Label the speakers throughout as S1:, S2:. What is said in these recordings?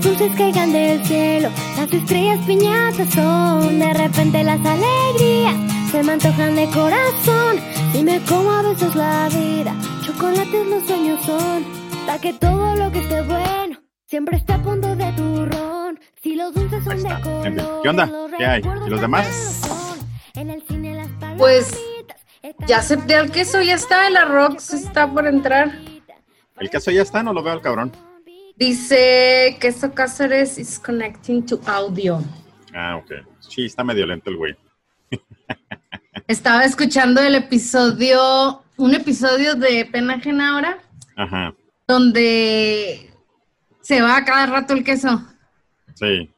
S1: luces caigan del cielo, las estrellas piñatas son, de repente las alegrías se me antojan de corazón y me como a besos la vida, chocolates los sueños son, para que todo lo que esté bueno siempre está a punto de turrón, si los dulces son
S2: Ahí
S1: de
S2: está. En fin.
S1: color,
S2: ¿Qué onda?
S1: los
S2: ¿Qué hay?
S1: recuerdos
S2: ¿Y los demás?
S1: son, en el cine las
S3: Pues,
S1: palomitas están
S3: Ya acepté al queso, ya está, el arroz está por entrar.
S2: El queso ya está, no lo veo al cabrón.
S3: Dice queso Cáceres is connecting to audio.
S2: Ah, ok. Sí, está medio lento el güey.
S3: Estaba escuchando el episodio, un episodio de Pena Ajena ahora,
S2: Ajá.
S3: donde se va cada rato el queso.
S2: Sí.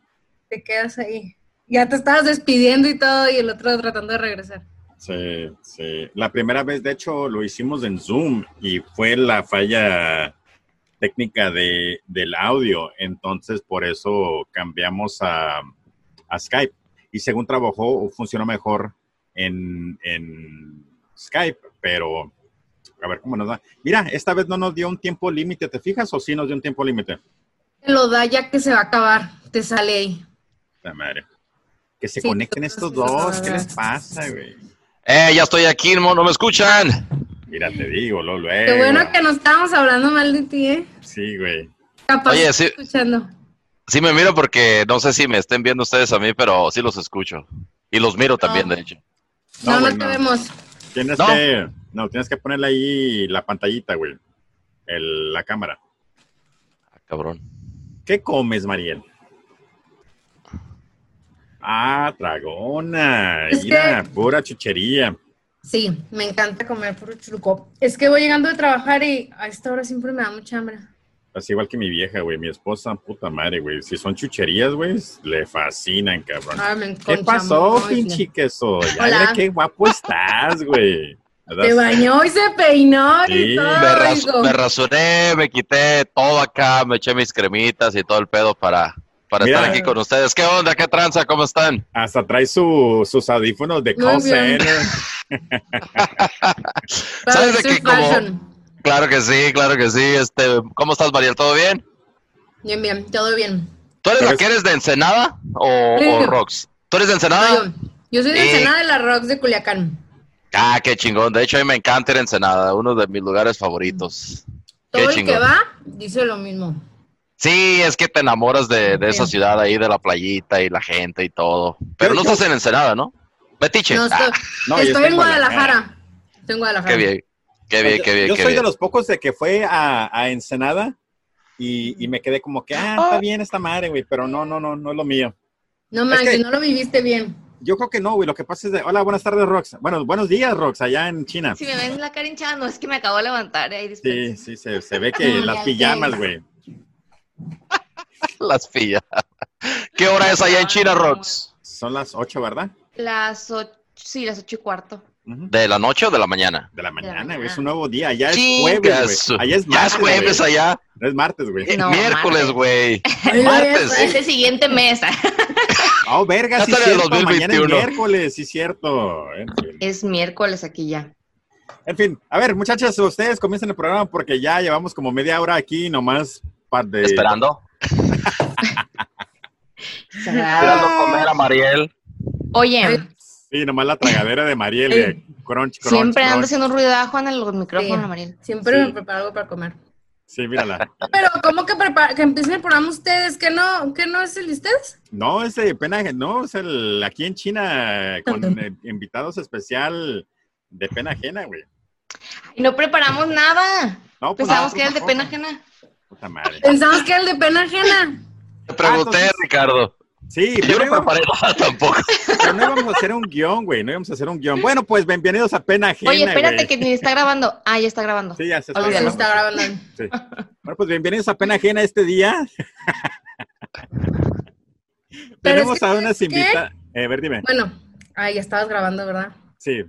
S3: Te quedas ahí. Ya te estabas despidiendo y todo, y el otro tratando de regresar.
S2: Sí, sí. La primera vez, de hecho, lo hicimos en Zoom y fue la falla técnica de, del audio. Entonces, por eso cambiamos a, a Skype. Y según trabajó, o funcionó mejor en, en Skype, pero a ver cómo nos da. Mira, esta vez no nos dio un tiempo límite, ¿te fijas? ¿O sí nos dio un tiempo límite?
S3: Te lo da ya que se va a acabar, te sale ahí.
S2: La madre. Que se
S3: Sí,
S2: conecten estos
S3: entonces,
S2: dos.
S3: a
S2: ¿Qué
S3: ver.
S2: les pasa, güey?
S4: Eh, ya estoy aquí, no, no me escuchan.
S2: Mira, te digo, Lolo.
S3: Qué bueno que no estábamos hablando mal de ti, ¿eh?
S2: Sí, güey.
S3: Capaz
S4: Oye,
S3: te
S4: sí.
S3: estoy escuchando.
S4: Sí me miro porque no sé si me estén viendo ustedes a mí, pero sí los escucho. Y los miro también,
S3: Ah.
S4: de hecho.
S2: No,
S3: No, no,
S2: güey,
S3: te
S2: no.
S3: vemos.
S2: Tienes
S4: No.
S2: que, no, tienes que ponerle ahí la pantallita, güey. El- la cámara.
S4: Ah, cabrón.
S2: ¿Qué comes, Mariel? Ah, dragona.
S3: Es
S2: Mira, pura chuchería.
S3: Sí, me encanta comer puro churuco. Es que voy llegando de trabajar y a esta hora siempre me da mucha hambre.
S2: Así igual que mi vieja, güey. Mi esposa, puta madre, güey. Si son chucherías, güey, le fascinan, cabrón.
S3: Ay, Ah, me-
S2: ¿Qué
S3: con
S2: pasó,
S3: chamoy,
S2: pinche queso? Ya,
S3: Hola.
S2: mira qué guapo estás, güey.
S3: ya. Se bañó y se peinó
S2: Sí.
S3: y todo.
S4: Me, ras-
S3: hijo.
S4: me rasuré, me quité todo acá, me eché mis cremitas y todo el pedo para, para
S2: Mira.
S4: estar aquí con ustedes. ¿Qué onda? ¿Qué tranza? ¿Cómo están?
S2: Hasta trae su- sus audífonos de
S3: Muy
S2: call
S3: bien.
S2: center.
S3: Para
S4: ¿Sabes de
S3: hacer
S4: qué? Como-
S3: fashion.
S4: Claro que sí, claro que sí. Este, ¿Cómo estás, Mariel? ¿Todo bien?
S3: Bien, bien, todo bien.
S4: ¿Tú eres la
S2: ¿Sabes?
S4: que eres de Ensenada o,
S3: Sí.
S4: o Rox? ¿Tú eres de Ensenada?
S3: Yo, yo soy de
S4: Ah, Eh.
S3: Ensenada de la Rocks de Culiacán.
S4: Ah, qué chingón. De hecho, a mí me encanta ir a Ensenada, uno de mis lugares favoritos. Qué
S3: Todo el
S4: chingón.
S3: que va dice lo mismo.
S4: Sí, es que te enamoras de, de esa
S3: Sí.
S4: ciudad ahí, de la playita y la gente y todo. Pero no
S2: yo-
S4: estás en Ensenada, ¿no? Metiche.
S3: No,
S4: Ah,
S3: estoy,
S2: No, este yo
S3: estoy
S2: estoy
S3: en Guadalajara. Estoy en Guadalajara.
S4: qué bien, qué bien, qué bien.
S2: Yo
S4: qué
S2: soy
S4: bien.
S2: de los pocos de que fue a, a Ensenada y, y me quedé como que, ah, está bien esta madre, güey, pero no, no, no, no es lo mío.
S3: No manches,
S2: que-
S3: no lo viviste bien.
S2: Yo creo que no, güey, lo que pasa es de, hola, buenas tardes, Rox. Bueno, buenos días, Rox, allá en China.
S5: Si me ven la cara hinchada, no es que me acabo de levantar. ahí
S2: Sí, sí, se, se ve que
S3: Ay,
S2: las
S3: al
S2: pijamas,
S3: fin.
S2: güey.
S4: Las pillas. ¿Qué hora es allá en China, Rox?
S2: Son las 8, ¿verdad?
S5: Las ocho, sí, las ocho y cuarto.
S2: Ujú.
S4: ¿De la noche o de la mañana?
S2: De la mañana,
S5: mañana.
S2: güey, es un nuevo día. Allá es jueves,
S4: Chingas.
S2: güey. Allá es
S4: Ya es
S2: martes, güey.
S4: jueves allá.
S2: No es martes, güey.
S5: No,
S4: Miércoles,
S5: martes.
S4: güey.
S3: Ay,
S4: Martes.
S3: ay, ay.
S5: Es el este siguiente mes.
S2: Oh, verga,
S4: Ya
S2: sí
S4: está en el
S2: cierto. Mañana es
S4: 2021.
S2: miércoles, sí cierto. En fin.
S5: Es miércoles aquí ya.
S2: En fin, a ver, muchachas, ustedes comiencen el programa porque ya llevamos como media hora aquí nomás par de...
S4: Esperando.
S3: Ah.
S4: Esperando comer a Mariel.
S5: Oye,
S2: Sí, nomás la tragadera de Mariel.
S3: Sí.
S2: eh, Crunch, crunch,
S5: siempre anda
S2: crunch.
S5: haciendo ruidajo en el micrófono,
S3: Sí.
S5: Mariel.
S3: Siempre
S2: Sí.
S3: me preparo algo para comer.
S2: Sí, mírala.
S3: Pero, ¿cómo que, prepara- que empiecen el programa ustedes? ¿Que no, que no es el de ustedes?
S2: No, es de pena, ajena, no, es el, aquí en China con eh, invitados especial de pena ajena, güey.
S5: Y no preparamos nada.
S2: No, pues,
S5: Pensamos
S2: no,
S5: que era el de
S2: no,
S5: pena ajena.
S2: Puta madre.
S3: Pensamos que era el de pena ajena.
S4: Te pregunté,
S2: Ah, entonces-
S4: Ricardo.
S2: Sí,
S4: Y yo
S2: pero,
S4: no preparé nada tampoco.
S2: íbamos- pero no íbamos a hacer un guión, güey, no íbamos a hacer un guión. Bueno, pues bienvenidos a pena ajena,
S5: Oye, espérate
S2: güey.
S5: que ni está grabando. Ah, ya está grabando.
S2: Sí, ya se está
S3: Sí,
S5: Olvídalo.
S2: grabando.
S3: está grabando.
S2: Sí. Bueno, pues bienvenidos a Pena Ajena este día. Tenemos
S3: es que,
S2: a unas
S3: ¿sabes qué?
S2: invitadas. a ver, dime.
S3: Bueno, ay, ya estabas grabando, ¿verdad?
S2: Sí.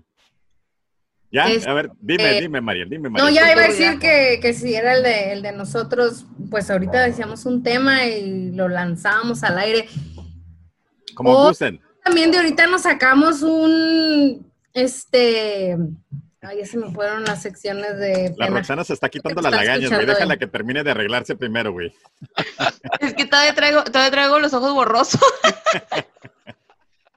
S2: ¿Ya?
S3: Es-
S2: a ver, dime,
S3: eh,
S2: dime, Mariel, dime,
S3: No,
S2: Mariel.
S3: ya iba a
S5: sí,
S3: decir
S5: ya.
S3: que, que si era el de, el de nosotros, pues ahorita decíamos un tema y lo lanzábamos al aire.
S2: Como
S3: Oh.
S2: gusten.
S3: También de ahorita nos sacamos un, este, Ahí se me fueron las secciones de.
S2: La
S3: pena.
S2: Roxana se está quitando
S3: Está
S2: las lagañas, güey.
S3: escuchando,
S2: Déjala
S3: eh.
S2: que termine de arreglarse primero, güey.
S5: Es que todavía traigo, todavía traigo los ojos borrosos.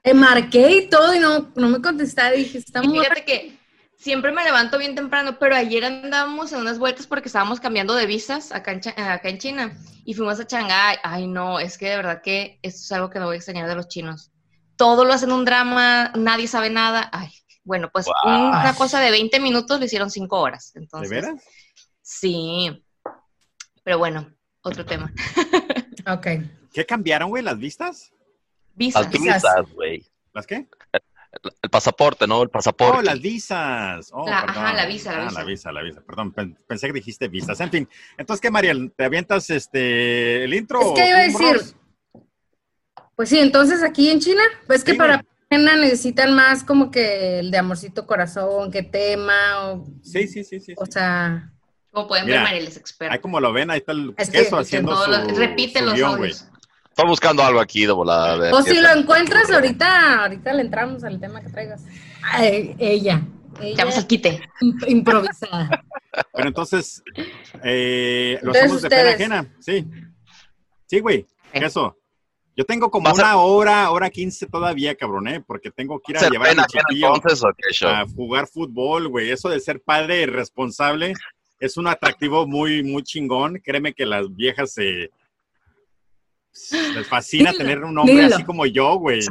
S3: Eh, marqué y todo y no, no me contestaba. Dije, está
S5: Y
S3: muy.
S5: fíjate que siempre me levanto bien temprano, pero ayer andábamos en unas vueltas porque estábamos cambiando de visas acá en, Chi- acá en China y fuimos a Shanghái. Ay, no, es que de verdad que esto es algo que no voy a extrañar de los chinos. Todo lo hacen un drama, nadie sabe nada. Ay, bueno, pues
S4: Guau.
S5: una cosa de 20 minutos lo hicieron 5 horas.
S2: ¿De
S5: Entonces,
S2: veras?
S5: Sí. Pero bueno, otro tema.
S3: Ok.
S2: ¿Qué cambiaron, güey? ¿Las vistas?
S5: Visas.
S4: Las visas, güey.
S2: ¿Las qué?
S4: El pasaporte, ¿no? El pasaporte.
S2: Oh, las visas. Oh,
S5: La- ajá,
S2: perdón.
S5: la visa, la
S2: Ah,
S5: visa.
S2: la visa, la visa. Perdón, pen- pensé que dijiste vistas. En fin. Entonces, ¿qué, Mariel? ¿Te avientas este, el intro?
S3: Es
S2: o
S3: que iba a
S2: un
S3: decir,
S2: bros?
S3: Pues sí, entonces aquí en China, pues es que
S2: Sí,
S3: para
S2: güey.
S3: China necesitan más como que el de amorcito corazón, qué tema, o,
S2: Sí, sí, sí, sí. sí.
S3: o sea,
S5: Como pueden
S2: Mira,
S5: ver, Mariel es experta.
S2: Ahí como lo ven, ahí está el
S3: Es que
S2: queso
S3: escuché
S2: haciendo
S5: Todos
S2: su,
S5: los- repite
S2: su
S5: los
S2: guión, güey.
S5: audios.
S4: Estoy buscando algo aquí de volada. a ver
S3: o
S4: qué
S3: si lo
S4: tal.
S3: encuentras ahorita, ahorita le entramos al tema que traigas. Ay, ella,
S5: Ya
S3: ella
S5: vamos al quite.
S3: imp- improvisada.
S2: Pero entonces, eh, lo
S3: Entonces
S2: hacemos de pena
S3: ustedes.
S2: ajena, sí. Sí, güey,
S5: Eh.
S2: eso. Yo tengo como
S4: Vas a-
S2: una hora, hora quince todavía, cabrón, ¿eh? Porque tengo que ir a
S4: ¿Ser
S2: llevar a Ah. mi
S4: pena ajena
S2: chiquillo
S4: entonces o qué show?
S2: a jugar fútbol, güey. Eso de ser padre responsable es un atractivo muy, muy chingón. Créeme que las viejas se... Les fascina
S3: Dilo,
S2: tener un hombre
S3: dilo.
S2: así como yo, güey.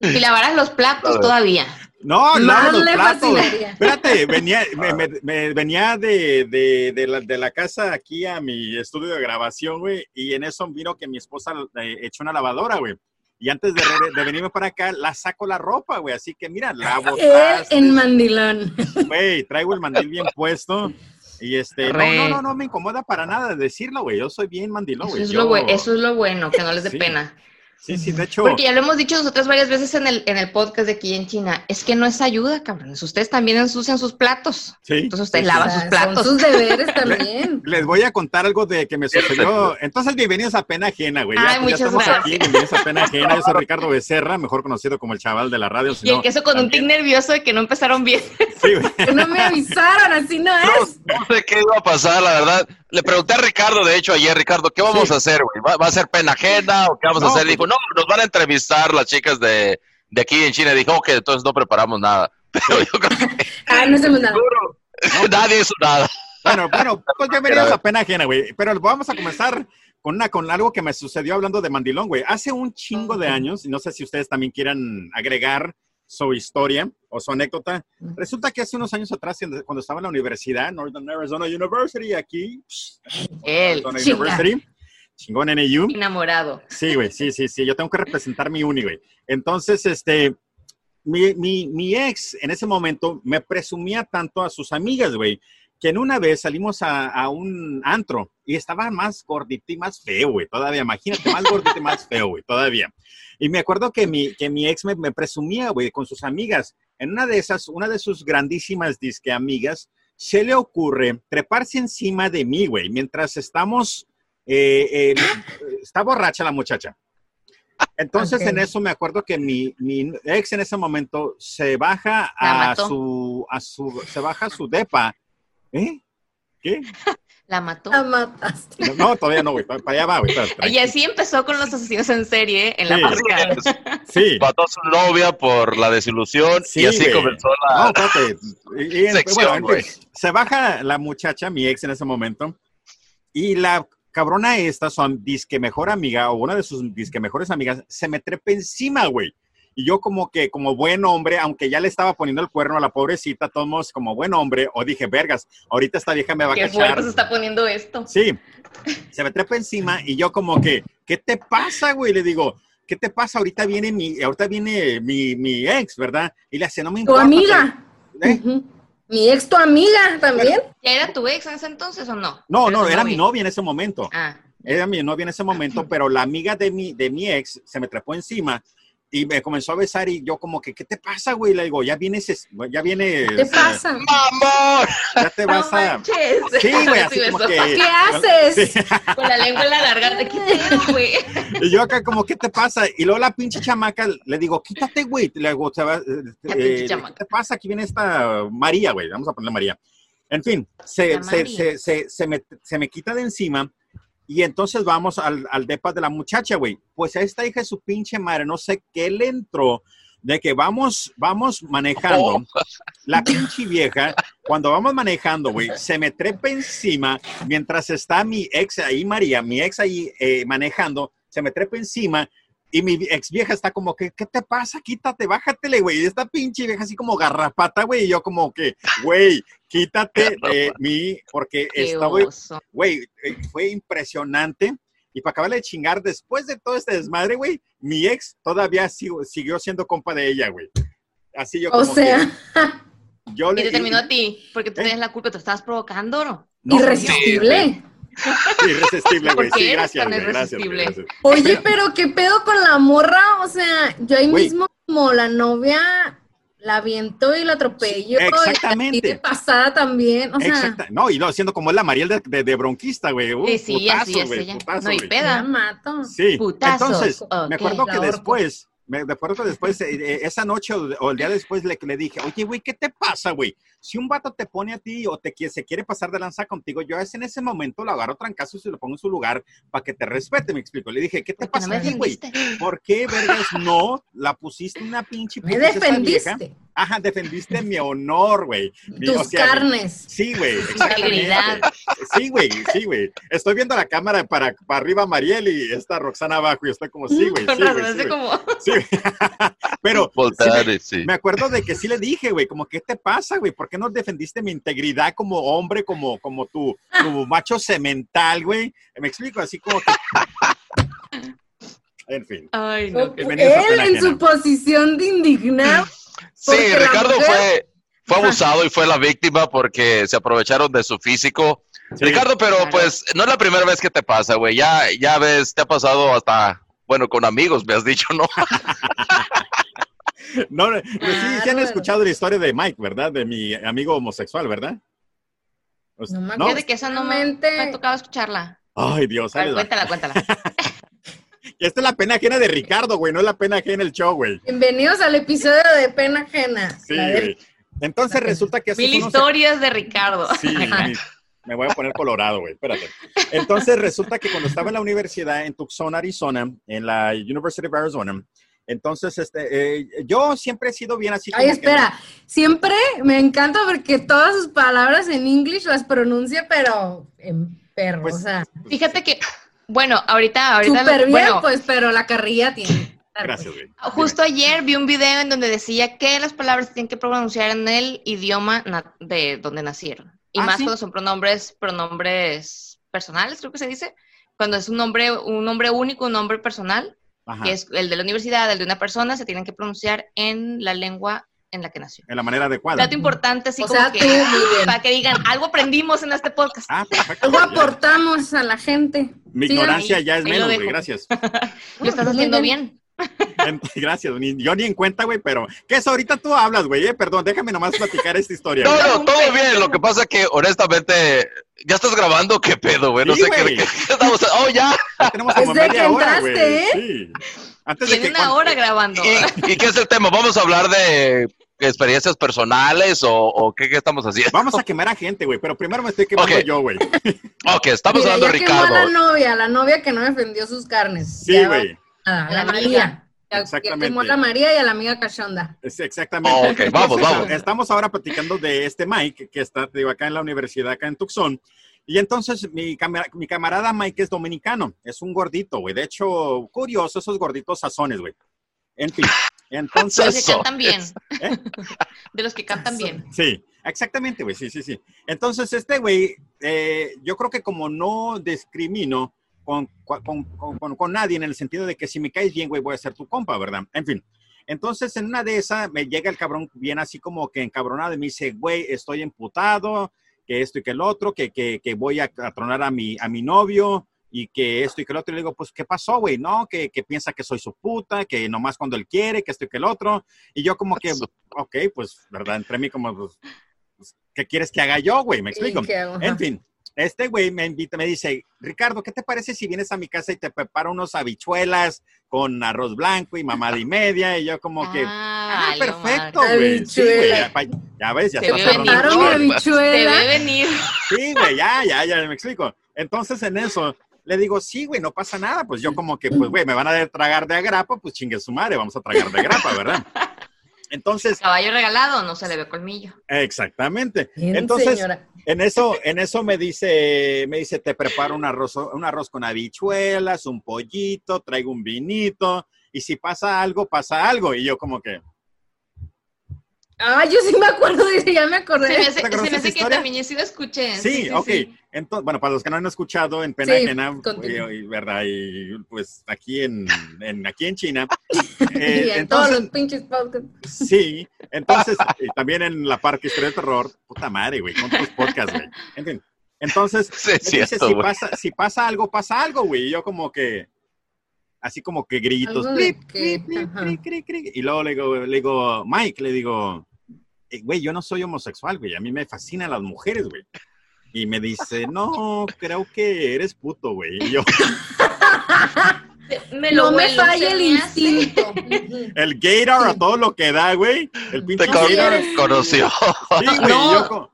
S5: Si lavaras los platos todavía.
S2: No,
S3: Más
S2: no, los
S3: le
S2: platos.
S3: fascinaría.
S2: Espérate, venía, me, me- me venía de, de- de la, de la casa aquí a mi estudio de grabación, güey, y en eso miro que mi esposa eh, echó una lavadora, güey. Y antes de, re- de venirme para acá, la saco la ropa, güey. Así que mira, lavo,
S3: Él en mandilón.
S2: güey, traigo el mandil bien puesto. Y este, no,
S5: Re.
S2: no, no, no me incomoda para nada decirlo, güey. Yo soy bien mandilón,
S5: eso,
S2: güey.
S5: es
S2: Yo-
S5: lo bue- eso es lo bueno, que no les dé
S2: Sí.
S5: pena.
S2: Sí, sí, de hecho.
S5: Porque ya lo hemos dicho nosotras varias veces en el, en el podcast de aquí en China, es que no es ayuda, cabrones. Ustedes también ensucian sus platos.
S2: Sí.
S5: Entonces ustedes
S2: Sí, sí,
S5: lavan
S3: O sea,
S5: sus platos.
S3: Son sus deberes también.
S2: Les voy a contar algo de que me sucedió. Entonces, bienvenidos a Pena Ajena, güey. Ya,
S5: Ay,
S2: ya
S5: muchas
S2: estamos
S5: gracias.
S2: aquí, bienvenidos a Pena Ajena. Yo soy Ricardo Becerra, mejor conocido como el chaval de la radio. si
S5: Y el
S2: no,
S5: queso con un tic
S2: también-
S5: nervioso de que no empezaron bien.
S2: Sí, güey.
S3: Que No me avisaron, así no es.
S4: No sé qué iba a pasar, la verdad. Le pregunté a Ricardo, de hecho, ayer, Ricardo, ¿qué vamos
S2: Sí.
S4: a hacer, güey? ¿Va, va a ser pena ajena o qué vamos a
S2: No,
S4: hacer?
S2: pues-
S4: Dijo, no, nos van a entrevistar las chicas de, de aquí en China. Dijo, ok, entonces no preparamos nada. Pero yo creo que
S3: Ay, Ah, no se me nada.
S4: seguro nadie hizo nada.
S2: Bueno, bueno, pues bienvenidos a Pena Ajena, güey. Pero vamos a comenzar con, una, con algo que me sucedió hablando de Mandilón, güey. Hace un chingo de años, y no sé si ustedes también quieran agregar su historia o su anécdota. Resulta que hace unos años atrás, cuando estaba en la universidad, Northern Arizona University, aquí,
S5: Él,
S2: Arizona
S3: chinga.
S2: University, chingón NAU.
S5: enamorado.
S2: Sí, güey, sí, sí, sí. Yo tengo que representar mi uni, güey. Entonces, este, mi, mi, mi ex en ese momento me presumía tanto a sus amigas, güey, que en una vez salimos a, a un antro y estaba más gordito y más feo, güey, todavía. Imagínate, más gordito y más feo, güey, todavía. Y me acuerdo que mi, que mi ex me, me presumía, güey, con sus amigas. En una de esas, una de sus grandísimas disque amigas, se le ocurre treparse encima de mí, güey, mientras estamos eh, el- está borracha la muchacha. Entonces,
S3: Ok.
S2: en eso me acuerdo que mi, mi ex en ese momento se baja
S5: La
S2: a
S5: mató.
S2: su, a su, se baja a su depa. ¿Eh? ¿Qué?
S5: La mató.
S3: La mataste.
S2: No, No, todavía no, güey. pa- Para allá va, güey. espérate,
S5: Y
S2: tranqui-
S5: así empezó con los asesinos en serie ¿eh? en la
S2: Sí.
S5: marca.
S2: Sí.
S4: Mató a su novia por la desilusión
S2: Sí,
S4: y así
S2: güey.
S4: comenzó
S2: No,
S4: la...
S2: espérate. Y- y-
S4: Sección,
S2: bueno, en fin,
S4: güey.
S2: se baja la muchacha, mi ex en ese momento, y la cabrona esta, son disque mejor amiga o una de sus disque mejores amigas, se me trepa encima, güey. Y yo como que, como buen hombre, aunque ya le estaba poniendo el cuerno a la pobrecita, todos como buen hombre, o dije, vergas, ahorita esta vieja me va a
S5: Qué
S2: cachar.
S5: fuerte se está poniendo esto.
S2: Sí, se me trepa encima y yo como que, ¿qué te pasa, güey? Le digo, ¿qué te pasa? Ahorita viene mi, ahorita viene mi, mi ex, ¿verdad? Y le hace, no me
S3: Tu
S2: importa.
S3: amiga.
S2: pero- ¿eh?
S3: Ujú. Mi ex, tu amiga también.
S5: ¿Ya era tu ex en ese entonces o no?
S2: No,
S5: Era
S2: no,
S5: Ah, tu
S2: era mi novia en ese momento.
S5: Ah,
S2: Era mi novia en ese momento, pero la amiga de mi, de mi ex se me trepó encima y me comenzó a besar y yo como que, ¿qué te pasa, güey? Le digo, ya vienes, ya vienes. eh,
S3: ¿Qué pasa?
S4: ¡Mamón!
S2: Ya te vas
S5: no
S2: a...
S5: manches.
S2: Sí, güey, así
S5: Sí,
S2: como
S5: eso.
S2: que...
S3: ¿Qué haces?
S2: Sí.
S5: Con la lengua en la garganta, ¿qué pedo, güey?
S2: Y yo acá como, ¿qué te pasa? Y luego la pinche chamaca le digo, quítate, güey. Le digo, "Te va- eh,
S5: pinche
S2: eh, ¿qué
S5: chamaca.
S2: te pasa? Aquí viene esta María, güey. Vamos a ponerle María. En fin, se,
S5: La
S2: se,
S5: María.
S2: se, se, se me, se me quita de encima y entonces vamos al, al depa de la muchacha, güey. Pues a esta hija de su pinche madre, no sé qué le entró de que vamos, vamos manejando.
S4: Oh.
S2: La pinche vieja, cuando vamos manejando, güey, se me trepa encima mientras está mi ex ahí, María, mi ex ahí eh, manejando, se me trepa encima y mi ex vieja está como que, ¿qué te pasa? Quítate, bájatele, güey. Y esta pinche vieja así como garrapata, güey. Y yo como que, güey, quítate de mí porque
S5: Qué
S2: está, güey,
S5: oso.
S2: Güey, eh, fue impresionante. Y para acabarle de chingar, después de todo este desmadre, güey, mi ex todavía sigo- siguió siendo compa de ella, güey. Así yo
S3: O
S2: como que-
S3: sea,
S2: yo
S5: Y
S2: le
S5: te terminó a ti, porque tú
S2: ¿Eh?
S5: tienes la culpa, te estabas provocando, ¿no?
S2: No,
S3: irresistible.
S2: sí, irresistible, güey.
S5: ¿Por
S2: Sí,
S5: qué eres
S2: gracias,
S5: tan
S2: güey, gracias, güey,
S5: irresistible?
S2: gracias.
S3: Oye, pero qué pedo con la morra, o sea, yo ahí
S2: Güey.
S3: mismo como la novia la viento y la atropello.
S2: Sí, exactamente.
S3: Y así de pasada también, o sea,
S2: Exacta- No, y no, siendo como la Mariel de, de- de bronquista, güey. Uh,
S5: Sí, sí, ya, sí,
S2: putazo,
S5: ya,
S2: güey,
S5: sí, ya.
S2: putazo,
S5: No, y
S2: güey.
S3: la
S5: peda.
S3: mato.
S2: Sí,
S5: Putazos,
S2: entonces,
S5: ok.
S2: me acuerdo
S3: La
S2: que
S3: ahorco.
S2: después, me acuerdo que después, eh, eh, esa noche o, o el día después le, le dije, oye, güey, ¿qué te pasa, güey? Si un vato te pone a ti o te quie- se quiere pasar de lanza contigo, yo es en ese momento lo agarro trancazo y se lo pongo en su lugar para que te respete, me explico. Le dije, ¿qué te
S5: Porque no
S2: pasa,
S5: me
S2: a ti, güey?
S5: defendiste.
S2: ¿Por qué, vergas, no la pusiste una pinche
S3: Me
S2: putiza a pues, esa vieja?
S3: defendiste.
S2: Ajá, defendiste mi honor, güey. Mi-
S3: Tus
S2: o sea,
S3: carnes.
S2: Sí, güey,
S5: integridad.
S2: exactamente. Sí, güey, sí, güey. Estoy viendo la cámara para, para arriba Mariel y está Roxana abajo y está como, sí, güey,
S5: Con
S2: sí,
S5: razón,
S2: güey, sí, güey.
S5: hace como...
S2: Sí, güey. Pero
S4: Voltar,
S2: sí,
S4: y sí.
S2: me acuerdo de que sí le dije, güey, como, ¿qué te pasa, güey? ¿Por qué no defendiste mi integridad como hombre, como, como tu, tu macho semental, güey? Me explico, así como que... En fin.
S5: Ay, no.
S3: Él
S2: bienvenidos a Pena
S3: en su
S2: Ajena.
S3: posición de indignado. porque
S4: Sí,
S3: la
S4: Ricardo
S3: mujer-
S4: fue, fue
S3: Ajá.
S4: abusado y fue la víctima porque se aprovecharon de su físico.
S2: Sí.
S4: Ricardo, pero
S5: Claro.
S4: pues no es la primera vez que te pasa, güey. Ya, ya ves, te ha pasado hasta, bueno, con amigos, me has dicho, ¿no?
S2: No, no, sí, sí han
S3: Bárbaro.
S2: escuchado la historia de Mike, ¿verdad? De mi amigo homosexual, ¿verdad? Pues,
S3: No me
S5: Fíjate que esa no me,
S3: Realmente-
S5: me ha tocado escucharla.
S2: Ay, Dios,
S5: A
S2: Pues ahí
S5: ver,
S2: les va.
S5: cuéntala, cuéntala.
S2: Esta es la pena ajena de Ricardo, güey, no es la pena ajena el show, güey.
S3: Bienvenidos al episodio de Pena Ajena.
S2: Sí,
S3: La de-
S2: güey. Entonces resulta que hace
S5: Mil
S2: unos-
S5: historias de Ricardo.
S2: Sí, mi- me voy a poner colorado, güey, espérate. Entonces resulta que cuando estaba en la universidad en Tucson, Arizona, en la University of Arizona, entonces este, eh, yo siempre he sido bien así.
S3: Ay,
S2: como que-
S3: espera. Siempre me encanta porque todas sus palabras en inglés las pronuncia, pero en perro.
S2: Pues,
S3: o sea,
S5: Fíjate que, bueno, ahorita, ahorita,
S3: súper bien,
S5: bueno,
S3: pues, pero la carrilla tiene. pues.
S2: Gracias, güey.
S5: justo ayer vi un video en donde decía que las palabras se tienen que pronunciar en el idioma na- de donde nacieron. Y
S2: Ah,
S5: más
S2: ¿sí?
S5: cuando son pronombres, pronombres personales, creo que se dice. Cuando es un nombre, un nombre único, un nombre personal,
S2: Ajá,
S5: que es el de la universidad, el de una persona, se tienen que pronunciar en la lengua en la que nació.
S2: en Ah, la manera adecuada.
S5: Dato importante, así
S3: O
S5: como
S3: sea,
S5: que,
S3: tú, muy bien.
S5: para que digan, algo aprendimos en este podcast.
S2: Ah, perfecto.
S3: Algo
S2: güey, ya.
S3: aportamos a la gente.
S2: Mi
S3: Sigan
S2: ignorancia
S5: ahí,
S2: ya es
S5: ahí lo
S2: menos, güey,
S5: dejo.
S2: gracias.
S5: Lo estás
S3: Muy
S5: haciendo bien.
S2: Em, Gracias, ni- yo ni en cuenta, güey, pero ¿qué es ahorita tú hablas, güey? eh? Perdón, déjame nomás platicar esta historia.
S4: No,
S2: güey.
S4: no, todo bien. Lo que pasa que, honestamente, ya estás grabando, qué pedo, güey. No
S2: Sí,
S4: sé qué,
S2: güey.
S4: qué- qué estamos. Oh, ya.
S2: Ya tenemos como
S3: Desde
S2: media
S3: que
S2: hora, güey.
S3: Pues entraste, ¿eh?
S2: Sí. Antes de
S5: Tiene
S2: que
S5: una hora grabando.
S4: ¿Y, y qué es el tema? ¿Vamos a hablar de experiencias personales o, o qué, qué estamos haciendo?
S2: Vamos a quemar a gente, güey, pero primero me estoy quemando
S4: Ok.
S2: yo, güey.
S4: Ok, estamos
S3: Mira,
S4: hablando
S3: ya
S4: de
S3: quemó a la
S4: Ricardo.
S3: novia, la novia que no defendió sus carnes.
S2: Sí,
S3: Ya,
S2: güey.
S3: nada,
S5: A
S3: la
S5: la
S3: María. Ya- ya
S2: Exactamente.
S3: quemó a la María y a la amiga cachonda.
S2: Es exactamente.
S4: Ok, vamos, vamos.
S2: Estamos ahora platicando de este Mike que está, te digo, acá en la universidad, acá en Tucson. Y entonces mi, camara- mi camarada Mike es dominicano, es un gordito, güey. De hecho, curioso, esos gorditos sazones, güey. En fin,
S5: De
S2: entonces...
S5: los que
S4: Eso,
S5: cantan bien.
S2: ¿Eh?
S5: De los que cantan bien.
S2: Sí, exactamente, güey, sí, sí, sí. Entonces, este güey, eh, yo creo que como no discrimino con, con, con- con- con nadie en el sentido de que si me caes bien, güey, voy a ser tu compa, ¿verdad? En fin. Entonces, en una de esas, me llega el cabrón bien así como que encabronado y me dice, güey, estoy emputado, que esto y que el otro, que, que, que voy a, a tronar a mi, a mi novio y que esto y que lo otro. Y le digo, pues, ¿qué pasó, güey? No, que, que piensa que soy su puta, que nomás cuando él quiere, que esto y que el otro. Y yo como que,
S4: Su-
S2: ok, pues, ¿verdad? Entre mí como, pues, pues, ¿qué quieres que haga yo, güey? Me
S3: Sí,
S2: explico.
S3: ¿qué hago?
S2: En fin, este güey me invita, me dice, Ricardo, ¿qué te parece si vienes a mi casa y te preparo unos habichuelas con arroz blanco y mamada y media? Y yo como que... Ah,
S5: valió
S2: perfecto,
S5: madre.
S2: güey. Sí, güey,
S3: Habichuela.
S2: ya, pa- ya ves, ya
S5: Te
S2: está
S5: veo
S2: cerrando
S5: venir.
S2: el
S3: Preparo mi
S2: show.
S5: Te
S3: habichuela.
S5: ve venir.
S2: Sí, güey, ya, ya, ya, me explico. Entonces en eso le digo, sí, güey, no pasa nada. Pues yo como que, pues, güey, me van a dar tragar de agrapa, pues chingue su madre, vamos a tragar de agrapa, ¿verdad? Entonces,
S5: Caballo regalado, no se le ve colmillo.
S2: exactamente.
S3: Bien,
S2: Entonces,
S3: señora.
S2: en eso, en eso me dice, me dice, te preparo un arroz, un arroz con habichuelas, un pollito, traigo un vinito, y si pasa algo, pasa algo. Y yo como que,
S3: Ah, yo sí me acuerdo de ya me
S5: Se me
S3: acordé.
S5: hace,
S2: ¿Te acuerdas
S5: se me
S2: de esa
S5: hace que
S2: historia?
S5: también yo sí lo escuché. ¿eh?
S2: Sí, ok.
S5: sí.
S2: Entonces, bueno, para los que no han escuchado, en Pena
S3: Sí,
S2: Ajena, eh,
S3: continúa.
S2: y- y- ¿verdad? Y pues aquí en, en- aquí en China.
S3: Y
S2: eh,
S3: en todos
S2: entonces,
S3: los pinches podcasts.
S2: sí, entonces, y también en la parte historia de terror, puta madre, güey, con tus podcasts, güey. En fin, entonces,
S4: Sí, es
S2: me dice,
S4: cierto,
S2: si
S4: güey.
S2: pasa, si pasa algo, pasa algo, güey. Y yo como que, así como que grillitos.
S3: Algo de
S2: clip,
S3: que-
S2: clip, clip,
S3: ajá.
S2: clip, clip, clip. Y luego le digo, le digo, Mike, le digo, "Eh, güey, yo no soy homosexual, güey. A mí me fascinan las mujeres, güey. Y me dice, no, creo que eres puto, güey. Y yo,
S5: Me lo
S3: No me
S5: huelo,
S3: falla
S5: se
S3: el
S5: me hace.
S3: instinto. Ujú.
S2: el gator a todo lo que da, güey. El pinche
S4: Te con-
S3: Sí
S2: gator.
S3: eres.
S4: conoció.
S2: Sí, güey.
S5: No.
S2: yo co-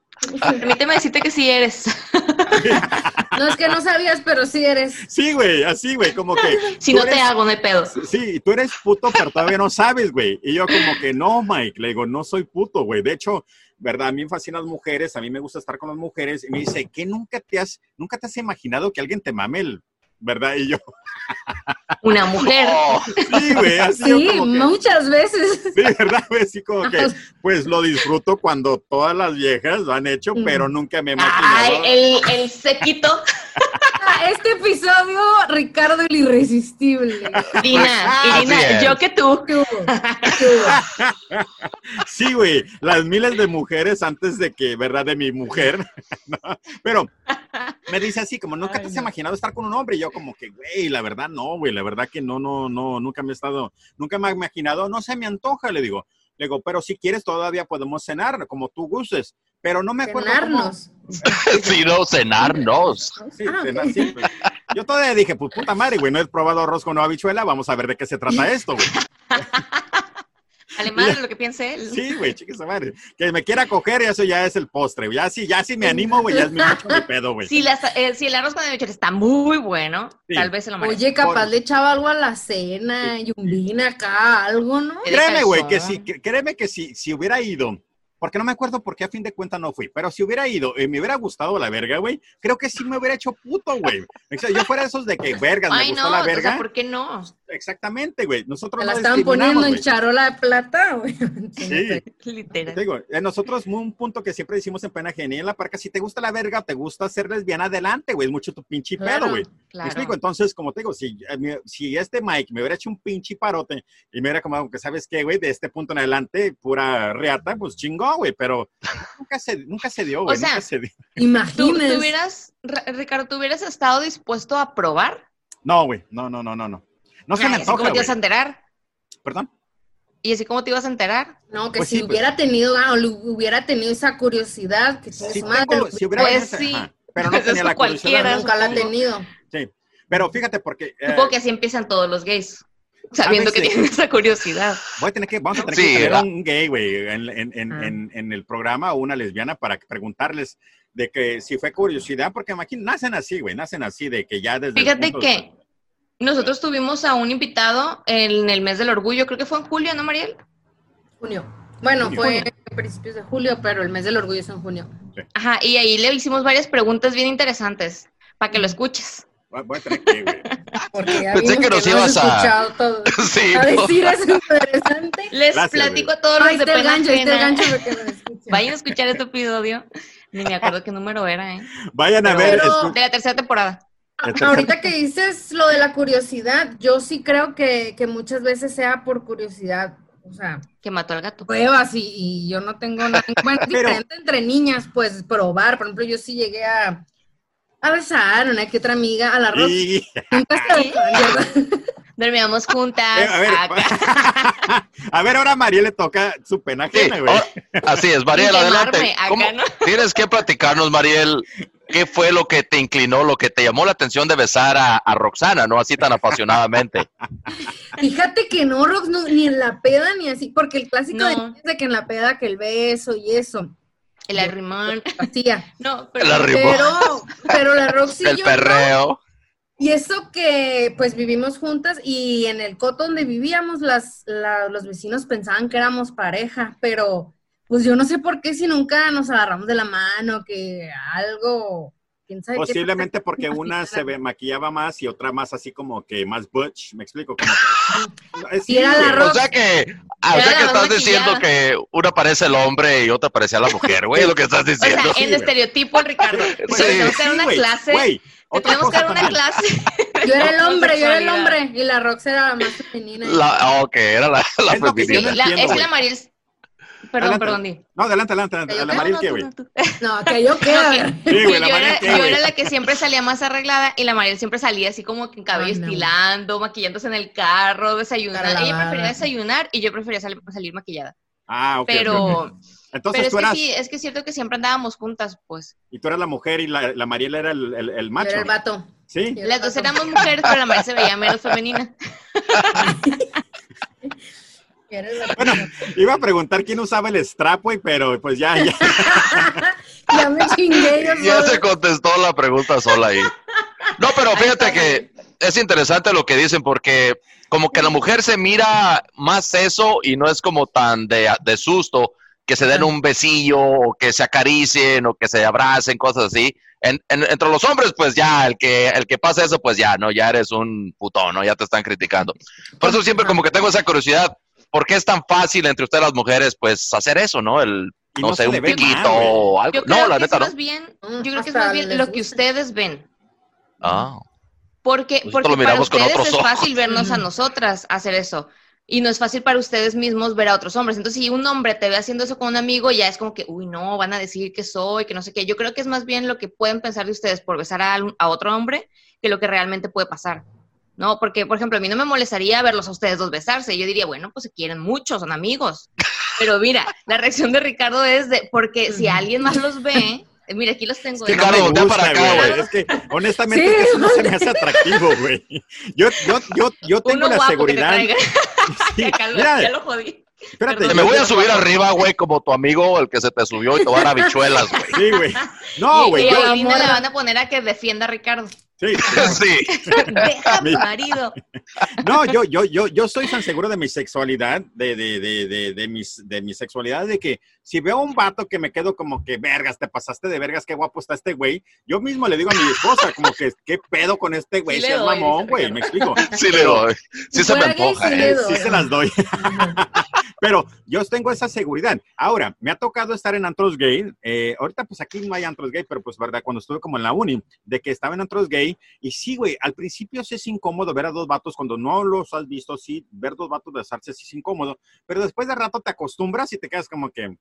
S5: Permíteme decirte que sí eres.
S3: No es que no sabías, pero sí eres.
S2: sí, güey, así, güey, como que.
S5: Si
S2: tú
S5: no te
S2: eres-
S5: hago, no hay pedo.
S2: Sí, tú eres puto, pero todavía no sabes, güey. Y yo como que no, Mike, le digo, no soy puto, güey. De hecho, ¿verdad? A mí me fascinan las mujeres, a mí me gusta estar con las mujeres. Y me dice, ¿qué nunca te has, nunca te has imaginado que alguien te mame el, verdad? Y yo,
S5: Una mujer.
S4: Oh,
S2: sí, güey, así yo
S3: Sí,
S2: como que-
S3: muchas veces.
S2: Sí, ¿verdad? güey? Así como que, pues lo disfruto cuando todas las viejas lo han hecho, pero nunca me he
S5: Ay,
S2: imaginado.
S5: el, el sequito.
S3: Ah, Este episodio, Ricardo el Irresistible.
S5: Irina,
S2: Ah,
S4: así
S5: Irina,
S4: es.
S5: yo que tú.
S3: ¿Qué hubo? ¿Qué hubo?
S2: Sí, güey, las miles de mujeres antes de que, ¿verdad? De mi mujer. ¿no? Pero me dice así, como nunca
S3: Ay,
S2: te has
S3: no.
S2: imaginado estar con un hombre. Y yo como que, güey, la verdad no, güey, la verdad que no, no, no, nunca me he estado, nunca me he imaginado, no se me antoja, le digo. Le digo, pero si quieres todavía podemos cenar, como tú gustes. Pero no me acuerdo cómo,
S3: Cenarnos.
S4: si no, cenarnos.
S2: Sí,
S3: Ah,
S2: cena,
S3: ok.
S2: sí, güey. Yo todavía dije, pues puta madre, güey, no he probado arroz con habichuela, vamos a ver de qué se trata esto, güey.
S5: Alemán, lo que piense él.
S2: Sí, güey, chiquis madre. Que me quiera coger, eso ya es el postre, güey. Ya sí, ya sí me animo, güey, ya es mi mucho mi pedo, güey.
S5: Si, las- eh, si el arroz con habichuelas está muy bueno,
S2: Sí.
S5: tal vez se lo merece.
S3: Oye, capaz
S2: Por-
S3: le echaba algo a la cena, y un vino acá, algo, ¿no?
S5: Te deja
S2: Créeme,
S5: el
S2: güey, que
S5: sudor.
S2: si, que- créeme que si, si hubiera ido, porque no me acuerdo por qué a fin de cuentas no fui, pero si hubiera ido y me hubiera gustado la verga, güey, creo que sí me hubiera hecho puto, güey. O sea, yo fuera de esos de que vergas, me
S5: Ay,
S2: gustó
S5: no,
S2: la
S5: o sea,
S2: verga.
S5: ¿por qué no?
S2: Exactamente, güey. Nosotros
S3: Se
S2: no
S3: la estaban poniendo
S2: discriminamos,
S3: en
S2: güey.
S3: charola de plata, güey.
S2: Sí.
S5: Literal.
S2: Te digo, eh, nosotros un punto que siempre decimos en pena genial en la parca, si te gusta la verga, te gusta ser lesbiana, adelante, güey, es mucho tu pinche
S3: Claro.
S2: pedo, güey. ¿Me
S5: Claro.
S2: explico? Entonces, como te digo, si, a mí- si este Mike me hubiera hecho un pinche parote y me hubiera como, que sabes qué, güey, de este punto en adelante, pura reata, pues chingó, güey, pero nunca se, nunca se dio, güey,
S5: sea,
S2: nunca se dio.
S5: ¿Tú, tú
S3: Imagínense.
S5: hubieras, Ra- Ricardo, ¿tú hubieras estado dispuesto a probar?
S2: No, güey, no, no, no, no, no. No se
S5: Ay,
S2: me
S5: así
S2: antoja,
S5: ¿Cómo te
S2: güey.
S5: ibas a enterar?
S2: Perdón.
S5: ¿Y así cómo te ibas a enterar?
S3: No, que
S2: Pues
S3: si
S2: sí, pues.
S3: hubiera tenido, ah, le hubiera tenido esa curiosidad, que
S2: Si
S3: su madre,
S2: tengo-
S3: lo
S2: si hubiera
S5: Pues
S2: esa-
S5: sí.
S2: ajá, pero no
S5: Pues
S2: tenía
S5: eso
S2: la curiosidad.
S5: cualquiera,
S2: ¿no?
S5: hubiera-
S3: nunca la ha
S5: supongo.
S3: tenido.
S2: Pero fíjate, porque eh, Ah, pues
S5: Supongo que así empiezan todos los gays, sabiendo que
S2: veces-
S5: tienen esa curiosidad.
S2: Voy a tener que, vamos a tener
S4: Sí, ah.
S2: que tener
S4: la-
S2: un gay, güey, en, en- en-
S3: Ah.
S2: en- en el programa o una lesbiana para que- preguntarles de que si fue curiosidad, porque imagínate, nacen así, güey, nacen así, de que ya desde... el
S5: Fíjate
S2: punto-
S5: que nosotros tuvimos a un invitado en el mes del orgullo, creo que fue en julio, ¿no, Mariel?
S3: Junio. Bueno,
S2: Junio.
S3: fue a principios de julio, pero el mes del orgullo es en junio.
S5: Ajá, y ahí le hicimos varias preguntas bien interesantes para que lo escuches.
S2: Voy voy a tener que, güey.
S3: Porque ya
S4: Pensé
S3: vimos
S4: que nos
S3: no has
S4: ibas a-
S3: escuchado todo.
S4: Sí,
S3: A
S4: no.
S3: decir es interesante.
S5: Les
S2: Gracias,
S5: platico
S2: güey.
S5: a todos
S3: Ahí
S5: los
S3: está
S5: de
S3: el
S5: pena
S3: gancho, ahí está el
S5: ajena.
S3: gancho porque no escuché.
S5: Vayan a escuchar este episodio. Ni me acuerdo qué número era, ¿eh?
S2: Vayan a ver... este,
S3: Pero-
S2: escu-
S5: De la tercera temporada.
S2: escu-
S3: Ahorita que dices lo de la curiosidad, yo sí creo que, que muchas veces sea por curiosidad, o sea,
S5: Que mató al gato.
S3: pruebas y, y yo no tengo nada. Bueno, es
S2: Pero-
S3: diferente entre niñas, pues probar, por ejemplo, yo sí llegué a, a besar una que otra amiga al arroz.
S2: Y-
S3: Nunca se besaron, ¿verdad?
S5: Dormíamos juntas.
S2: Eh, a ver,
S5: acá. Ah,
S2: a ver, ahora a María le toca su pena
S4: Sí, oh.
S2: ajena, güey.
S4: ahora- así es, Mariel,
S5: Y
S4: adelante.
S5: quemarme acá,
S4: ¿Cómo-
S5: ¿no?
S4: Tienes que platicarnos, Mariel, qué fue lo que te inclinó, lo que te llamó la atención de besar a, a Roxana, ¿no? Así tan apasionadamente.
S3: Fíjate que no, Rox, no, ni en la peda ni así, porque el clásico
S5: No.
S3: de, de que en la peda que el beso y eso,
S5: El arrimón.
S3: hacía.
S5: No, pero.
S4: El arrimón,
S3: Pero, pero la Rox y
S4: el
S3: yo no.
S4: perreo.
S3: Y eso que pues vivimos juntas y en el coto donde vivíamos las, la- los vecinos pensaban que éramos pareja, pero pues yo no sé por qué si nunca nos agarramos de la mano, que algo, quién sabe qué
S2: Posiblemente porque una se ve- maquillaba más y otra más así como que más butch, me explico. Como que- Eh, sí,
S3: Y era la
S2: güey.
S3: Rox.
S4: O sea que, o sea
S5: Era
S4: que
S5: la
S4: estás
S5: maquillada.
S4: diciendo que una parece el hombre y otra parece a la mujer, güey, es lo que estás
S5: O sea,
S4: diciendo.
S2: sí,
S5: en
S2: güey.
S5: estereotipo, Ricardo.
S2: Pues,
S5: Te
S4: sí,
S5: tenemos que dar una
S2: güey,
S5: clase.
S2: güey,
S5: Te
S2: otra
S5: tenemos que
S2: cosa
S5: dar una
S2: también.
S5: clase.
S3: Yo era el hombre, yo era el
S5: Homosexualidad.
S3: hombre y la Rox era la más femenina.
S4: La, ok, era la, la
S2: Es lo que
S5: Sí,
S2: yo no
S4: feminina.
S5: la-
S2: entiendo,
S5: es que la
S2: güey.
S5: Mariel. Perdón,
S2: Adelante.
S5: perdón, di.
S2: No, adelante, adelante, adelante.
S5: Yo-
S2: ¿A la
S5: no,
S2: Mariel
S5: no,
S2: qué,
S5: tú,
S2: güey?
S5: no, tú.
S3: No, que yo qué, a ver.
S2: Sí,
S5: Yo,
S2: güey, la
S5: yo
S2: Mariel
S5: era,
S2: qué,
S5: yo
S2: güey.
S5: era la que siempre salía más arreglada y la Mariel siempre salía así como que en cabello
S3: Ay, Ah, no.
S5: estilando, maquillándose en el carro,
S3: Cara
S5: desayunar.
S3: lavada.
S5: Ella prefería desayunar y yo prefería sal- salir maquillada.
S2: Ah, ok. ok,
S5: Pero,
S2: ok.
S5: pero
S2: Entonces
S5: es
S2: tú eras,
S5: que sí, es que es cierto que siempre andábamos juntas, pues.
S2: y tú eras la mujer y la, la Mariel era el, el- el
S3: Yo
S2: macho.
S3: era el vato.
S2: Sí.
S3: Yo era
S5: Las
S3: el
S5: dos
S3: vato.
S5: éramos mujeres, pero la Mariel se veía menos femenina.
S3: Yo era el vato.
S2: Bueno, iba a preguntar quién usaba el strap, güey, pero pues ya, ya.
S3: ya me chingué yo
S4: Ya
S3: sola.
S4: se contestó la pregunta sola ahí. No, pero fíjate que es interesante lo que dicen porque como que la mujer se mira más eso y no es como tan de, de susto que se den un besillo o que se acaricien o que se abracen, cosas así. En- en- entre los hombres, pues ya, el que, el que pasa eso, pues ya, ¿no? Ya eres un putón, ¿no? Ya te están criticando. Por eso siempre como que tengo esa curiosidad, ¿por qué es tan fácil entre ustedes las mujeres, pues, hacer eso, ¿no? El,
S2: Y
S4: no,
S2: no
S4: sé,
S2: se
S4: un
S2: le ve mal,
S4: piquito
S2: güey.
S4: o algo.
S5: Yo creo
S4: No, la
S5: que
S4: neta,
S5: es
S4: ¿no?
S5: más bien,
S3: Mm,
S5: yo creo que es
S3: hasta
S5: más bien
S3: les
S5: lo que
S3: gusta.
S5: ustedes ven.
S4: Ah.
S5: Porque,
S4: Nosotros
S5: porque
S4: Pues lo miramos con
S5: para ustedes
S4: otros
S5: es
S4: ojos.
S5: fácil vernos a
S3: Ujú.
S5: nosotras hacer eso. Y no es fácil para ustedes mismos ver a otros hombres. Entonces, si un hombre te ve haciendo eso con un amigo, ya es como que, uy, no, van a decir que soy, que no sé qué. Yo creo que es más bien lo que pueden pensar de ustedes por besar a, algún- a otro hombre que lo que realmente puede pasar. No, porque, por ejemplo, a mí no me molestaría verlos a ustedes dos besarse. Yo diría, bueno, pues se quieren mucho, son amigos. Pero mira, la reacción de Ricardo es de, porque si
S3: Ujú.
S5: alguien más los ve, eh, mira, aquí los tengo.
S4: Sí,
S5: ¿eh?
S2: No me
S4: Ricardo, voltea para acá, güey.
S2: Es que honestamente
S3: Sí,
S2: eso no se me hace atractivo, güey. Yo, yo, yo, yo tengo
S5: Uno
S2: la
S5: guapo que te
S2: seguridad.
S5: traiga.
S2: Sí,
S5: Ya lo-
S2: mira,
S5: ya lo jodí.
S2: espérate,
S5: perdón.
S4: Te
S2: yo-
S4: me voy a subir arriba, güey, como tu amigo, el que se te subió y te van a bichuelas, güey.
S2: Sí, güey. No, Oh,
S5: y,
S2: güey.
S5: y
S2: yo-
S5: a Irina
S3: Amor.
S5: la van a poner a que defienda a Ricardo.
S2: sí,
S4: Sí.
S5: Deja a mi
S2: Mi-
S5: marido.
S2: No, yo, yo, yo, yo soy tan seguro de mi sexualidad, de, de, de, de, de mis, de mi sexualidad, de que si veo un vato que me quedo como que, vergas, te pasaste de vergas, qué guapo está este güey, yo mismo le digo a mi esposa, como que, ¿qué pedo con este güey?
S5: Sí le
S2: Seas
S5: doy,
S2: mamón,
S5: dice
S2: güey,
S5: Ricardo.
S2: me explico.
S4: Sí, le doy. Sí se me
S3: Fuera gay,
S4: empuja,
S3: sí
S4: eh.
S3: le
S2: Eh,
S3: doy.
S2: sí se las doy. Pero yo tengo esa seguridad. Ahora, me ha tocado estar en antros gay. eh, ahorita, pues aquí no hay antros gay, pero pues, verdad, cuando estuve como en la uni, de que estaba en antros gay. Y sí, güey, al principio sí es incómodo ver a dos vatos cuando no los has visto. Sí, ver dos vatos besarse sí es incómodo. Pero después de rato te acostumbras y te quedas como que,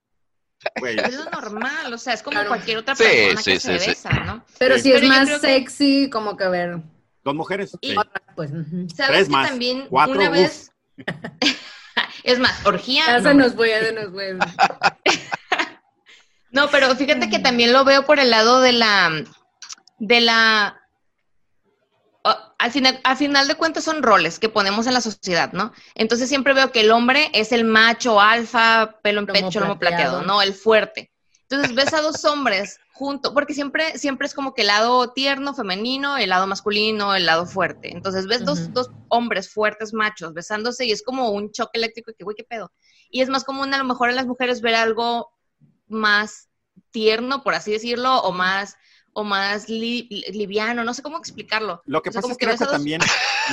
S2: güey,
S5: Es lo normal, o sea, es como
S3: Claro.
S5: cualquier otra
S4: Sí,
S5: persona
S4: sí,
S5: que se
S4: sí, sí.
S5: besa, ¿no?
S3: Pero
S2: Sí.
S3: si es
S5: Pero yo
S3: más
S5: creo que-
S3: sexy, como que a ver.
S2: dos mujeres.
S5: Y-
S2: sí.
S3: otras, Pues, ujú.
S5: ¿Sabes
S2: Tres
S5: que
S2: más,
S5: también
S2: cuatro,
S5: una
S2: uf.
S5: vez... es más, orgía.
S3: Ya se
S5: Ah, No.
S3: nos fue, ya se nos fue.
S5: No, pero fíjate que también lo veo por el lado de la... De la... o- Al final, al final de cuentas son roles que ponemos en la sociedad, ¿no? Entonces siempre veo que el hombre es el macho alfa, pelo en
S3: Lomo
S5: pecho, lomo
S3: plateado.
S5: plateado, ¿no? El fuerte. Entonces ves a dos hombres juntos, porque siempre, siempre es como que el lado tierno, femenino, el lado masculino, el lado fuerte. Entonces ves
S3: Ujú.
S5: dos, dos hombres fuertes, machos, besándose y es como un choque eléctrico que, güey, qué pedo. Y es más común a lo mejor a las mujeres ver algo más tierno, por así decirlo, o más, o más li- liviano, no sé cómo explicarlo.
S2: Lo que
S5: O
S2: pasa
S5: sea, como
S2: es que,
S5: que
S2: creo que
S5: ves a dos-
S2: también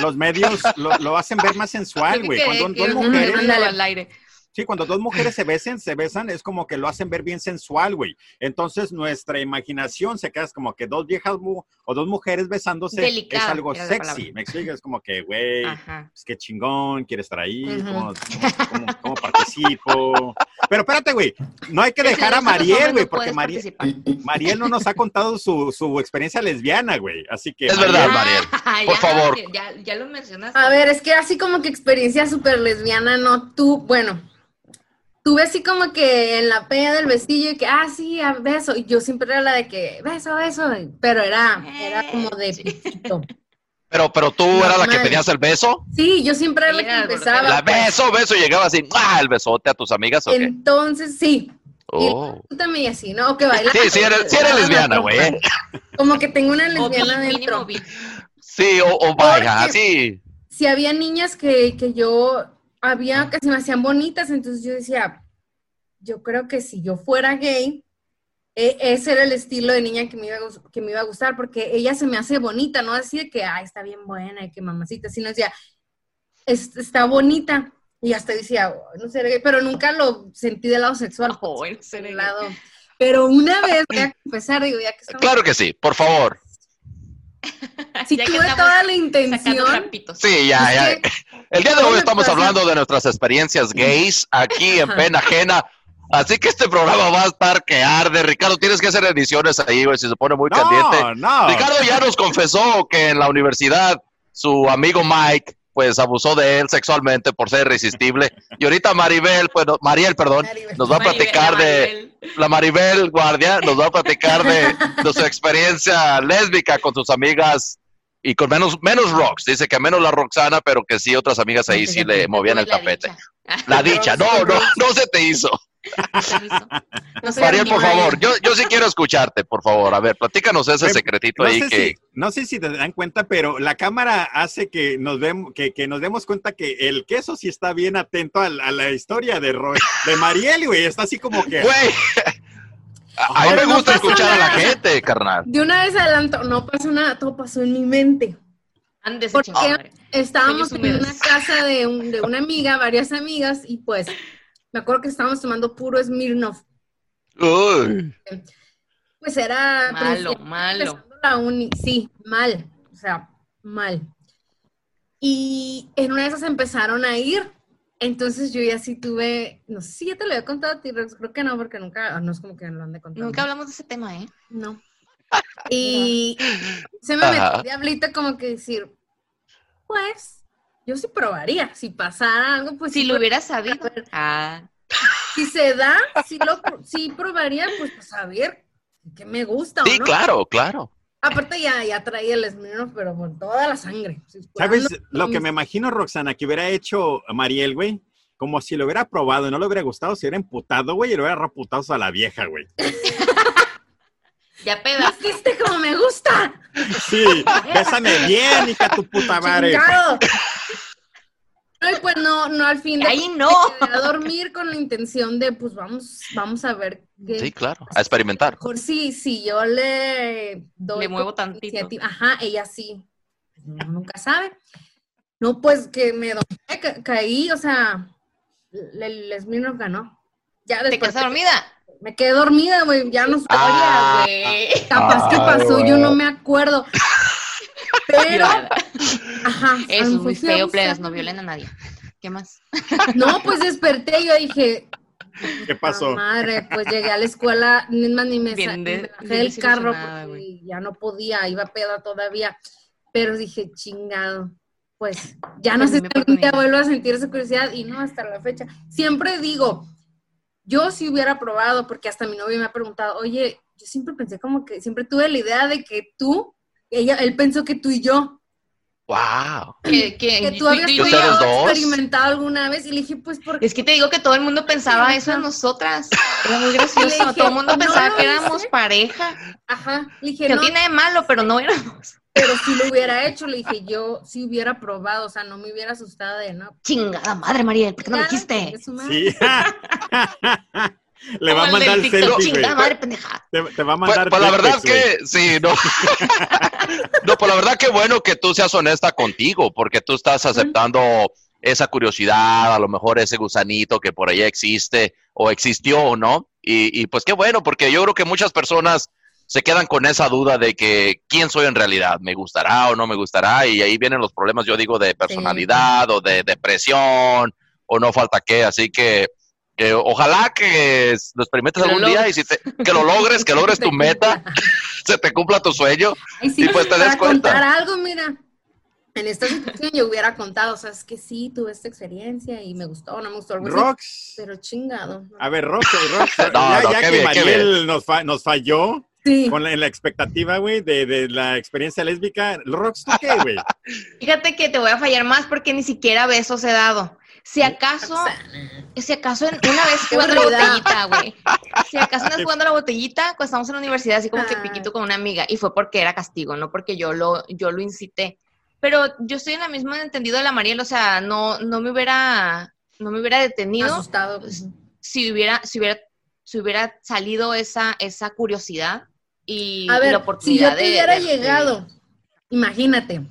S2: los medios lo, lo hacen ver más sensual,
S5: Creo
S2: güey.
S5: que-
S2: Cuando
S5: que
S2: dos
S5: es
S3: mujeres-
S5: mandando al aire.
S2: Sí, cuando dos mujeres se besen, se besan, es como que lo hacen ver bien sensual, güey. Entonces nuestra imaginación se queda como que dos viejas mu- o dos mujeres besándose
S5: Delicado,
S2: es algo
S5: era la
S2: sexy.
S5: palabra.
S2: Me explico, es como que, güey,
S5: Ajá.
S2: pues qué chingón, quiere estar ahí,
S3: Ujú.
S2: ¿Cómo, cómo- cómo participo. Pero espérate, güey, no hay que dejar a
S5: Nosotros
S2: Mariel,
S5: hombres
S2: güey,
S5: no
S2: porque
S5: puedes
S2: Mariel,
S5: participar.
S2: Mariel no nos ha contado su, su experiencia lesbiana, güey. Así que.
S4: Es verdad,
S5: Ah,
S4: Mariel,
S5: ya,
S4: por favor.
S5: Ya, ya lo mencionaste.
S3: A ver, es que así como que experiencia súper lesbiana, no tú, bueno, tuve así como que en la peda del vestillo y que, ah, sí, a beso, y yo siempre era la de que, beso, beso, pero era, era como de
S5: Sí.
S3: piquito.
S4: Pero, pero tú eras la que
S3: Normal.
S4: pedías el beso.
S3: Sí, yo siempre era la
S5: Era
S3: que
S5: alborotada.
S3: empezaba.
S4: La beso, beso, y llegaba así, ¡ah! El besote a tus amigas, ¿o qué?
S3: Entonces, sí,
S4: Oh.
S3: tú también así, ¿no? O que baila.
S4: Sí, sí eres, sí eres lesbiana, güey. ¿eh?
S3: Como que tengo una
S5: O
S3: lesbiana
S5: bi- mínimo
S3: dentro.
S5: bi.
S4: Sí, o, o vaya,
S3: Porque-
S4: sí.
S3: si había niñas que, que yo había que se me hacían bonitas, entonces yo decía, yo creo que si yo fuera gay, e- ese era el estilo de niña que me, iba a, gus- que me iba a gustar, porque ella se me hace bonita, no así de que, ay, está bien buena, y que mamacita, sino decía, "Es- está bonita. Y hasta decía, "Oh, no sé, gay", pero nunca lo sentí del lado sexual.
S5: Oh,
S3: pues,
S5: en serio.
S3: del lado. Pero una vez, voy a confesar, digo, ya que estamos,
S4: Claro que sí, por favor.
S3: si
S5: Ya que
S3: tuve
S5: estamos
S3: toda la
S5: Sacando
S3: intención,
S5: trapitos.
S4: Sí, ya, ya.
S3: es que
S4: El día de
S3: ¿Cómo
S4: hoy
S3: me
S4: estamos
S3: pasa?
S4: hablando de nuestras experiencias gays aquí en
S3: Ajá.
S4: Pena Ajena. Así que este programa va a estar que arde. Ricardo, tienes que hacer ediciones ahí, güey, si se pone muy caliente.
S2: No, no.
S4: Ricardo ya nos confesó que en la universidad su amigo Mike pues abusó de él sexualmente por ser irresistible. Y ahorita Maribel, pues no- Mariel, perdón,
S3: Maribel.
S4: nos va a
S5: Maribel,
S4: platicar de
S5: Maribel.
S4: la Maribel Guardia, nos va a platicar de, de su experiencia lésbica con sus amigas y con menos menos rocks. Dice que menos la Roxana, pero que sí otras amigas ahí sí le movían el
S5: Uy, la
S4: tapete.
S5: dicha.
S4: La dicha, no, no, no se te hizo.
S5: No sé,
S4: Mariel, por
S5: ni-
S4: favor, yo, yo sí quiero escucharte, por favor. A ver, platícanos ese
S2: Oye,
S4: secretito
S2: no
S4: ahí
S2: sé
S4: que...
S2: Si, no sé si te dan cuenta, pero la cámara hace que nos, vemos, que, que nos demos cuenta que el queso sí está bien atento al- a, la historia de, Roy, de Mariel, güey. Está así como que.
S4: Güey. A a mí me
S3: Pero no
S4: gusta
S3: pasa
S4: escuchar a la
S3: nada.
S4: gente, carnal.
S3: De una vez adelanto, no pasó nada, todo pasó en mi mente.
S5: Andes,
S3: ¿Por
S5: chingada
S3: qué?
S5: madre.
S3: Estábamos
S5: Sueños
S3: en
S5: húmedos.
S3: una casa de, un- de una amiga, varias amigas, y pues me acuerdo que estábamos tomando puro Smirnoff.
S4: Uy.
S3: Pues era...
S5: Malo,
S3: principio-
S5: malo.
S3: empezando La uni, sí, mal, o sea, mal. Y en una de esas empezaron a ir, entonces yo ya sí tuve, no sé si ya te lo había contado a ti, Rex, creo que no, porque nunca, no es como que lo han de contar.
S5: Nunca hablamos de ese tema, ¿eh?
S3: No. Y se me metió
S4: Ajá.
S3: el diablito como que decir, pues, yo sí probaría, si pasara algo, pues
S5: Si
S3: sí
S5: lo
S3: pro-
S5: hubiera sabido. Ah,
S3: si se da, si lo pro- sí probaría, pues, pues a ver, que me gusta
S4: Sí,
S3: o no.
S4: claro, claro.
S3: Aparte ya, ya traía el Smirnoff, pero con toda la sangre. Si fuera
S2: ¿Sabes
S3: uno-
S2: lo que me imagino, Roxana, que hubiera hecho Mariel, güey? Como si lo hubiera probado y no le hubiera gustado, se hubiera emputado, güey, y le hubiera raputado a la vieja, güey.
S5: ya
S3: ¡Me
S5: pedas.
S3: hiciste como me gusta!
S2: Sí, bésame bien, hija tu puta madre.
S3: ¡Chingado! No, y pues no, no, al fin de
S5: Ahí no.
S3: me quedé a dormir con la intención de, pues vamos, vamos a ver qué,
S4: Sí, claro. A experimentar.
S3: mejor sí, sí, yo le doy
S5: Le muevo
S3: como
S5: tantito.
S3: iniciativa. Ajá, ella sí. Pues Uno nunca sabe. No, pues que me dormí, ca- caí, o sea, el, el Smirnoff ganó. Ya
S5: ¿Te
S3: después
S5: quedas dormida?
S3: me quedé dormida, güey, ya no sé.
S4: Ah.
S5: Oye, güey.
S3: Capaz que
S4: Ay,
S3: pasó,
S4: güey.
S3: yo no me acuerdo. Pero,
S5: Nada.
S3: ajá.
S5: Eso
S3: a
S5: es
S3: lo
S5: muy
S3: mejor fui a
S5: feo,
S3: buscar-
S5: plenas. No violen a nadie. ¿Qué más?
S3: No, pues desperté, yo dije,
S2: ¿Qué
S3: "Ah,
S2: pasó?
S3: Madre, pues llegué a la escuela, ni más ni me, sa-
S5: Bien
S3: ni me
S5: de-
S3: bajé
S5: bien
S3: del carro
S5: desilusionada,
S3: porque
S5: güey.
S3: ya no podía, iba peda todavía. Pero dije, chingado, pues ya no
S5: Pues,
S3: sé si
S5: me
S3: algún día
S5: oportunidad.
S3: vuelvo a sentir esa curiosidad y no hasta la fecha. Siempre digo, yo si hubiera probado, porque hasta mi novio me ha preguntado, oye, yo siempre pensé como que, siempre tuve la idea de que tú, ella, él pensó que tú y yo,
S4: Wow.
S5: Que, que,
S3: que tú habías
S5: y- y-
S4: ustedes
S3: probado,
S4: dos?
S3: experimentado alguna vez y le dije, pues porque
S5: Es que te digo que todo el mundo pensaba eso en nosotras. Era muy gracioso.
S3: dije,
S5: todo el mundo
S3: "No
S5: pensaba
S3: lo
S5: que éramos
S3: hice".
S5: pareja.
S3: ajá, le dije,
S5: Que
S3: no,
S5: no tiene de malo, pero no éramos.
S3: pero si lo hubiera hecho, le dije, yo si hubiera probado, o sea, no me hubiera asustado de no.
S5: Chingada madre, Mariel. ¿Por qué no lo
S3: ya,
S5: dijiste?
S3: chingue su madre.
S2: Sí. le va a
S5: Como el del
S2: mandar el
S5: TikTok,
S2: selfie, güey.
S5: Chingada madre, pendeja.
S2: Te, te va a
S4: Pues,
S2: mandar.
S4: pues la
S2: dick
S4: verdad
S2: pics, güey.
S4: que, sí, no. No, pues la verdad que bueno que tú seas honesta contigo, porque tú estás aceptando esa curiosidad, a lo mejor ese gusanito que por allá existe o existió o no. Y, y pues qué bueno, porque yo creo que muchas personas se quedan con esa duda de que quién soy en realidad, me gustará o no me gustará, y ahí vienen los problemas, yo digo, de personalidad o de depresión o no falta qué, así que, que ojalá que lo experimentes
S5: Que lo
S4: algún día y si te- que lo logres, que logres tu meta, se te cumpla tu sueño.
S3: Ay, sí,
S4: Y pues te
S3: para
S4: das cuenta.
S3: contar algo, mira. En esta situación yo hubiera contado, o sea, es que sí, tuve esta experiencia y me gustó o no me gustó algo así,
S2: Rox.
S3: Pero chingado. ¿no?
S5: Ah,
S2: A ver, Rox, Rox.
S4: No,
S2: ya
S4: no,
S2: ya
S4: qué
S2: que
S4: bien, qué
S2: Mariel nos, fa- nos falló
S3: Sí.
S2: con la, en la expectativa, güey, de, de la experiencia lésbica. Rox, ¿tú qué, güey?
S5: Fíjate que te voy a fallar más porque ni siquiera besos he dado. Si acaso, si acaso en- una vez jugando a la
S3: barbaridad.
S5: botellita, güey. Si acaso una vez jugando a la botellita, cuando estábamos en la universidad, así como que
S3: Ay.
S5: piquito con una amiga. Y fue porque era castigo, no porque yo lo, yo lo incité. Pero yo estoy en la misma entendido de la Mariel, o sea, no, no me hubiera, no me hubiera detenido
S3: Asustado.
S5: pues, si hubiera, si hubiera, si hubiera salido esa, esa curiosidad y,
S3: A
S5: y la
S3: ver, si yo
S5: oportunidad
S3: te
S5: de-
S3: hubiera
S5: de- de-
S3: llegado, imagínate.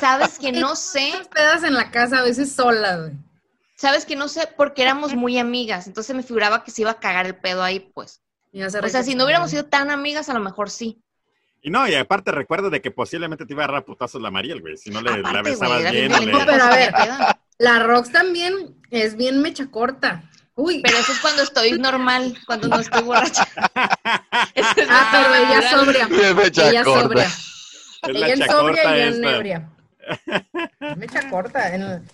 S5: Sabes que no sé.
S3: Muchas pedas en la casa, a veces sola, güey.
S5: Sabes que no sé porque éramos muy amigas, entonces me figuraba que se iba a cagar el pedo ahí, pues.
S3: Mira, se
S5: O sea, si no hubiéramos sido tan amigas, a lo mejor sí.
S2: Y no, y aparte recuerda de que posiblemente te iba a agarrar putazos la Mariel, güey, si no le la
S5: Aparte,
S2: besabas
S5: güey, era
S2: bien.
S5: bien
S2: o le-
S5: violenta,
S3: Pero a
S5: no sé
S3: ver.
S5: qué pedo.
S3: La Rox también es bien mecha corta. Uy,
S5: Pero eso es cuando estoy normal, cuando no estoy borracha. Esa es
S3: ah,
S5: la
S3: pero ella
S5: natural.
S3: sobria.
S4: Bien, fecha
S3: Ella
S4: corta.
S3: sobria.
S2: es la
S3: Ella en
S2: chacorta
S3: sobria y yo en
S2: esta.
S3: ebria. Mecha corta. en-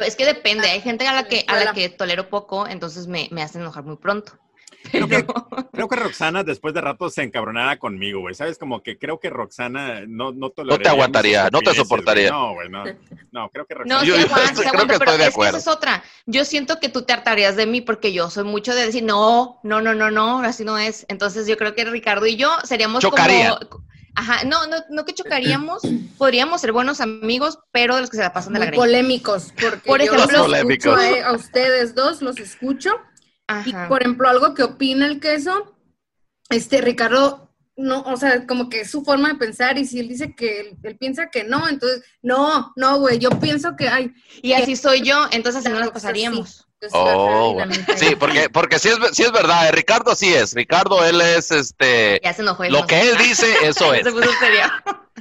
S5: Es que depende, hay gente a la que, a
S3: Escuela.
S5: la que tolero poco, entonces me, me hacen enojar muy pronto.
S2: Creo que, creo que Roxana después de rato se encabronara conmigo, güey. ¿Sabes? Como que creo que Roxana no, no toleraría.
S4: No te aguantaría,
S2: mis
S4: no te
S2: estupideces,
S4: soportaría.
S2: güey. No, güey, no. No, creo que Roxana.
S5: No,
S4: Yo-
S5: sí
S4: yo
S5: aguanta,
S4: estoy-
S5: sí
S4: creo que
S5: aguanta, pero
S4: estoy de
S5: es que esa
S4: acuerdo.
S5: es otra. Yo siento que tú te hartarías de mí porque yo soy mucho de decir, no, no, no, no, no, así no es. Entonces yo creo que Ricardo y yo seríamos
S4: Chocarían.
S5: como... Ajá, no, no, no que chocaríamos, podríamos ser buenos amigos, pero de los que se la pasan de la
S3: muy
S5: greña.
S3: polémicos, porque
S5: Por
S3: yo
S5: ejemplo-
S3: los
S4: Polémicos.
S3: escucho a, a ustedes dos, los escucho,
S5: Ajá.
S3: y por ejemplo, algo que opina el queso, este, Ricardo, no, o sea, como que es su forma de pensar, y si él dice que, él, él piensa que no, entonces, no, no, güey, yo pienso que, ay,
S5: Y así soy yo, entonces así
S3: la
S5: no las
S3: Rox así.
S5: pasaríamos.
S3: Entonces,
S4: Oh,
S3: la dinámica
S4: Sí,
S3: ahí.
S4: porque, porque sí, es, sí es verdad, eh, Ricardo sí es. Ricardo, él es este.
S5: Ya se enojó.
S4: Lo que él dice, eso es.
S5: Se puso serio.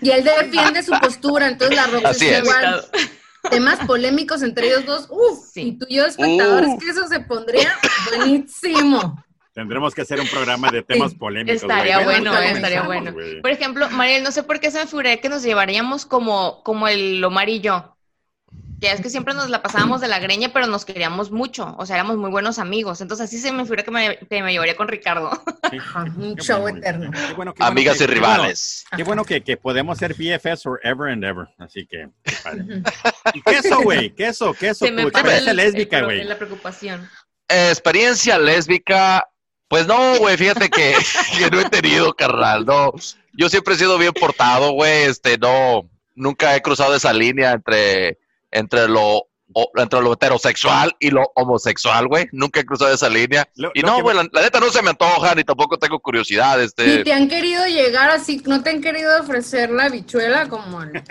S3: Y él defiende su postura, entonces la Rox
S4: Así
S3: está
S4: es.
S3: igual. Temas polémicos entre ellos dos, uff,
S5: Sí.
S3: y tú y yo, espectadores,
S4: Uh.
S3: que eso se pondría buenísimo.
S2: Tendremos que hacer un programa de temas polémicos. güey.
S5: Estaría
S2: Bueno,
S5: bueno,
S2: ahorita
S5: eh, estaría
S2: comenzamos,
S5: bueno.
S2: güey.
S5: Por ejemplo, Mariel, no sé por qué se me figuré que nos llevaríamos como, como el Omar y yo. Ya es que siempre nos la pasábamos de la greña, pero nos queríamos mucho. O sea, éramos muy buenos amigos. Entonces, así se me figura que me, que me llevaría con Ricardo. Ah,
S3: Ajá, un
S2: Qué
S3: show
S2: bueno, güey.
S3: eterno.
S2: Qué bueno, qué bueno
S4: Amigas
S2: que-
S4: y
S2: qué bueno-
S4: rivales.
S2: Qué bueno que, que podemos ser BFS forever and ever. Así que. qué padre. ¿Y queso, güey? Queso, queso.
S5: Se
S2: Tu
S5: me
S2: experiencia
S5: el-
S2: lésbica,
S5: el-
S2: güey.
S5: La preocupación.
S4: Eh, experiencia lésbica, pues no, güey, fíjate que, que no he tenido, carnal, no. Yo siempre he sido bien portado, güey, este, no, nunca he cruzado esa línea entre, entre lo o- entre lo heterosexual y lo homosexual, güey, nunca he cruzado esa línea.
S2: Lo-
S4: Y
S2: lo
S4: no,
S2: que-
S4: güey, la, la neta no se me antoja, ni tampoco tengo curiosidad,
S3: Ni
S4: este.
S3: te han querido llegar así, no te han querido ofrecer la bichuela como al-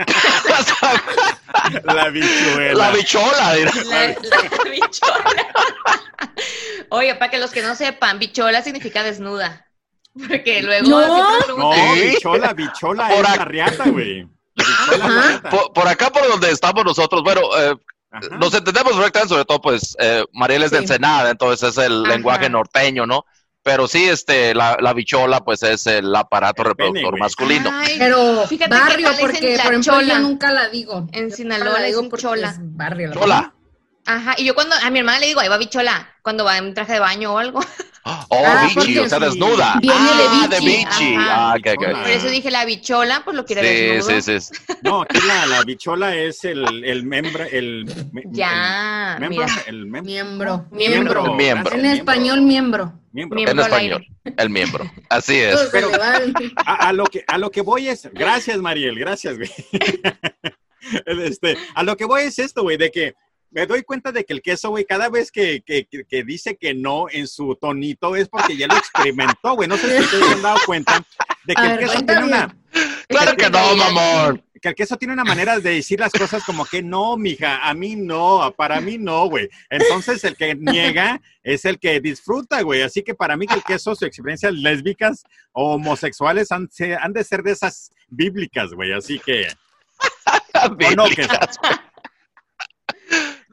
S2: La bichuela.
S4: la bichola, dirá.
S5: La, la bichola. Oye, para que los que no sepan, bichola significa desnuda. Porque luego
S3: No.
S5: siempre me
S2: No,
S5: preguntan,
S4: ¿Sí?
S2: bichola, bichola
S4: Por
S2: es
S4: ac-
S2: la riata, güey. La bichola es la
S3: Ajá.
S2: riata.
S4: Por, por acá, por donde estamos nosotros, bueno, eh,
S2: Ajá.
S4: Nos entendemos perfectamente, sobre todo, pues, eh, Mariel es de
S3: Sí.
S4: Ensenada, entonces es el
S5: Ajá.
S4: lenguaje norteño, ¿no? Pero sí, este, la, la bichola, pues, es el aparato
S2: El pene,
S4: reproductor
S2: güey.
S3: Ah.
S4: masculino.
S5: "Ay,
S3: Pero
S5: Fíjate que
S3: barrio,
S5: acá le dicen
S3: porque
S5: la
S3: por ejemplo
S5: chola.
S3: yo nunca la digo.
S5: En
S3: Yo
S5: Sinaloa
S3: nunca
S5: le dicen
S3: porque
S5: chola.
S3: es barrio. la
S4: Chola.
S5: Ajá, y yo cuando a mi hermana le digo, ahí va bichola, cuando va en traje de baño o algo.
S4: Oh,
S3: Ah,
S4: bichi,
S3: porque
S4: o sea,
S2: sí.
S4: desnuda.
S3: Viene de
S4: ah,
S3: bichi.
S4: de bichi.
S5: Ajá.
S4: Ah, ok, ok.
S2: Bichola.
S5: Por eso dije la bichola, pues lo quiere
S4: Sí, sí,
S5: desnudo.
S4: sí, sí.
S2: No, aquí la, la bichola es el, el miembro, el, me-
S5: Ya,
S2: el miembro,
S5: mira.
S2: el
S3: chola.
S2: miembro.
S3: Miembro.
S2: Miembro.
S5: Miembro.
S4: Miembro.
S3: En español, miembro.
S2: Miembro.
S5: Miembro.
S4: En
S5: al
S4: español, el miembro. Así es.
S3: Todo se le va el-
S4: eh,
S2: A, a lo que, a lo que voy es, gracias Mariel, gracias, güey. Este, a lo que voy es esto, güey, de que me doy cuenta de que el queso, güey, cada vez que, que, que- que dice que no en su tonito es porque ya lo experimentó, güey. No sé si ustedes se han dado cuenta de que
S3: A
S2: el
S3: ver,
S2: queso
S3: cuenta
S2: tiene una,
S3: bien.
S4: Claro que no, mamón.
S2: que el queso tiene una manera de decir las cosas como que no, mija, a mí no, para mí no, güey. Entonces el que niega es el que disfruta, güey. Así que para mí que el queso, sus experiencias lésbicas o homosexuales han, se- han de ser de esas bíblicas, güey. Así que... ¿o no, queso?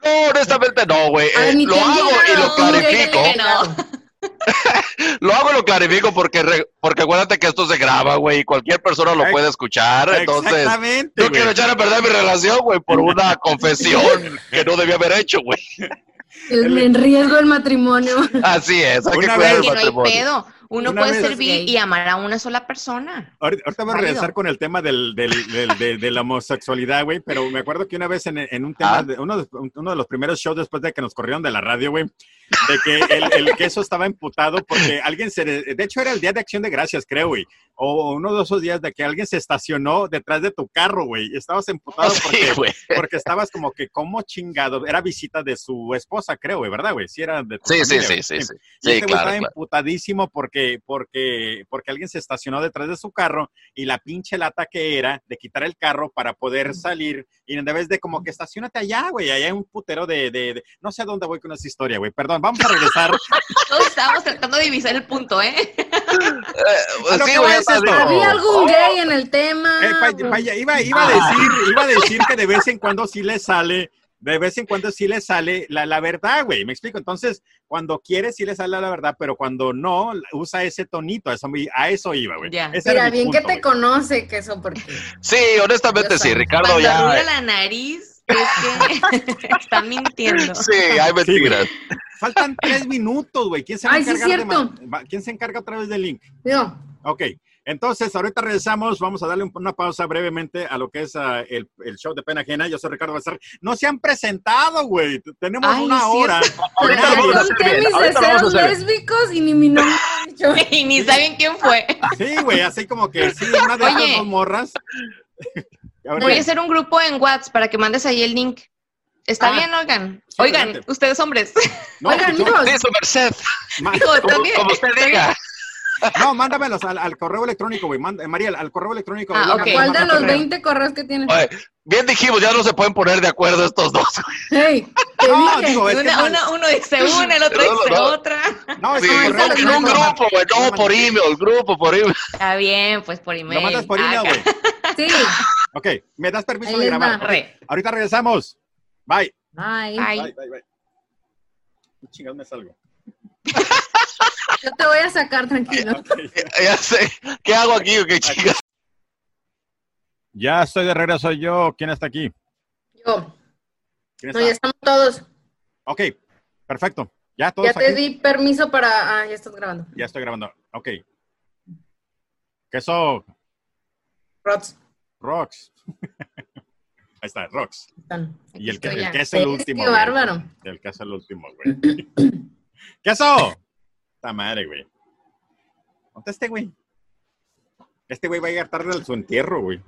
S4: No, honestamente no, güey. Eh, lo
S3: Admitiendo
S4: hago y
S3: que
S4: lo
S3: no,
S4: clarifico.
S3: que no.
S4: Lo hago y lo clarifico porque, re- porque acuérdate que esto se graba, güey, y cualquier persona lo
S2: Ex-
S4: puede escuchar. Entonces,
S2: Exactamente.
S4: no
S2: güey.
S4: quiero echar a perder mi relación, güey, por una confesión que no debía haber hecho, güey.
S3: El- En riesgo el matrimonio.
S4: Así es, hay que
S2: Una
S4: cuidar
S2: vez-
S4: el
S5: que no hay
S4: matrimonio.
S5: pedo. Uno
S2: Una
S5: puede
S2: vez-
S5: ser bi y amar a una sola persona.
S2: Ahorita, ahorita voy a
S5: Válido.
S2: regresar con el tema del, del- del- de, de la homosexualidad, güey, pero me acuerdo que una vez en, en un tema,
S4: Ah.
S2: de, uno, de, uno de los primeros shows después de que nos corrieron de la radio, güey, de que el, el queso estaba emputado porque alguien se, de hecho era el Día de Acción de Gracias, creo, güey, o uno de esos días de que alguien se estacionó detrás de tu carro, güey, y estabas emputado
S4: Sí,
S2: porque,
S4: güey.
S2: porque estabas como que, como chingado, era visita de su esposa, creo, güey, ¿verdad, güey? Sí, era de tu
S4: Sí, sí,
S2: familia,
S4: sí,
S2: güey.
S4: sí,
S2: Y
S4: sí. Sí,
S2: este güey
S4: claro,
S2: estaba
S4: claro.
S2: emputadísimo porque, porque, porque alguien se estacionó detrás de su carro y la pinche lata que era de quitar el carro para poder salir. Y en vez de como que estacionate allá, güey, allá hay un putero de, de- de- No sé a dónde voy con esa historia, güey. Perdón, vamos a regresar.
S5: Todos estábamos tratando de divisar el punto, ¿eh?
S4: Eh,
S2: A Ah, lo
S4: sí,
S2: que
S4: güey,
S2: voy
S4: ya
S2: es
S4: te
S2: esto.
S4: digo.
S3: Había algún gay en el tema.
S2: Eh, pa- pa- iba, iba
S4: Ah.
S2: a decir, iba a decir que de vez en cuando sí le sale. De vez en cuando sí le sale la, la verdad, güey. Me explico. Entonces, cuando quiere sí le sale la verdad, pero cuando no, usa ese tonito. A eso, a eso iba, güey.
S5: Ya.
S2: Ese era
S3: Mira,
S2: mi
S3: bien
S2: punto,
S3: que te
S2: güey.
S3: conoce, queso, porque
S4: Sí, honestamente
S3: Ya
S4: sí,
S3: está.
S4: Ricardo
S5: Cuando arruga
S4: ya.
S5: la nariz, es que está mintiendo.
S4: Sí, hay mentiras.
S2: Faltan tres minutos, güey. ¿Quién se va
S3: Ay,
S2: a
S3: sí,
S2: encargar? de
S3: cierto.
S2: ma- va- ¿Quién se encarga otra vez del link?
S3: digo,
S2: Ok. Entonces, ahorita regresamos. Vamos a darle un- una pausa brevemente a lo que es ah, el, el show de pena ajena. Yo soy Ricardo Bazar. No se han presentado, güey. T- Tenemos
S5: Ay,
S2: una
S5: sí,
S2: hora.
S4: Ahorita
S3: ya
S4: lo vamos a hacer
S3: conté
S4: bien,
S3: mis
S4: ahorita lo vamos a
S3: deseos
S4: hacer bien.
S3: lésbicos y ni mi nombre ha dicho.
S5: Y ni saben quién fue.
S2: Sí, güey. Así como que sí, una de
S5: Oye.
S2: estas dos morras. A ver,
S5: Voy a hacer un grupo en WhatsApp para que mandes ahí el link. ¿Está
S2: Ah,
S5: bien, oigan?
S2: sí,
S5: oigan,
S2: adelante.
S5: ustedes hombres.
S2: no,
S3: Oigan,
S2: yo-
S3: amigos,
S4: Sí, su merced,
S3: Pues
S2: ma-
S5: Digo, está
S4: como,
S5: bien,
S4: como usted
S5: está bien.
S4: diga.
S2: no, mándamelos al, al correo electrónico, güey. Manda- eh, María, al correo electrónico.
S5: Ah,
S2: de Blanca
S5: ok.
S2: Barra
S3: ¿cuál de los
S2: Correa.
S3: 20 correos que tienes?
S4: Oye, bien dijimos, ya no se pueden poner de acuerdo estos dos. güey.
S3: Hey, te
S2: No,
S3: dije.
S2: digo, es que
S5: Una-
S2: no-
S5: una- uno dice una, el otro
S4: No, no,
S5: dice
S4: no.
S5: otra.
S2: no, es
S4: Sí,
S2: que el correo
S4: en un
S2: electrónico-
S4: grupo, güey, no por email, grupo por email.
S5: Está bien, pues por email.
S2: Lo mandas por
S5: Ah,
S2: email,
S5: acá.
S2: güey.
S3: Sí.
S2: Ok, me das permiso
S3: Ahí
S2: de
S3: les va.
S2: grabar.
S5: Re.
S2: Ahorita regresamos. Bye.
S3: Ay,
S5: Ay.
S2: Bye, bye, bye. Chingados me salgo.
S3: yo te voy a sacar tranquilo.
S2: Ok.
S4: Ya sé, ¿qué hago aquí o qué chingas?
S2: Ya estoy de regreso yo. ¿Quién está aquí?
S3: Yo,
S2: ¿Quién
S3: no, ya
S2: está?
S3: estamos todos.
S2: Ok, perfecto. Ya todos
S3: Ya te
S2: aquí.
S3: di permiso para. Ah, ya estás grabando.
S2: Ya estoy grabando. Ok. Queso
S3: Rots.
S2: Rocks. Ahí está, Rocks.
S3: Están.
S2: Y el, que-
S5: Estoy
S2: el
S5: ya.
S2: queso el
S3: Sí,
S2: último.
S3: Qué
S2: güey.
S3: bárbaro.
S2: El queso el último, güey. ¡Queso! Esta madre, güey. ¿Dónde este güey? Este güey va a llegar tarde al su entierro, güey.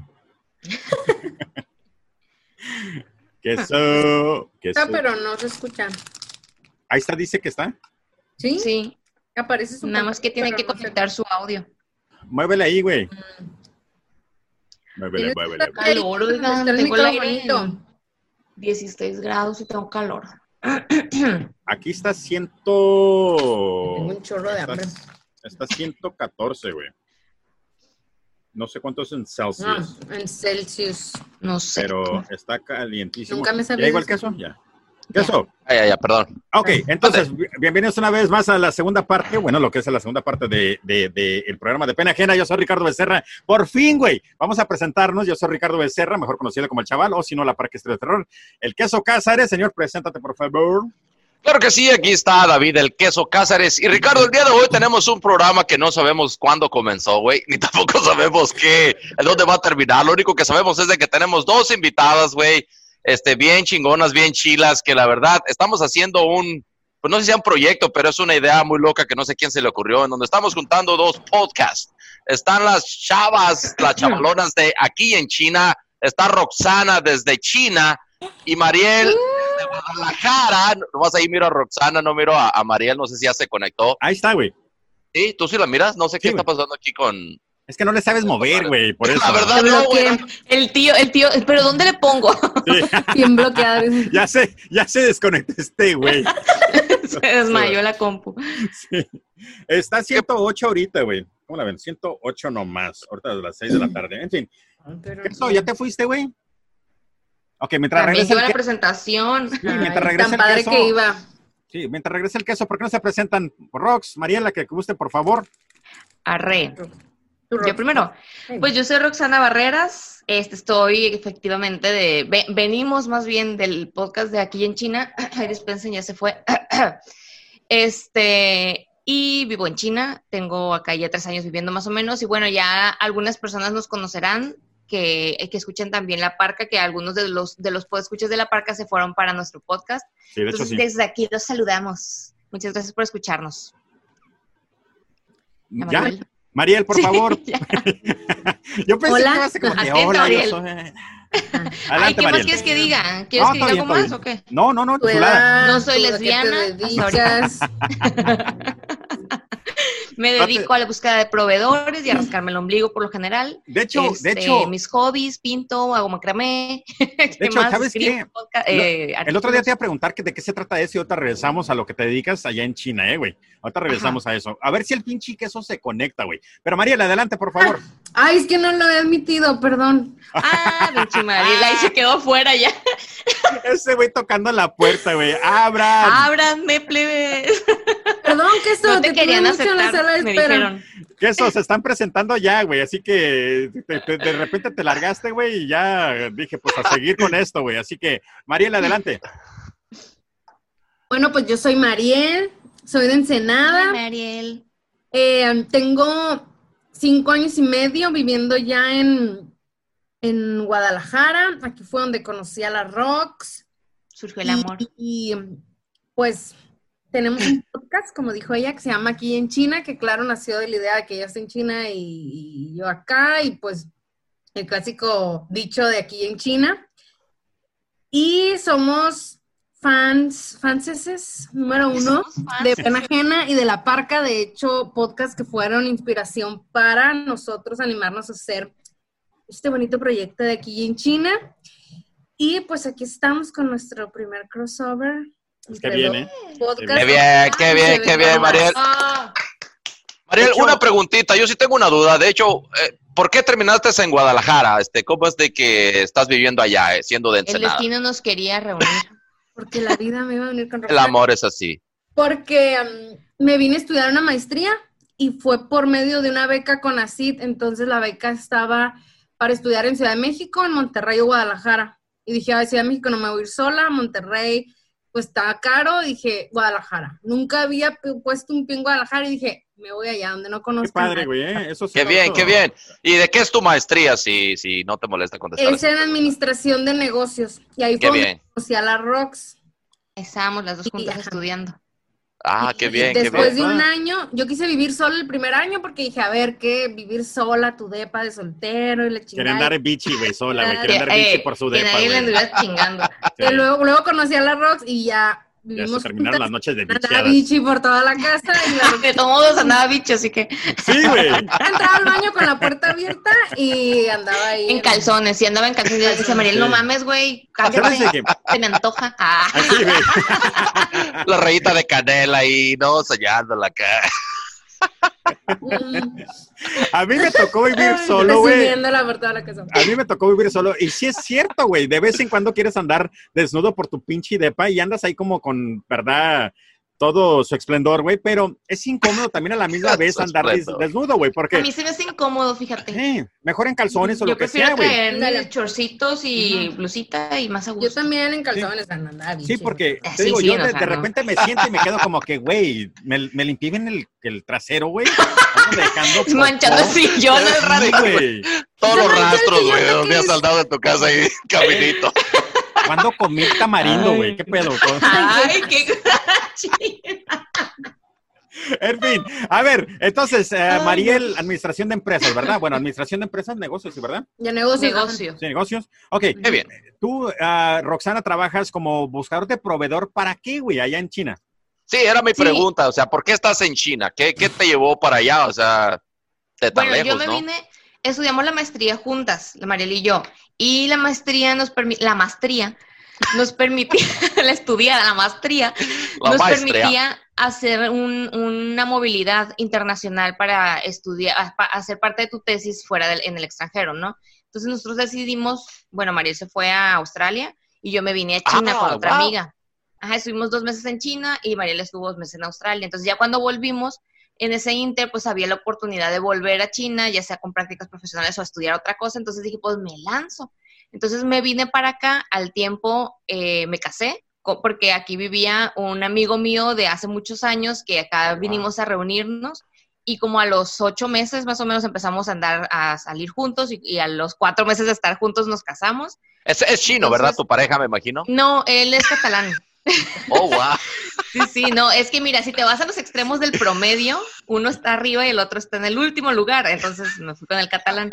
S2: queso. queso.
S3: Ah, pero no se escucha.
S2: Ahí está, dice que está.
S3: ¿Sí?
S5: Sí,
S3: Aparece su
S5: nada más que tiene
S3: pero
S5: que
S3: no se-
S5: conectar su audio.
S2: Muévele ahí, güey.
S3: Mm.
S2: Muévele,
S3: Tienes que
S2: muévele.
S3: estar ahí,
S5: Calor, oigan,
S3: está el
S5: tengo el aire.
S3: microfonito.
S5: 16 grados y tengo calor.
S2: Aquí está
S3: Tengo
S2: 100.
S3: un chorro de hambre.
S2: Está 114, güey. No sé cuánto es en
S3: No,
S2: Celsius.
S3: Ah, en Celsius.
S5: No sé.
S2: pero está calientísimo.
S3: Nunca me sabía
S2: ¿Ya igual
S3: eso.
S2: queso? Ya. ¿Queso? Ah,
S4: Ay, ay, ay, perdón.
S2: Ok, entonces, bi- bienvenidos una vez más a la segunda parte, bueno, lo que es la segunda parte del de, de el programa de Pena Ajena. Yo soy Ricardo Becerra. Por fin, güey, vamos a presentarnos. Yo soy Ricardo Becerra, mejor conocido como El Chaval, o si no, La Parque Estrella de Terror. El Queso Cázares, señor, preséntate, por favor.
S4: Claro que sí, aquí está David el Queso Cázares. Y Ricardo, el día de hoy tenemos un programa que no sabemos cuándo comenzó, güey, ni tampoco sabemos qué, en dónde va a terminar. Lo único que sabemos es de que tenemos dos invitadas, güey, este, bien chingonas, bien chilas, que la verdad estamos haciendo un, pues no sé si sea un proyecto, pero es una idea muy loca que no sé quién se le ocurrió, en donde estamos juntando dos podcasts. Están las chavas, las chavalonas de aquí en China, está Roxana desde China y Mariel de Guadalajara. Nomás ahí miro a Roxana, no miro a, a Mariel, no sé si ya se conectó.
S2: Ahí está, güey.
S4: Sí, tú sí la miras, no sé
S2: Sí,
S4: qué
S2: güey.
S4: está pasando aquí con...
S2: Es que no le sabes mover, güey, por eso.
S4: La verdad, no, güey.
S5: Bloqueen. El tío, el tío, pero ¿dónde le pongo?
S2: Sí.
S3: Bien bloqueada.
S2: Ya se, ya se desconectó este, güey.
S5: Se desmayó la compu.
S2: Sí. Está 108 ahorita, güey. ¿Cómo la ven? 108 nomás. Ahorita a las 6 de la tarde. En fin.
S3: Pero-
S2: ¿Qué pasó? ¿Ya te fuiste, güey? Ok, mientras
S5: También
S2: regresa
S5: lleva
S2: el
S5: la
S2: queso.
S5: presentación.
S2: Sí, mientras
S3: Ay, tan
S2: regresa el
S3: padre
S2: queso.
S3: que iba.
S2: Sí, mientras regresa el queso, ¿por qué no se presentan? Rox, Mariela, que guste, por favor.
S5: Arre.
S3: Tu
S5: Yo
S3: ropa.
S5: primero. Pues yo soy Roxana Barreras, este, estoy efectivamente de, ve- venimos más bien del podcast de aquí en China, Ay, dispensen, ya se fue, este, y vivo en China, tengo acá ya tres años viviendo más o menos, y bueno, ya algunas personas nos conocerán, que, eh, que escuchan también La Parca, que algunos de los, de los podescuchas de La Parca se fueron para nuestro podcast,
S2: Sí, de hecho,
S5: entonces
S2: sí.
S5: desde aquí los saludamos, muchas gracias por escucharnos.
S2: ¿Ya?
S5: Emanuel.
S2: Mariel, por
S5: Sí,
S2: favor.
S5: ya.
S2: Yo pensé
S3: Hola.
S2: que ibas a como que,
S5: Atenta,
S2: hola, yo
S5: Ariel.
S2: soy-
S5: Ay,
S2: Adelante,
S5: ¿qué más
S2: Mariel.
S5: quieres que diga? ¿Quieres
S2: No,
S5: que
S2: está
S5: diga
S2: bien,
S5: algo
S2: está
S5: más
S2: bien.
S5: o qué?
S2: No, no, no,
S3: Tu
S2: chulada.
S3: edad,
S5: No soy
S3: tú, ¿a qué
S5: lesbiana,
S3: te
S5: hasta ahorita.
S3: dedicas?
S5: Me
S2: Aparte-
S5: dedico a la búsqueda de proveedores y a rascarme el ombligo por lo general.
S2: De hecho,
S5: Este,
S2: de hecho,
S5: mis hobbies, pinto, hago macramé. ¿Qué
S2: hecho, ¿sabes
S5: Escribo
S2: qué?
S5: podca- eh,
S2: el otro día
S5: artículos.
S2: te iba a preguntar que de qué se trata eso y ahorita regresamos a lo que te dedicas allá en China, eh, güey. Ahorita regresamos a eso. A ver si el pinche queso se conecta, güey. Pero Mariel, adelante, por favor.
S3: Ay, es que no lo he admitido, perdón.
S5: Ah, pinche Mariela, ahí se quedó fuera ya.
S2: Ese güey tocando la puerta, güey. Abra.
S5: Ábranme, plebes.
S3: Perdón que esto
S5: No te
S3: tuve
S5: querían
S3: mucho en la sala de
S5: aceptar, me
S3: espera.
S5: dijeron.
S2: Queso, se están presentando ya, güey. Así que te- te- de repente te largaste, güey, y ya dije, pues a seguir con esto, güey. Así que, Mariel, adelante.
S3: Bueno, pues yo soy Mariel, soy de
S5: Ay,
S3: Ensenada.
S5: Mariel.
S3: Eh, tengo cinco años y medio viviendo ya en, en Guadalajara. Aquí fue donde conocí a la Rox.
S5: Surgió el amor.
S3: Y, y, pues tenemos un podcast, como dijo ella, que se llama Aquí en China, que claro, nació de la idea de que ella está en China y, y yo acá, y pues el clásico dicho de aquí en China. Y somos fans, fanseses número uno
S5: Pues Somos
S2: Ah,
S5: fans.
S3: de Pena Ajena y de La Parca, de hecho, podcast que fueron inspiración para nosotros animarnos a hacer este bonito proyecto de aquí en China. Y pues aquí estamos con nuestro primer crossover.
S2: Es que
S3: entre
S2: viene.
S3: dos podcasts.
S4: Qué bien, qué bien,
S3: Se
S4: qué
S3: ve
S4: bien,
S3: nomás.
S4: Mariel.
S5: Ah,
S4: Mariel,
S2: De hecho-
S4: una preguntita. Yo sí tengo una duda. De hecho, eh, ¿por qué terminaste en Guadalajara? Este, ¿Cómo es de que estás viviendo allá, eh, siendo de
S5: el
S4: Ensenada?
S5: destino nos quería reunir.
S3: Porque la vida me iba a venir con
S4: El amor es así.
S3: Porque mm, me vine a estudiar una maestría y fue por medio de una beca con ACID. Entonces la beca estaba para estudiar en Ciudad de México, en Monterrey o Guadalajara. Y dije, a Ciudad de México no me voy a ir sola, Monterrey pues estaba caro. Dije, Guadalajara. Nunca había pu- puesto un pie en Guadalajara y dije, me voy allá donde no
S2: Qué
S3: conozco. a
S2: padre,
S3: nadie".
S2: güey. ¿eh? Eso sí
S4: Qué
S2: lo
S4: bien,
S2: uso.
S4: qué bien. ¿Y de qué es tu maestría, si, si no te molesta contestar?
S3: Es en administración de negocios. Y ahí
S4: Qué
S3: fue donde
S4: bien.
S3: conocí a la Rox.
S5: Estábamos las dos
S3: Sí,
S5: juntas
S3: ajá.
S5: estudiando.
S4: Ah, qué bien, qué
S3: Después
S4: bien.
S3: de un
S2: Ah.
S3: año, yo quise vivir sola el primer año porque dije, a ver, ¿qué? Vivir sola, tu depa de soltero y la
S2: Quiere
S3: chingada.
S2: andar bichi, güey, sola, güey. Quiere
S5: Que,
S2: andar bichi
S5: eh,
S2: por su
S5: que
S2: depa,
S5: nadie la
S2: güey.
S5: anduviera chingando.
S2: Sí.
S3: Y luego, luego conocí a la Rox y ya
S2: Ya
S3: vivimos
S2: se terminaron las
S3: juntas.
S2: noches de
S3: Andaba
S2: bicheadas.
S3: bichi por toda la casa y la Rox
S5: De todos modos andaba bicho, así que
S2: Sí, güey.
S3: entraba al baño con la puerta abierta y andaba ahí.
S5: en calzones, y andaba en calzones. Y le decía, Mariel, no mames, güey,
S2: Acuérdense
S5: cállate,
S2: que-
S5: se me antoja. Ah,
S2: Sí, güey.
S4: La rayita de canela ahí, no, sellándola acá.
S3: Mm,
S2: A mí me tocó vivir solo, güey. Ah,
S3: Presumiendo la puerta de la casa.
S2: A mí me tocó vivir solo. Y sí es cierto, güey. De vez en cuando quieres andar desnudo por tu pinche depa y andas ahí como con, ¿verdad? Todo su esplendor, güey. Pero es incómodo también a la misma vez
S4: Su
S2: andar des-
S4: esplendor.
S2: desnudo, güey.
S5: A
S2: Porque
S5: mí se me hace incómodo, fíjate.
S2: eh, mejor en calzones o
S5: Yo
S2: lo que sea,
S5: prefiero
S2: güey.
S5: traer chorcitos y blusita y más a
S3: Yo
S5: gusto.
S3: también en calzones andaba bichi.
S2: pues, Sí, porque
S5: Ah,
S2: te
S5: sí,
S2: digo,
S5: sí,
S2: yo
S5: o
S2: de,
S5: sea,
S2: de
S5: no.
S2: repente me siento y me quedo como que, güey, me, me limpié bien el, el trasero, güey. Ando dejando popó.
S5: Manchando el sillón al rato.
S2: Sí, güey.
S4: Todos
S3: Esa
S4: los
S3: mancha del
S4: rastros,
S3: sillón,
S4: güey,
S3: ¿de
S4: los
S3: qué
S4: habías
S3: es?
S4: saldado de tu casa ahí, caminito.
S2: ¿Cuándo comí tamarindo, güey? ¿Qué pedo?
S5: Ay, qué
S2: En fin, a ver, entonces, eh,
S5: Ay,
S2: Mariel, administración de empresas, ¿verdad? Bueno, administración de empresas, negocios, ¿sí, ¿verdad?
S3: Ya negocios.
S5: Negocio.
S2: Sí, negocios. Ok,
S4: Qué bien.
S2: tú, ah, Roxana, trabajas como buscador de proveedor, ¿para qué, güey? Allá en China.
S4: Sí, era mi
S5: Sí.
S4: pregunta, o sea, ¿por qué estás en China? ¿Qué, qué te llevó para allá? O sea, de tan
S5: bueno, yo
S4: lejos,
S5: me
S4: ¿no?
S5: vine, estudiamos la maestría juntas, la Mariel y yo, y la maestría nos permitía, la maestría nos permitía, la estudiada, la maestría,
S4: La
S5: nos
S4: maestría.
S5: permitía hacer un- una movilidad internacional para estudiar, a- pa- hacer parte de tu tesis fuera del, en el extranjero, ¿no? Entonces nosotros decidimos, bueno, Mariel se fue a Australia y yo me vine a China
S4: Ah,
S5: con otra
S4: wow.
S5: amiga. Ajá, estuvimos dos meses en China y Mariel estuvo dos meses en Australia. Entonces ya cuando volvimos, en ese inter, pues había la oportunidad de volver a China, ya sea con prácticas profesionales o a estudiar otra cosa. Entonces dije, pues me lanzo. Entonces me vine para acá, al tiempo eh, me casé, co- porque aquí vivía un amigo mío de hace muchos años que acá
S4: Wow.
S5: vinimos a reunirnos. Y como a los ocho meses más o menos empezamos a andar a salir juntos y, y a los cuatro meses de estar juntos nos casamos.
S4: Es, es chino,
S5: Entonces-
S4: ¿verdad? Tu pareja, me imagino.
S5: No, él es catalán.
S4: Oh, wow.
S5: Sí, sí, no, es que mira, si te vas a los extremos del promedio, uno está arriba y el otro está en el último lugar, entonces me fui con el catalán.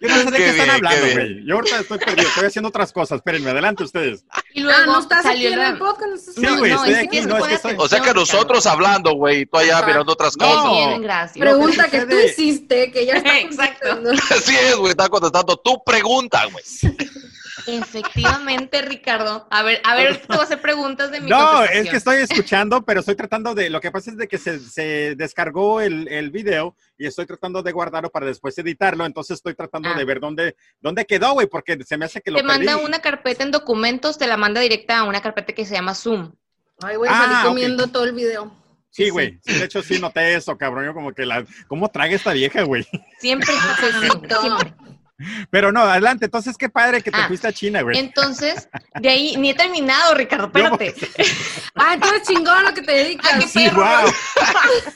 S2: Yo no sé de
S4: Qué
S2: qué están
S4: bien,
S2: hablando,
S4: qué bien.
S2: güey. Yo ahorita estoy perdido, estoy haciendo otras cosas. Espérenme, adelante ustedes.
S5: Y
S3: Ah,
S5: luego
S3: no estás aquí
S5: salió
S3: en
S5: la-
S3: el podcast. No, estás-
S2: Sí, güey, estoy
S5: es que
S2: aquí,
S5: tienes
S2: no, es
S5: poner
S2: que estoy-
S4: O sea que
S5: atención,
S4: nosotros hablando, güey, y tú allá
S3: Ajá.
S4: mirando otras
S5: Carlos.
S4: cosas.
S2: No.
S5: Muy bien, gracias.
S2: Pero-
S3: Pregunta que tú
S2: sucede-
S3: hiciste, que ya está
S5: Exacto.
S3: contestando.
S4: Así es, güey, está contestando tu pregunta, güey.
S5: Efectivamente, Ricardo. A ver, a ver, te voy a hacer preguntas de mi
S2: No,
S5: contestación.
S2: es que estoy escuchando, pero estoy tratando de. Lo que pasa es de que se, se descargó el, el video y estoy tratando de guardarlo para después editarlo. Entonces estoy tratando
S5: Ah.
S2: de ver dónde, dónde quedó, güey, porque se me hace que lo
S5: Te manda
S2: perdí.
S5: una carpeta en documentos, te la manda directa a una carpeta que se llama Zoom.
S3: Ay, güey,
S2: Ah,
S3: salí
S2: ok.
S3: comiendo todo el video.
S2: Sí, güey. Sí, de hecho, sí noté eso, cabrón. Yo como que la. ¿Cómo traga esta vieja, güey?
S5: Siempre,
S3: Necesito.
S5: siempre.
S2: Pero no, adelante. Entonces, qué padre que te
S5: Ah.
S2: fuiste a China, güey.
S5: Entonces, de ahí, ni he terminado, Ricardo, espérate.
S3: Ah, tú eres chingón a lo que te dedicas.
S5: Ah, qué
S2: Sí,
S5: perro,
S2: wow.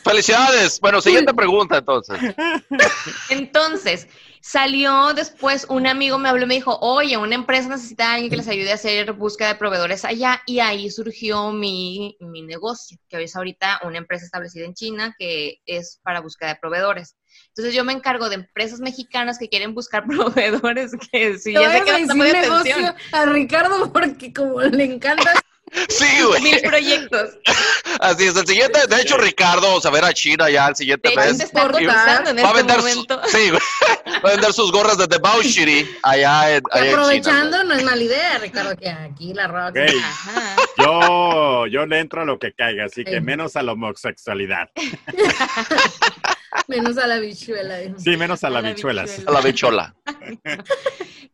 S4: Felicidades. Bueno, siguiente pregunta entonces.
S5: Entonces, salió después un amigo me habló y me dijo, oye, una empresa necesita a alguien que les ayude a hacer búsqueda de proveedores allá. Y ahí surgió mi, mi negocio, que es ahorita una empresa establecida en China que es para búsqueda de proveedores. Entonces yo me encargo de empresas mexicanas que quieren buscar proveedores, que si
S3: Te
S5: ya sé
S3: vayas
S5: que
S3: a
S5: no
S3: decir
S5: está muy atención,
S3: negocio a Ricardo porque como le encanta
S4: Sí, güey.
S5: mil proyectos.
S4: Así es. El siguiente, de hecho, Ricardo, o sea, ver a China ya el
S5: De
S4: siguiente
S5: hecho,
S4: mes.
S5: se está
S3: Importa.
S5: cotizando en
S4: Va a
S5: este
S4: vender, su-
S5: momento.
S4: sí, güey. va a vender sus gorras de Debauchery allá en,
S3: que
S4: allá en China.
S3: aprovechando
S4: güey.
S3: no es mala idea, Ricardo, que aquí la rock.
S2: Güey,
S5: Ajá.
S2: yo, yo le entro a lo que caiga, así que
S3: Sí.
S2: menos a la homosexualidad.
S3: Menos a la bichuela. dijo.
S2: Sí, menos a
S5: A
S2: las
S5: la
S2: bichuelas.
S5: bichuela.
S4: A la bichola.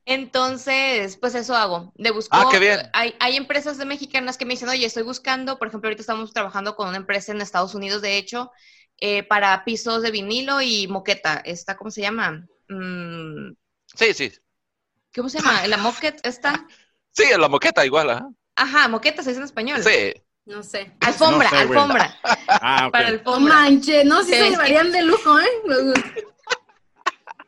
S5: Entonces, pues eso hago. De busco,
S4: Ah, qué bien.
S5: Hay, hay empresas de mexicanas que me dicen, oye, estoy buscando, por ejemplo, ahorita estamos trabajando con una empresa en Estados Unidos, de hecho, eh, para pisos de vinilo y moqueta. Esta, ¿cómo se llama? Mm,
S4: Sí, sí.
S5: ¿Cómo se llama? ¿La moqueta esta?
S4: Sí, en la moqueta igual, ajá.
S5: Ajá, moqueta se dice en español.
S4: Sí.
S3: No sé.
S5: Alfombra,
S2: No sé, güey.
S5: alfombra.
S2: Ah, ok.
S5: Para
S3: No
S5: alfombra.
S3: manches, no, sí se
S5: Pero Oh, es
S3: llevarían de lujo, ¿eh? Los-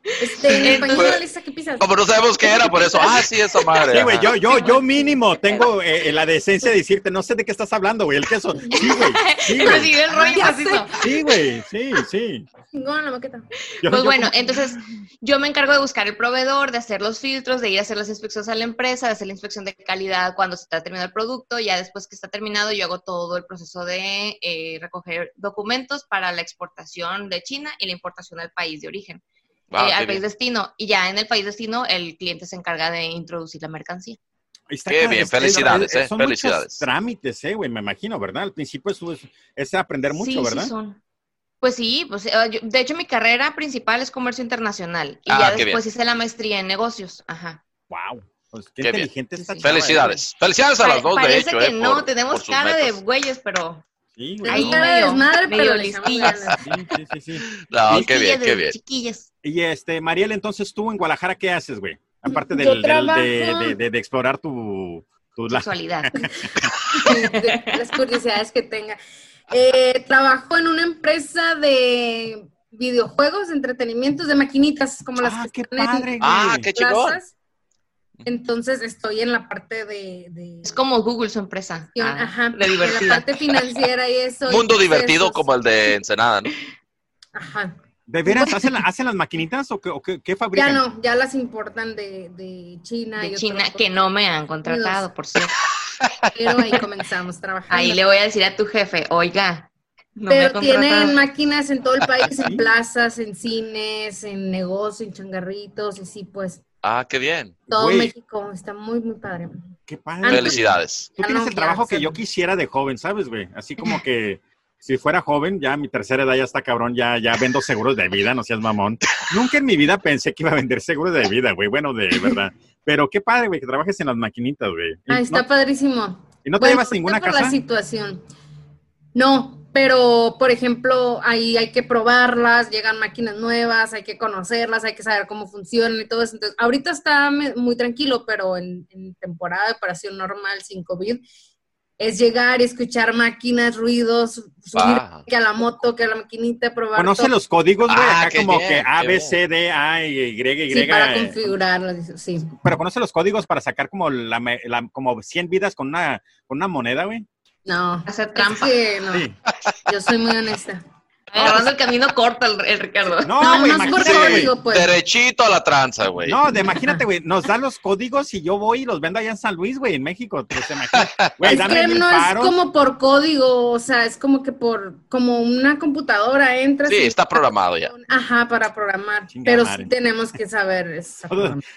S3: Este, en
S5: Entonces-
S3: español, esa que pisas.
S4: Como no sabemos qué era, por eso, ah, sí, esa madre.
S2: Sí, güey,
S4: ajá.
S2: yo, yo, yo mínimo tengo eh, la decencia de decirte, no sé de qué estás hablando, güey, el queso. Sí, güey, sí,
S5: Me
S2: güey,
S5: siguió el rollo
S3: Ya
S5: macizo.
S2: sí, güey, sí, sí.
S3: Chingón la maqueta.
S2: Yo-
S5: Pues
S2: yo
S5: bueno,
S2: como-
S5: entonces yo me encargo de buscar el proveedor, de hacer los filtros, de ir a hacer las inspecciones a la empresa, de hacer la inspección de calidad cuando se está terminado el producto. Ya después que está terminado, yo hago todo el proceso de eh, recoger documentos para la exportación de China y la importación al país de origen,
S4: Ah,
S5: eh,
S4: qué
S5: al país
S4: bien.
S5: destino. Y ya en el país destino, el cliente se encarga de introducir la mercancía.
S2: Ahí está,
S4: Qué
S2: claro,
S4: bien,
S2: es- es- es-
S4: felicidades, eh,
S2: son muchos
S4: felicidades.
S2: trámites, eh, güey, me imagino, ¿verdad? Al principio es, es- es aprender mucho,
S5: Sí, sí
S2: ¿verdad?
S5: son. Pues sí, pues eh, yo- de hecho mi carrera principal es comercio internacional y
S4: Ah,
S5: ya
S4: qué bien.
S5: después hice la maestría en negocios. Ajá.
S2: Wow, pues qué,
S4: Qué bien.
S2: inteligente está. ¿eh?
S5: Sí, sí.
S4: Felicidades. Felicidades a las
S5: Pare-
S4: dos, de
S5: Parece
S4: hecho.
S5: que
S4: eh,
S5: no,
S4: por-
S5: tenemos
S4: por sus
S5: cara de
S4: metas.
S5: güeyes, pero
S2: Sí, güey,
S5: ahí
S3: Ahí
S2: no,
S3: cara de
S5: medio-
S3: desmadre,
S5: medio
S3: pero le echamos
S5: listillas.
S3: ganas.
S2: sí, sí, sí, sí.
S4: No, Ah, qué bien,
S5: listillas de
S4: qué bien.
S5: chiquillas.
S2: Y este, Mariel, entonces tú en Guadalajara, ¿qué haces, güey? Aparte
S3: Yo
S2: del, del- de-
S3: trabajo.
S2: de, de- de explorar tu, tu la-
S5: Sexualidad.
S3: de las curiosidades que tenga. Eh, trabajo en una empresa de videojuegos, entretenimientos, de maquinitas, como las
S2: Ah,
S3: que
S2: qué
S3: están en
S2: padre, güey.
S4: Ah, qué chingón.
S3: plazas. Entonces estoy en la parte de... de-
S5: Es como Google su empresa. Ah,
S3: Ajá,
S5: de
S3: en
S5: divertida.
S3: la parte financiera y eso. y
S4: Mundo
S3: procesos.
S4: divertido como el de Ensenada, ¿no?
S3: Ajá.
S2: ¿De veras hacen, la- hacen las maquinitas o qué, o qué- qué fabrican?
S3: Ya no, ya las importan de, de China. y
S5: De
S3: otros
S5: China, que no me han contratado, por cierto.
S3: Pero ahí comenzamos trabajando.
S5: Ahí le voy a decir a tu jefe, oiga, No me
S3: Pero tienen
S5: contrataron.
S3: máquinas en todo el país, en plazas, en cines, en negocios, en changarritos, y sí, pues
S4: Ah, qué bien.
S3: todo
S2: Güey.
S3: México está muy, muy padre.
S2: Qué
S3: Ah,
S2: padre.
S3: no.
S4: Felicidades.
S2: Tú
S3: Ah,
S2: tienes
S3: no,
S2: el
S3: ya,
S2: trabajo
S3: o sea-
S2: que yo quisiera de joven, ¿sabes, güey? Así como que si fuera joven, ya mi tercera edad ya está cabrón, ya, ya vendo seguros de vida, no seas mamón. Nunca en mi vida pensé que iba a vender seguros de vida, güey. Bueno, de verdad. Pero qué padre, güey, que trabajes en las maquinitas, güey. Y,
S3: Ah, está
S2: no,
S3: padrísimo.
S2: y no te
S3: Bueno,
S2: llevas
S3: ahorita
S2: ninguna
S3: por la
S2: casa.
S3: situación. No, pero por ejemplo, ahí hay que probarlas, llegan máquinas nuevas, hay que conocerlas, hay que saber cómo funcionan y todo eso. Entonces, ahorita está me- muy tranquilo, pero en, en temporada de operación normal sin COVID es llegar y escuchar máquinas, ruidos, subir
S4: Ah.
S3: que a la moto, que a la maquinita, probar
S2: Conoce
S3: todo.
S2: los códigos, güey,
S4: Ah,
S2: acá
S4: qué
S2: como
S4: bien,
S2: que A,
S4: qué
S2: B,
S4: bien.
S2: C, D, A, Y, Y, Y.
S3: Sí, para
S2: eh,
S3: configurarlas, dice, sí.
S2: pero conoce los códigos para sacar como, la, me- la- como 100 vidas con una, con una moneda, güey.
S3: No,
S5: Hacer
S3: es
S5: trampa.
S3: que no,
S2: Sí.
S3: yo soy muy honesta.
S5: Agarrando el camino corto el, el Ricardo.
S2: No,
S3: No,
S2: güey,
S3: no es por
S2: imagínate, güey.
S3: código, pues.
S4: Derechito a la tranza, güey.
S2: No, de, imagínate, güey, nos dan los códigos y yo voy y los vendo allá en San Luis, güey, en México. Pues, te imaginas. Güey,
S3: Es
S2: dame
S3: que
S2: mil
S3: no
S2: varos.
S3: es como por código, o sea, es como que por, como una computadora entras.
S4: Sí,
S3: y-
S4: está programado ya.
S3: Ajá, para programar.
S2: Chinga
S3: pero
S2: madre.
S3: sí tenemos que saber eso.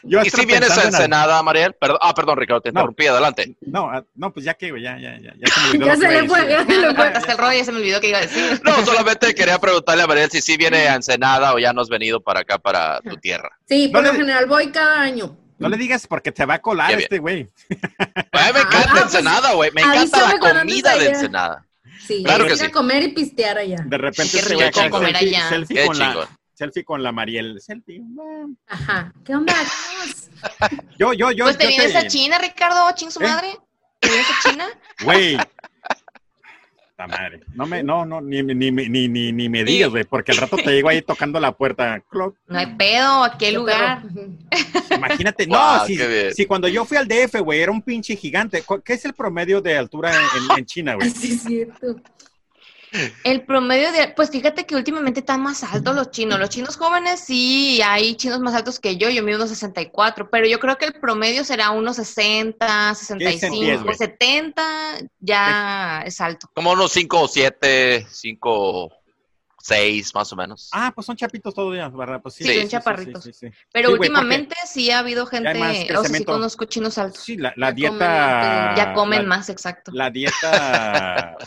S2: Yo
S4: Y
S2: estaba
S4: si vienes
S2: pensando
S4: a
S2: en-
S4: Ensenada, Mariel. Perdón, ah, perdón, Ricardo, te
S2: No.
S4: interrumpí, adelante.
S2: No, ah, no, pues ya que, güey, ya, ya, ya. Ya se me olvidó
S3: Ya
S2: lo
S3: se
S2: que
S3: le
S2: iba a
S3: fue,
S2: decir.
S3: ya se le
S5: Me
S3: fue.
S5: cortaste el rollo, ya se me olvidó que iba a decir.
S4: No, solamente quería preguntarle a Mariel si sí viene a Ensenada o ya no has venido para acá, para tu tierra.
S3: Sí, por
S2: No
S3: lo
S2: le-
S3: general voy cada año.
S2: No le digas porque te va a colar
S4: Qué bien.
S2: este, güey.
S4: Güey, me
S3: Ah,
S4: encanta
S3: pues,
S4: Ensenada, güey. Me encanta
S3: avísame
S4: la
S3: cuando
S4: comida
S3: andes
S4: de
S3: allá.
S4: Ensenada.
S3: Sí,
S4: Claro
S3: hay
S4: que
S3: ir a
S4: sí.
S3: comer y pistear allá.
S2: De repente
S5: Qué
S2: se
S5: rico
S2: va a
S5: comer
S2: selfie,
S5: allá.
S2: selfie
S4: Qué
S2: con
S4: chingón.
S2: la selfie con la Mariel. Selfie. man.
S3: Ajá. ¿Qué onda? amigos?
S2: Yo, yo, yo.
S5: Pues te
S2: yo
S5: vienes a China, Ricardo, ching su
S2: ¿Eh?
S5: madre. ¿Te vienes a China?
S2: Güey. La madre. No me, no, no, ni, ni, ni, ni, ni, ni me digas, güey, porque al rato te llego ahí tocando la puerta. Cloc.
S5: No hay pedo, ¿a qué
S3: Qué
S5: lugar?
S3: perro.
S2: Imagínate,
S4: Guau,
S2: no, si,
S4: qué bien.
S2: si cuando yo fui al DF, güey, era un pinche gigante. ¿Cu- ¿Qué es el promedio de altura en, en- en China, güey?
S3: Sí, es cierto.
S5: El promedio de... Pues fíjate que últimamente están más altos los chinos. Los chinos jóvenes sí, hay chinos más altos que yo. Yo mido unos 64, pero yo creo que el promedio será unos 60,
S2: dicen pies,
S5: 65,
S2: güey?
S5: 70. Ya es alto.
S4: Como unos 5 o 7, 5, 6 más o menos.
S2: Ah, pues son chapitos todos días, ¿verdad? Pues sí,
S5: Sí,
S2: sí,
S5: son
S2: sí, sí,
S5: chaparritos.
S2: sí, sí, sí.
S5: Pero
S2: Sí, güey,
S5: últimamente sí ha habido gente...
S2: más
S5: O sea, sí
S2: crecimiento.
S5: conozco chinos altos.
S2: Sí, la, la
S3: Ya comen
S2: dieta.
S3: más,
S5: Ya comen
S2: la-
S5: más, exacto.
S2: La dieta.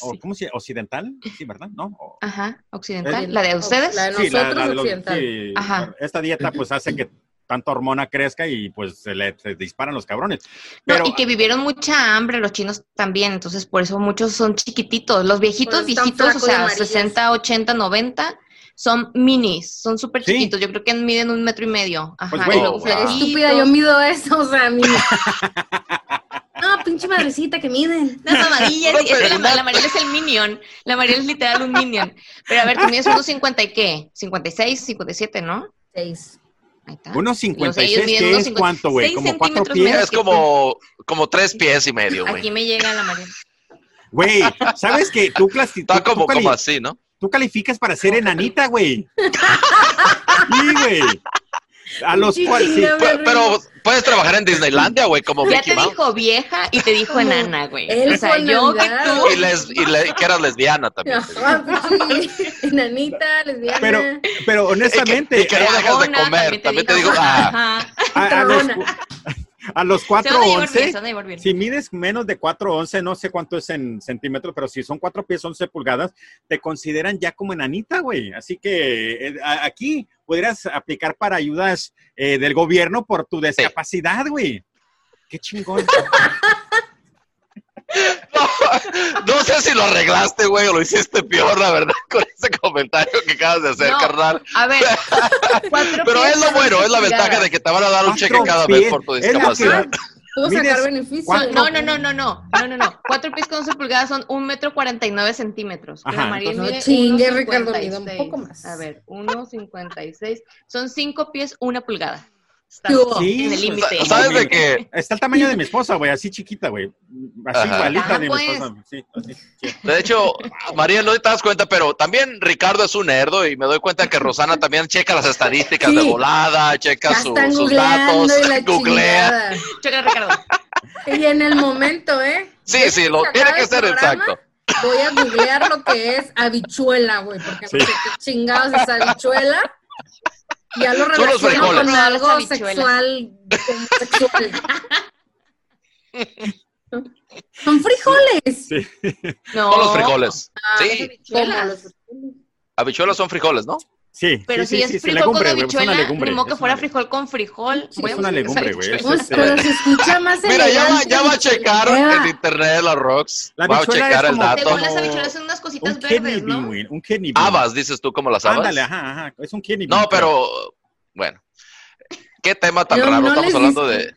S2: o,
S5: Sí.
S2: ¿Cómo se llama? ¿Occidental? Sí, ¿verdad? ¿No? O-
S5: Ajá, occidental.
S2: Eh,
S5: ¿La de ustedes?
S3: La de
S2: sí,
S3: nosotros
S2: de los-
S3: occidental.
S2: sí,
S5: Ajá.
S2: Esta dieta, pues, hace que tanta hormona crezca y, pues, se le se disparan los cabrones.
S5: No,
S2: Pero,
S5: y que vivieron mucha hambre los chinos también, entonces por eso muchos son chiquititos. Los viejitos,
S3: Por eso Pues, están
S5: viejitos, o
S3: flacos y
S5: sea,
S3: amarillos.
S5: 60, 80, 90, son minis, son súper
S2: Sí.
S5: chiquitos. Yo creo que miden un metro y medio. Ajá,
S2: Pues, güey,
S5: y luego
S4: wow.
S5: flaquitos.
S3: Estúpida, yo mido eso, o sea, a mí me- No, pinche madrecita que miden.
S5: Las amarillas,
S4: No,
S5: es que
S4: pero
S5: la,
S4: no.
S5: la amarilla es el minion. La amarilla es literal un minion. Pero a ver, tú mides unos 50 y qué? 56, 57, ¿no?
S3: Seis.
S5: Ahí está.
S2: unos
S5: ellos
S2: 56,
S5: miden
S2: ¿qué
S5: unos
S2: es cuánto, güey?
S5: 56
S2: ¿Como cuatro
S5: centímetros
S2: pies?
S5: menos.
S4: Es como, como 3 pies y medio,
S5: Aquí
S4: güey.
S5: me llega la amarilla.
S2: Güey, ¿sabes qué? Tú, clasi-
S4: Está
S2: tú- tú
S4: como,
S2: cali-
S4: como así, ¿no?
S2: Tú calificas para ser enanita, güey. Sí, güey. A los
S3: Sí,
S2: cuales sí.
S3: chinga, güey.
S4: Pero, pero puedes trabajar en Disneylandia, güey, como
S5: Ya
S4: Mickey
S5: te
S4: Mouse.
S5: dijo vieja y te dijo
S3: Como
S5: enana, güey.
S3: él
S5: O sea,
S3: fue
S5: yo que
S3: enana.
S5: tú.
S4: Y, les, y le- que eras lesbiana también. te dijo.
S3: Ajá, pinche Enanita, lesbiana.
S2: Pero, pero
S4: Y que,
S2: honestamente,
S4: y que no dejas de
S5: Dragona,
S4: comer. También te digo, ah,
S5: Ajá.
S2: a, a los,
S3: tragona.
S2: a los
S5: Se van a llevar bien,
S2: 411,
S5: se van a llevar bien.
S2: si mides menos de 411, no sé cuánto es en centímetros, pero si son 4 pies 11 pulgadas, te consideran ya como enanita, güey. Así que eh, a- aquí podrías aplicar para ayudas eh, del gobierno por tu discapacidad, güey. Qué chingón.
S4: No sé si lo arreglaste, güey, o lo hiciste peor, la verdad, con ese comentario que acabas de hacer,
S5: No,
S4: carnal.
S5: A ver, cuatro
S4: Pero
S5: pies
S4: es lo
S5: son
S4: bueno, es la
S5: complicadas.
S4: ventaja de que te van a dar un cheque
S2: Cuatro
S4: cada vez
S2: pies.
S4: por tu
S2: Es lo que-
S4: discapacidad.
S3: Puedo
S2: mides
S3: sacar beneficio.
S2: cuatro-
S5: No, no, no, no, no, no, no, no. Cuatro pies con 11 pulgadas son un metro cuarenta y nueve centímetros.
S2: Ajá,
S5: María
S3: entonces-
S5: mide
S3: No chingue,
S5: 1.56.
S3: Ricardo, mide un poco más.
S5: A ver, 1.56. Son cinco pies, una pulgada. Está
S3: ¿Qué hubo?
S2: Sí,
S5: en
S2: pues,
S5: el límite.
S2: o sea,
S4: ¿Sabes de qué?
S2: Está el tamaño de mi esposa, güey, así chiquita, güey. Así
S4: Ajá.
S2: igualita
S5: Ah,
S2: de
S5: pues.
S2: mi esposa. Sí, así, sí.
S4: De hecho, María, no te das cuenta, pero también Ricardo es un nerdo y me doy cuenta que Rosana también checa las estadísticas
S3: Sí.
S4: de volada, checa
S3: Ya
S4: su-
S3: están
S4: sus
S3: googleando
S4: datos,
S3: y la
S4: googlea.
S3: chingada.
S5: Checa, Ricardo.
S3: Y en el momento, ¿eh?
S4: Sí, sí, lo
S3: Se
S4: tiene
S3: acaba
S4: que
S3: el
S4: ser
S3: programa,
S4: exacto.
S3: voy a googlear lo que es habichuela, güey, porque no sé qué chingados es habichuela. Ya lo
S4: Son los
S3: relaciono con
S4: frijoles.
S3: algo
S5: Las habichuelas.
S3: sexual, como sexual. Son frijoles.
S2: Sí.
S5: No,
S4: Son los frijoles.
S3: Ah,
S5: las
S4: Sí,
S5: habichuelas.
S4: habichuelas son frijoles, ¿no?
S2: Sí,
S5: Pero
S2: sí,
S5: si
S2: sí,
S5: es
S2: sí, sí,
S5: frijol con
S2: güey, pues,
S5: habichuela, ni modo
S2: es
S5: que
S2: una
S5: fuera
S2: legumbre.
S5: frijol con frijol. Voy a
S2: es este, una
S5: buscar esa
S2: legumbre, güey,
S5: habichuela.
S2: eso
S3: Pues, pero se escucha más
S4: Mira, ya, va-
S3: elegante
S4: ya va
S3: que
S4: a checar
S3: habichuela.
S4: el internet de la Rox.
S2: La
S4: va a
S2: habichuela
S4: checar
S2: es
S4: el
S2: como-
S4: dato.
S5: Según las habichuelas son unas cositas
S2: Un kidney
S5: verdes,
S2: bean,
S5: ¿no?
S2: güey, un kidney bean.
S4: Habas, dices tú, como las habas.
S2: Ándale, ajá, ajá, es un kidney bean.
S4: No, pero bueno. ¿Qué tema tan
S3: Yo
S4: raro?
S3: no
S4: Estamos
S3: les
S4: hablando
S3: dije.
S4: de.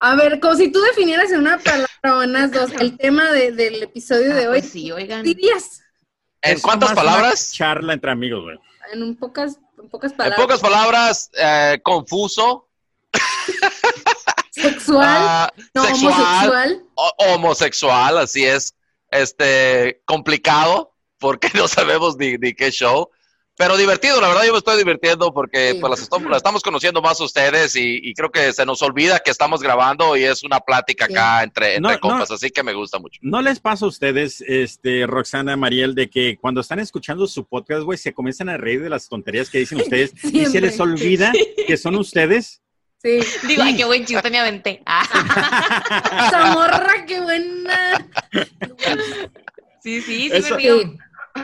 S3: A ver, como si tú definieras en una palabra o en unas dos el tema de- del episodio de
S5: Ah,
S3: hoy,
S5: pues sí, oigan.
S3: dirías
S4: ¿En
S2: Es
S4: cuántas
S2: nomás una
S4: palabras?
S2: Charla entre amigos, güey.
S3: en un pocas, en pocas
S4: En
S3: palabras.
S4: pocas palabras, eh, confuso,
S3: Sexual,
S4: ah,
S3: no
S4: sexual,
S3: homosexual.
S4: ho- homosexual, así es, este, complicado, porque no sabemos ni, ni qué show, pero divertido, la verdad yo me estoy divirtiendo porque
S3: Sí.
S4: pues, las, estamos, las estamos conociendo más ustedes y, y creo que se nos olvida que estamos grabando y es una plática acá entre, entre
S2: No,
S4: compas, así que me gusta mucho.
S2: ¿No les pasa a ustedes, este, Roxana, Mariel, de que cuando están escuchando su podcast, güey, se comienzan a reír de las tonterías que dicen ustedes y se
S3: Siempre.
S2: les olvida que son ustedes?
S3: Sí.
S5: Digo, ay, qué buen chiste me aventé. Ah,
S3: Esa morra, qué buena.
S5: sí, sí, sí
S2: Eso-
S5: me río.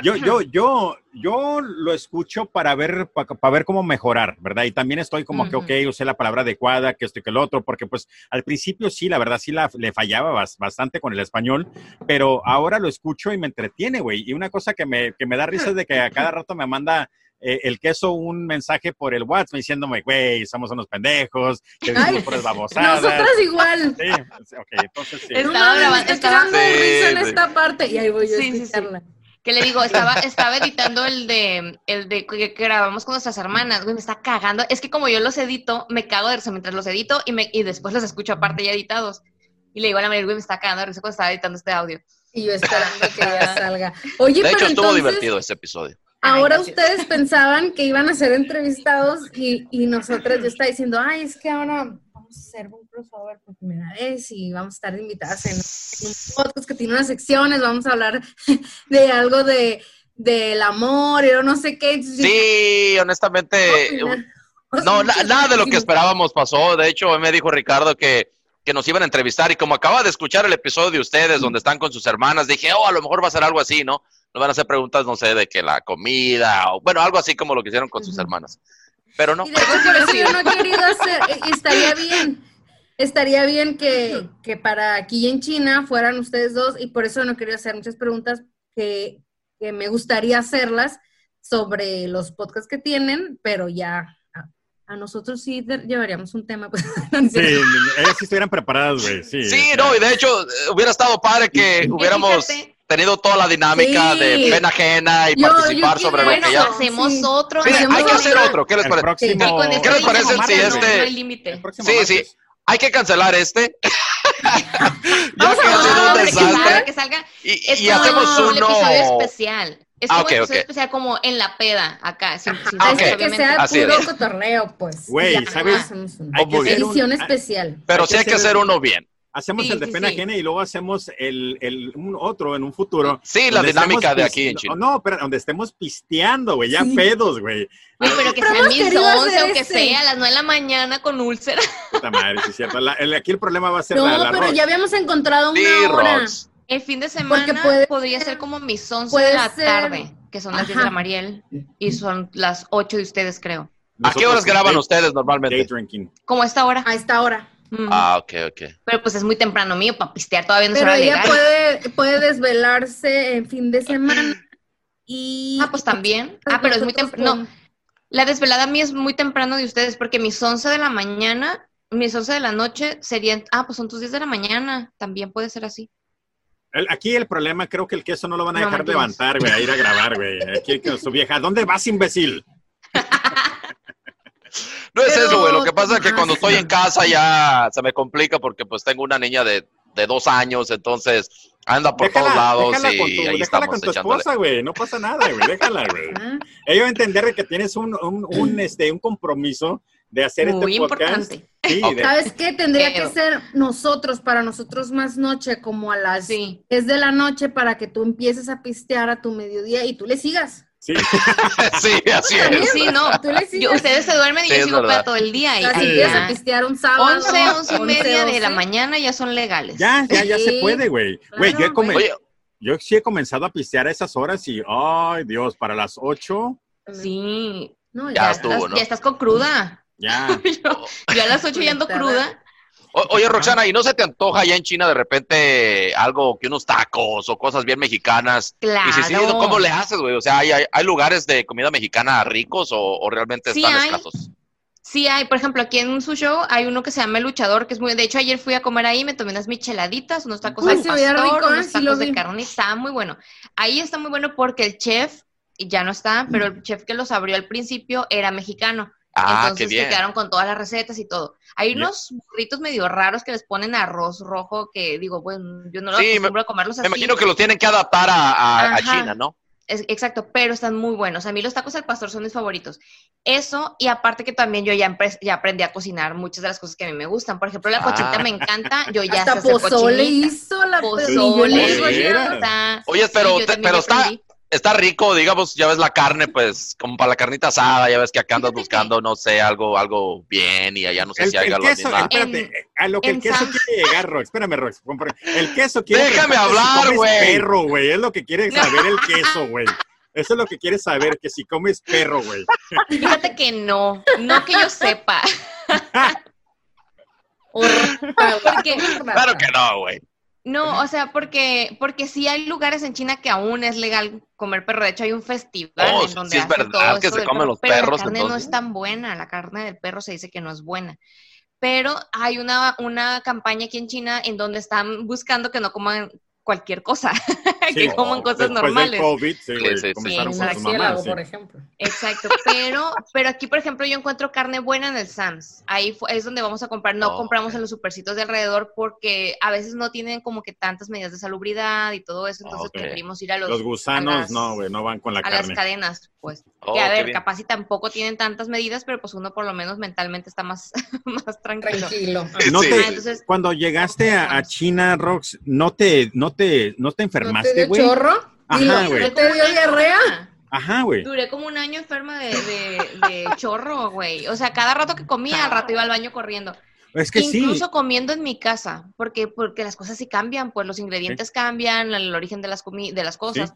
S2: Yo, yo, yo, yo lo escucho para ver, para, ver cómo mejorar, ¿verdad? Y también estoy como
S5: Ujú.
S2: que, ok, usé la palabra adecuada, que esto y que el otro, porque pues al principio sí, la verdad sí la, le fallaba bas- bastante con el español, pero ahora lo escucho y me entretiene, güey. Y una cosa que me, que me da risa es de que a cada rato me manda eh, el queso un mensaje por el WhatsApp diciéndome, güey, somos unos pendejos, que decimos
S3: Ay,
S2: puras babosadas.
S3: Nosotras igual.
S2: Sí, ok, entonces sí.
S5: Es-
S3: No
S5: Estaba
S3: mames, me
S5: grabando,
S3: estoy
S5: estaba-
S3: quedando de risa en
S4: Sí, sí.
S3: esta parte. Y ahí voy yo
S5: Sí,
S3: a
S5: sí, sí.
S3: escucharla.
S5: Que le digo, estaba, estaba editando el de, el de que, que grabamos con nuestras hermanas, güey, me está cagando. Es que como yo los edito, me cago de risa mientras los edito y, me, y después los escucho aparte ya editados. Y le digo a la María, güey, me está cagando de risa cuando estaba editando este audio.
S3: Y yo esperando que ya salga. Oye,
S4: De hecho,
S3: pero
S4: estuvo
S3: entonces,
S4: divertido ese episodio.
S5: Ay,
S3: ahora
S5: gracias.
S3: ustedes pensaban que iban a ser entrevistados y, y nosotras yo estaba diciendo, ay, es que ahora vamos a hacer un crossover por primera vez y vamos a estar invitadas en, en un podcast que tiene unas secciones, vamos a hablar de algo de del amor o no sé qué. Entonces,
S4: Sí, honestamente,
S3: yo-
S4: No, na- nada de lo que esperábamos pasó. De hecho, hoy me dijo Ricardo que, que nos iban a entrevistar y como acaba de escuchar el episodio de ustedes donde están con sus hermanas, dije, oh, a lo mejor va a ser algo así, ¿no? Nos van a hacer preguntas, no sé, de que la comida o bueno, algo así como lo que hicieron con sus
S5: Ujú.
S4: hermanas. Pero no.
S3: Y de hecho, por eso yo no he querido hacer, eh, y- y estaría bien, estaría bien que, que para aquí en China fueran ustedes dos, y por eso no quería hacer muchas preguntas que, que me gustaría hacerlas sobre los podcasts que tienen, pero ya a, a nosotros sí de- llevaríamos un tema. Pues,
S2: Sí, ellas sí estuvieran preparadas, güey. Sí,
S4: Sí,
S2: o sea,
S4: no, y de hecho, eh, hubiera estado padre que hubiéramos
S5: fíjate-
S4: tenido toda la dinámica
S3: Sí.
S4: de pena ajena y
S3: Yo- yo
S4: participar
S3: quiero
S4: sobre lo
S5: Bueno,
S4: que
S3: eso.
S4: ya.
S5: hacemos
S3: Sí.
S5: otro.
S4: Sí,
S3: hacemos
S4: hay que
S3: otro.
S4: hacer otro, ¿qué les
S2: el
S4: parece?
S2: próximo-
S5: Y con
S4: ¿Qué les
S5: esto
S4: parece si
S5: hicimos martes,
S4: este-
S5: No, no hay
S2: El
S5: límite.
S2: próximo
S4: Sí,
S2: martes.
S4: sí. Hay que cancelar este. ya
S3: Vamos
S4: que
S3: a
S4: ha sido un
S3: hablar de
S5: que salga,
S4: desastre.
S5: que salga.
S4: Y,
S5: Es
S4: y
S5: como
S4: hacemos
S5: un episodio
S4: uno.
S5: especial. Es
S4: Ah,
S5: como
S4: ok,
S5: un
S4: ok.
S5: episodio especial como en la peda, acá. sin- sin
S4: Ah, ok.
S5: sexo,
S3: Así que
S5: obviamente.
S3: sea
S4: Así
S3: puro
S4: es.
S3: cotorreo, pues.
S2: Güey,
S3: Ya,
S2: ¿sabes?
S3: hacemos una
S2: Hay que
S4: Muy bien.
S2: hacer un-
S3: Edición
S2: ah,
S3: especial.
S4: Pero
S2: Hay
S4: sí
S2: que
S4: hay que
S2: hacer-
S4: hacer uno bien.
S2: Hacemos
S5: Sí,
S2: el de
S5: sí,
S2: pena
S5: sí.
S2: ajena y luego hacemos el, el- un otro en un futuro.
S4: Sí, la
S2: donde
S4: dinámica
S2: estemos
S4: de
S2: pis-
S4: aquí en Chile.
S2: No, pero donde estemos pisteando, güey, ya
S3: Sí.
S2: pedos, güey.
S5: Güey, pero que
S3: Pero
S5: sean
S3: hemos
S5: mis
S3: querido
S5: 11,
S3: hacer
S5: aunque
S3: ese.
S5: sea a las 9 de la mañana con úlcera.
S2: Puta madre, sí es cierto. La- el- aquí el problema va a ser
S3: No,
S2: la, la
S3: pero
S2: Rox.
S3: ya habíamos encontrado una
S4: Sí,
S3: hora.
S4: Rox.
S5: El fin de semana
S3: puede
S5: podría
S3: ser-
S5: ser como mis 11
S3: puede
S5: de la
S3: ser-
S5: tarde, que son las 10 de la
S3: Ajá.
S5: Mariel, y son las 8 de ustedes, creo.
S4: ¿A qué
S2: Nosotros
S4: horas graban
S2: day-
S4: ustedes
S2: Day
S4: normalmente?
S2: drinking.
S5: Como a esta hora.
S3: A esta hora.
S5: Mm.
S4: Ah, ok, ok.
S5: Pero pues es muy temprano mío para pistear todavía no es
S3: Pero
S5: hora
S3: ella
S5: legal.
S3: puede, puede desvelarse en fin de semana y...
S5: Ah, pues también. Ah, pero es muy temprano. No, la desvelada mía es muy temprano de ustedes, porque mis 11 de la mañana, mis 11 de la noche serían. Ah, pues son tus 10 de la mañana. También puede ser así.
S2: El- aquí el problema, creo que el queso no lo van a
S5: No,
S2: dejar
S5: mentiras.
S2: levantar, güey, a ir a grabar, güey. Aquí con su vieja. ¿Dónde vas, imbécil?
S4: No es
S3: Pero-
S4: eso, güey. Lo que pasa es que
S3: Ah,
S4: cuando
S3: sí.
S4: estoy en casa ya se me complica porque pues tengo una niña de, de dos años, entonces anda por todos lados
S2: déjala
S4: y
S2: con tu, déjala
S4: ahí
S2: con
S4: estamos
S2: tu
S4: echándole.
S2: esposa, güey. No pasa nada, güey. Déjala, güey.
S3: Ah,
S2: Ella va a entender que tienes un, un, un, este, un compromiso de hacer
S5: Muy
S2: este podcast.
S5: importante.
S2: Sí,
S4: Ok.
S2: de-
S3: ¿Sabes qué? Tendría
S5: Pero-
S3: que ser nosotros, para nosotros más noche, como a las
S5: Sí.
S3: 10 de la noche, para que tú empieces a pistear a tu mediodía y tú le sigas.
S2: sí.
S4: sí, así
S3: También.
S4: es.
S5: Sí, no.
S3: Tú le
S5: Yo-
S3: sigas.
S5: ustedes se duermen y
S4: Sí,
S5: yo
S4: es
S5: sigo
S4: verdad.
S5: para todo el día. Y
S3: O sea, si
S2: Sí.
S3: empiezas
S5: ya
S3: a pistear un sábado.
S5: 11, 11 y media de la
S3: 11,
S5: mañana ya son legales.
S2: Ya, ya, ya se
S3: Sí,
S2: puede, güey.
S5: Ah,
S2: Güey, yo, he
S3: claro,
S2: come-
S4: Oye,
S2: yo sí he comenzado a pistear a esas horas y, ay, Dios, para las 8,
S5: Sí.
S3: No,
S4: Ya
S5: Ya,
S4: estuvo,
S5: estás,
S4: ¿no?
S5: ya estás con cruda.
S2: ya.
S5: yo, yo a las 8 ya ando cruda.
S4: o- oye, Roxana, ¿y no se te antoja allá en China de repente algo que unos tacos o cosas bien mexicanas?
S5: Claro.
S4: Y si sí, ¿cómo le haces, güey? O sea, ¿hay, hay, hay lugares de comida mexicana ricos o, o realmente
S5: Sí,
S4: están
S5: hay.
S4: escasos?
S5: Sí, hay, por ejemplo, aquí en su show hay uno que se llama El Luchador, que es muy. De hecho, ayer fui a comer ahí, me tomé unas micheladitas, unos tacos
S3: Uy,
S5: al
S3: se veía
S5: pastor,
S3: rico, ¿eh?
S5: unos
S3: Sí lo
S5: tacos
S3: vi.
S5: de carne, está muy bueno. Ahí está muy bueno porque el chef y ya no está, pero
S4: Mm.
S5: el chef que los abrió al principio era mexicano.
S4: Ah,
S5: Entonces
S4: qué bien.
S5: se quedaron con todas las recetas y todo. Hay
S2: Ya.
S5: unos burritos medio raros que les ponen arroz rojo que digo, bueno, yo no los
S4: Sí, me-
S5: acostumbro a comerlos así.
S4: Me imagino que lo tienen que adaptar a, a- a
S5: Ajá.
S4: China, ¿no?
S5: Es- exacto, pero están muy buenos. A mí los tacos al pastor son mis favoritos. Eso, y aparte que también yo ya, empre- ya aprendí a cocinar muchas de las cosas que a mí me gustan. Por ejemplo, la
S4: Ah.
S5: cochinita me encanta. Yo ya
S3: Hasta
S5: sé hacer
S3: pozole
S5: cochinita,
S3: hizo la
S5: pozole,
S2: Sí, yo le digo,
S5: pozole, está-
S4: Oye,
S5: sí,
S4: pero
S5: yo
S4: te-
S5: también
S4: pero
S5: ya
S4: está-
S5: aprendí.
S4: Está rico, digamos, ya ves la carne, pues, como para la carnita asada, ya ves que acá andas
S5: Fíjate
S4: buscando, no sé, algo, algo bien y allá no sé
S2: El,
S4: si hay
S2: el
S4: algo
S2: queso,
S4: animal.
S2: espérate,
S5: En-
S2: a lo que el
S5: en
S2: queso
S5: San-
S2: quiere llegar, Rox, espérame, Rox, compre- el queso quiere
S4: Déjame
S2: preguntar si
S4: hablar,
S2: comes
S4: güey.
S2: perro, güey, es lo que quiere
S5: No.
S2: saber el queso, güey. Eso es lo que quiere saber, que si comes perro, güey.
S5: Fíjate que no, no que yo sepa. Porque
S4: Claro que no, güey.
S5: No, o sea, porque, porque sí hay lugares en China que aún es legal comer perro. De hecho, hay un festival
S4: Oh,
S5: en donde
S4: sí es
S5: hacen
S4: verdad
S5: todo
S4: que
S5: esto
S4: se
S5: del
S4: comen
S5: perro,
S4: los
S5: pero
S4: perros,
S5: La carne no
S4: entonces.
S5: es tan buena, la carne del perro se dice que no es buena. Pero hay una, una campaña aquí en China en donde están buscando que no coman cualquier cosa, que
S2: Sí,
S5: coman
S4: Oh,
S5: cosas
S2: Después
S5: normales.
S2: del COVID, sí,
S4: Sí,
S2: güey,
S4: sí, sí.
S2: comenzaron con su mamá,
S3: murciélago,
S2: sí.
S3: por ejemplo.
S5: Exacto, pero, pero aquí, por ejemplo, yo encuentro carne buena en el Sams. Ahí fu- es donde vamos a comprar. No
S4: Oh,
S5: compramos
S4: ok.
S5: en los supercitos de alrededor porque a veces no tienen como que tantas medidas de salubridad y todo eso. Entonces
S4: Ok.
S5: preferimos ir a los,
S2: Los gusanos,
S5: a las-
S2: no, güey, no van con la
S5: a las
S2: carne.
S5: cadenas, pues.
S4: Oh,
S5: que a
S4: qué
S5: ver,
S4: bien.
S5: capaz y tampoco tienen tantas medidas, pero pues uno por lo menos mentalmente está más, más tranquilo.
S3: Tranquilo.
S2: No
S4: Sí.
S5: Ah,
S2: te-
S5: entonces,
S2: Cuando llegaste a, a China, Rox, ¿no te, no te, no te
S3: ¿No te
S2: enfermaste,
S3: dio
S2: güey?
S3: chorro? Dilo,
S2: Ajá, güey.
S3: ¿No te dio diarrea? Ah,
S2: Ajá, güey.
S5: duré como un año enferma de, de- de chorro, güey. O sea, cada rato que comía, al rato iba al baño corriendo.
S2: Es que sí.
S5: Incluso comiendo en mi casa, porque, porque las cosas sí cambian, pues los ingredientes cambian, el origen de las, comi- de las cosas.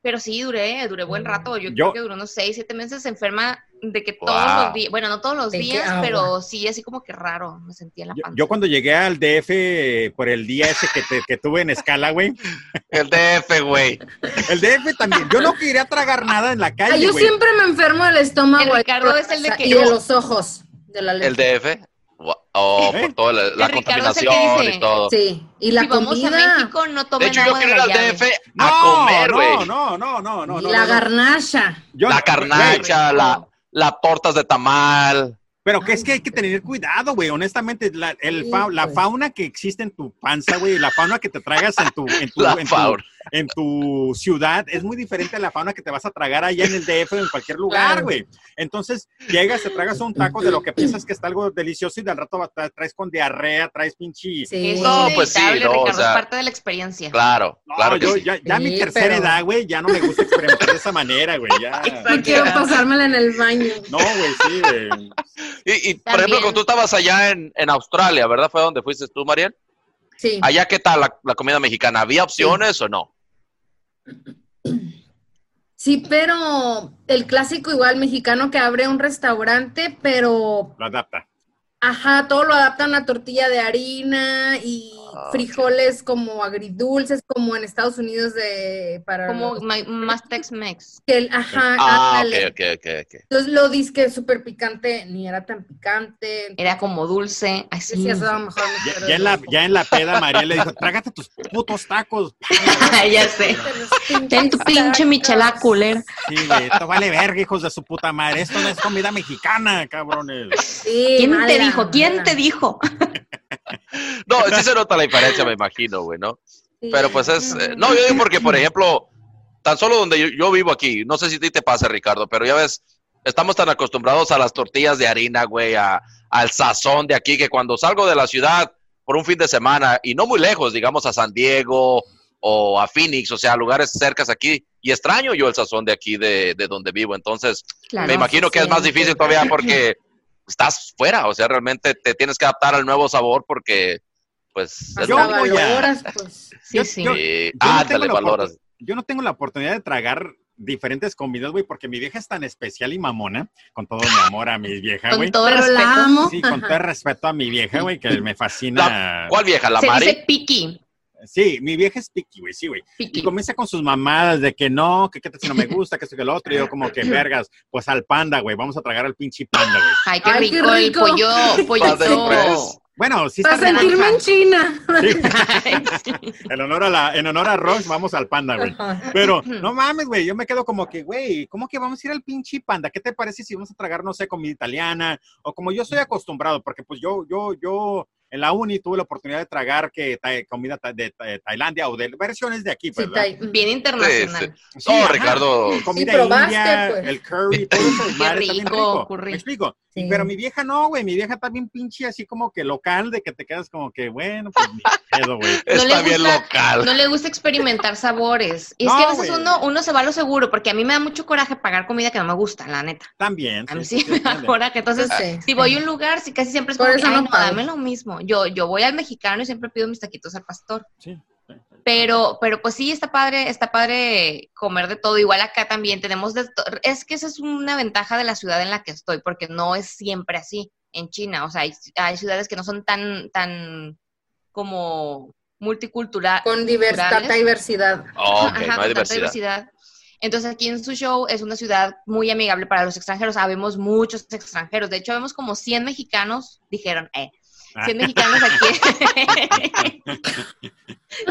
S5: Pero sí, duré, duré buen rato. Yo,
S2: Yo-
S5: creo que duró unos seis, siete meses enferma de que todos
S4: Wow.
S5: los días, bueno, no todos los
S3: ¿De qué
S5: días,
S3: agua?
S5: pero sí, así como que raro, me sentía en la
S2: Yo,
S5: panza.
S2: yo cuando llegué al DF eh, por el día ese que, te- que tuve en escala, güey,
S4: El DF, güey.
S2: el DF también, yo no quería tragar nada en la
S3: Ah,
S2: calle,
S3: yo
S2: güey.
S3: siempre me enfermo del
S5: El
S3: estómago. eh,
S5: Ricardo es el de que-
S3: Y de los ojos. De la
S4: El
S3: leche.
S4: DF. Gua- Oh,
S2: ¿Eh?
S4: por toda la, la
S5: El Ricardo es el que
S4: contaminación
S5: dice,
S4: y todo.
S3: Sí. Y la
S5: si vamos
S3: comida.
S5: a México, no
S4: De
S5: tomen
S4: hecho, yo
S5: agua de
S4: quiero ir
S5: la
S4: al
S5: llave.
S4: DF a
S2: No,
S4: comer, güey.
S2: no, no, no, no, no,
S3: y
S2: no.
S3: la
S2: no.
S3: garnacha.
S2: Yo-
S4: La
S2: güey,
S4: carnacha, la, la tortas de tamal.
S2: Pero que es que hay que tener cuidado, güey. Honestamente, la, el
S3: Sí, pues.
S2: fa- la
S3: güey.
S2: fauna que existe en tu panza, güey, la fauna que te tragas en tu, en tu,
S4: La
S2: en tu-
S4: fauna.
S2: en tu ciudad es muy diferente a la fauna que te vas a tragar allá en el DF o en cualquier lugar,
S3: Claro.
S2: güey. Entonces, llegas, te tragas un taco de lo que piensas que está algo delicioso y de al rato va- tra- traes con diarrea, traes pinche.
S3: Sí.
S5: Es
S4: No, pues sí,
S5: inevitable,
S4: no,
S5: Ricardo,
S4: o sea-
S5: es parte de la experiencia.
S4: Claro,
S2: No,
S4: claro. que
S2: yo
S4: sí.
S2: ya, ya a mi
S3: Sí,
S2: tercera
S3: pero-
S2: edad, güey, ya no me gusta experimentar de esa manera, güey. ya.
S5: Exacto.
S3: No quiero pasármela en el baño.
S2: No, güey, sí, güey.
S4: Y, y, por ejemplo,
S5: También-
S4: cuando tú estabas allá en, en Australia, ¿verdad? Fue donde fuiste tú, Mariel.
S3: Sí.
S4: Allá, ¿qué tal la, la comida mexicana? ¿Había opciones o no?
S3: Sí, pero el clásico igual mexicano que abre un restaurante, pero
S2: Lo adapta.
S3: ajá, todo lo adaptan a tortilla de harina y
S4: Ah,
S3: frijoles como agridulces, como en Estados Unidos de para
S5: Como
S3: los-
S5: ma- más Tex-Mex.
S3: que el- ajá,
S4: Ah,
S3: ándale.
S4: ok, ok, ok. ok.
S3: Entonces lo disque súper picante, ni era tan picante.
S5: Era como dulce, así.
S3: Decías, "Ah, mejor me
S2: Ya,
S3: espero
S2: ya en la,
S3: de los-
S2: ya en la peda, María le dijo, trágate tus putos tacos.
S5: ya sé.
S3: de los pinches
S5: Ten tu pinche
S3: tacos".
S5: michelada culera.
S2: Sí, güey, esto vale verga, hijos de su puta madre. Esto no es comida mexicana, cabrones.
S3: Sí,
S5: ¿Quién
S3: mala,
S5: te dijo? ¿Quién
S3: mala.
S5: te dijo?
S4: No, sí se nota la diferencia, me imagino, güey, ¿no?
S3: Sí.
S4: Pero pues es... eh, No, yo digo porque, por ejemplo, tan solo donde yo, yo vivo aquí, no sé si a ti te pasa, Ricardo, pero ya ves, Estamos tan acostumbrados a las tortillas de harina, güey, a, al sazón de aquí, que cuando salgo de la ciudad por un fin de semana, y no muy lejos, digamos a San Diego o a Phoenix, o sea, lugares cercas aquí, y extraño yo el sazón de aquí, de, de donde vivo. Entonces,
S5: Claro,
S4: me imagino
S5: sí,
S4: que es más
S5: sí,
S4: difícil
S5: sí.
S4: todavía porque estás fuera, o sea, realmente te tienes que adaptar al nuevo sabor porque, pues, es
S3: Hasta
S2: Yo
S4: lo-
S2: digo ya.
S3: valoras, pues.
S5: Sí,
S2: Yo-
S5: sí.
S2: yo-
S4: eh,
S2: Yo no tengo
S4: ándale,
S2: la
S4: valoras.
S2: oportu- Yo no tengo la oportunidad de tragar diferentes comidas, güey, porque mi vieja es tan especial y mamona, con todo mi amor a mi vieja,
S5: Con
S2: Ah, güey.
S5: todo
S3: Pero
S5: respeto.
S3: la amo.
S2: Sí, con todo el respeto a mi vieja, güey, que me fascina.
S4: ¿Cuál vieja? ¿La
S5: Se
S4: Mari?
S5: dice piqui.
S2: Sí, mi vieja es picky, güey, sí, güey. Y
S5: Piqui.
S2: comienza con sus mamadas de que no, que qué tal si no me gusta, que esto que lo otro. Y yo como que, vergas, pues al panda, güey, vamos a tragar al pinche panda, güey.
S5: Ay, qué
S3: Ay, qué
S5: rico, el
S3: rico.
S5: pollo,
S4: Padre,
S5: pollito.
S2: Bueno, sí está
S3: Para
S2: rico.
S3: sentirme en China.
S2: Sí,
S5: Ay, sí.
S2: en honor a la, en honor a Rox, vamos al panda, güey. Pues,
S3: Ajá.
S2: Pero no mames, güey, yo me quedo como que, güey, ¿cómo que vamos a ir al pinche panda? ¿Qué te parece si vamos a tragar, no sé, comida italiana? O como yo estoy acostumbrado, porque pues yo, yo, yo en la uni tuve la oportunidad de tragar que ta- comida ta- de, ta- de Tailandia o de versiones de aquí,
S3: Sí,
S2: pues.
S3: está
S2: ¿verdad?
S3: ahí.
S5: Bien internacional.
S2: Sí,
S4: Oh,
S2: ajá.
S4: Ricardo.
S2: Comida
S3: probaste,
S2: india,
S3: pues.
S2: el curry, todo eso, madre, está bien
S5: rico,
S2: rico.
S5: curry.
S2: ¿Me explico?
S3: Sí.
S2: Pero mi vieja no, güey, mi vieja está bien pinche, así como que local, de que te quedas como que, bueno, pues ni pedo, güey.
S5: No le
S4: Está bien
S5: gusta-
S4: local.
S5: No le gusta experimentar sabores. Y es
S2: No,
S5: que a veces
S2: güey.
S5: uno, uno se va a lo seguro, porque a mí me da mucho coraje pagar comida que no me gusta, la neta.
S2: También.
S5: A mí
S2: sí,
S5: Ah, sí
S2: sí,
S5: me da
S2: entiende.
S5: coraje. Entonces,
S3: Sí.
S5: si voy a un lugar, sí, casi siempre es
S3: Por
S5: como que,
S3: eso
S5: "Ay,
S3: no
S5: no,
S3: pago".
S5: dame lo mismo. Yo, yo voy al mexicano y siempre pido mis taquitos al pastor.
S2: Sí, sí.
S5: Pero, pero pues sí, está padre, está padre comer de todo. Igual acá también tenemos de to- Es que esa es una ventaja de la ciudad en la que estoy, porque no es siempre así en China. O sea, hay, hay ciudades que no son tan, tan como multicultural,
S3: Con divers-
S5: Culturales.
S3: tanta diversidad.
S4: Oh, ok, no
S5: Ajá, con
S4: hay
S5: tanta
S4: diversidad.
S5: diversidad. Entonces aquí en su show es una ciudad muy amigable para los extranjeros. Habemos muchos extranjeros. De hecho, vemos como 100 mexicanos, dijeron, eh,
S4: Ah.
S5: 100 mexicanos aquí.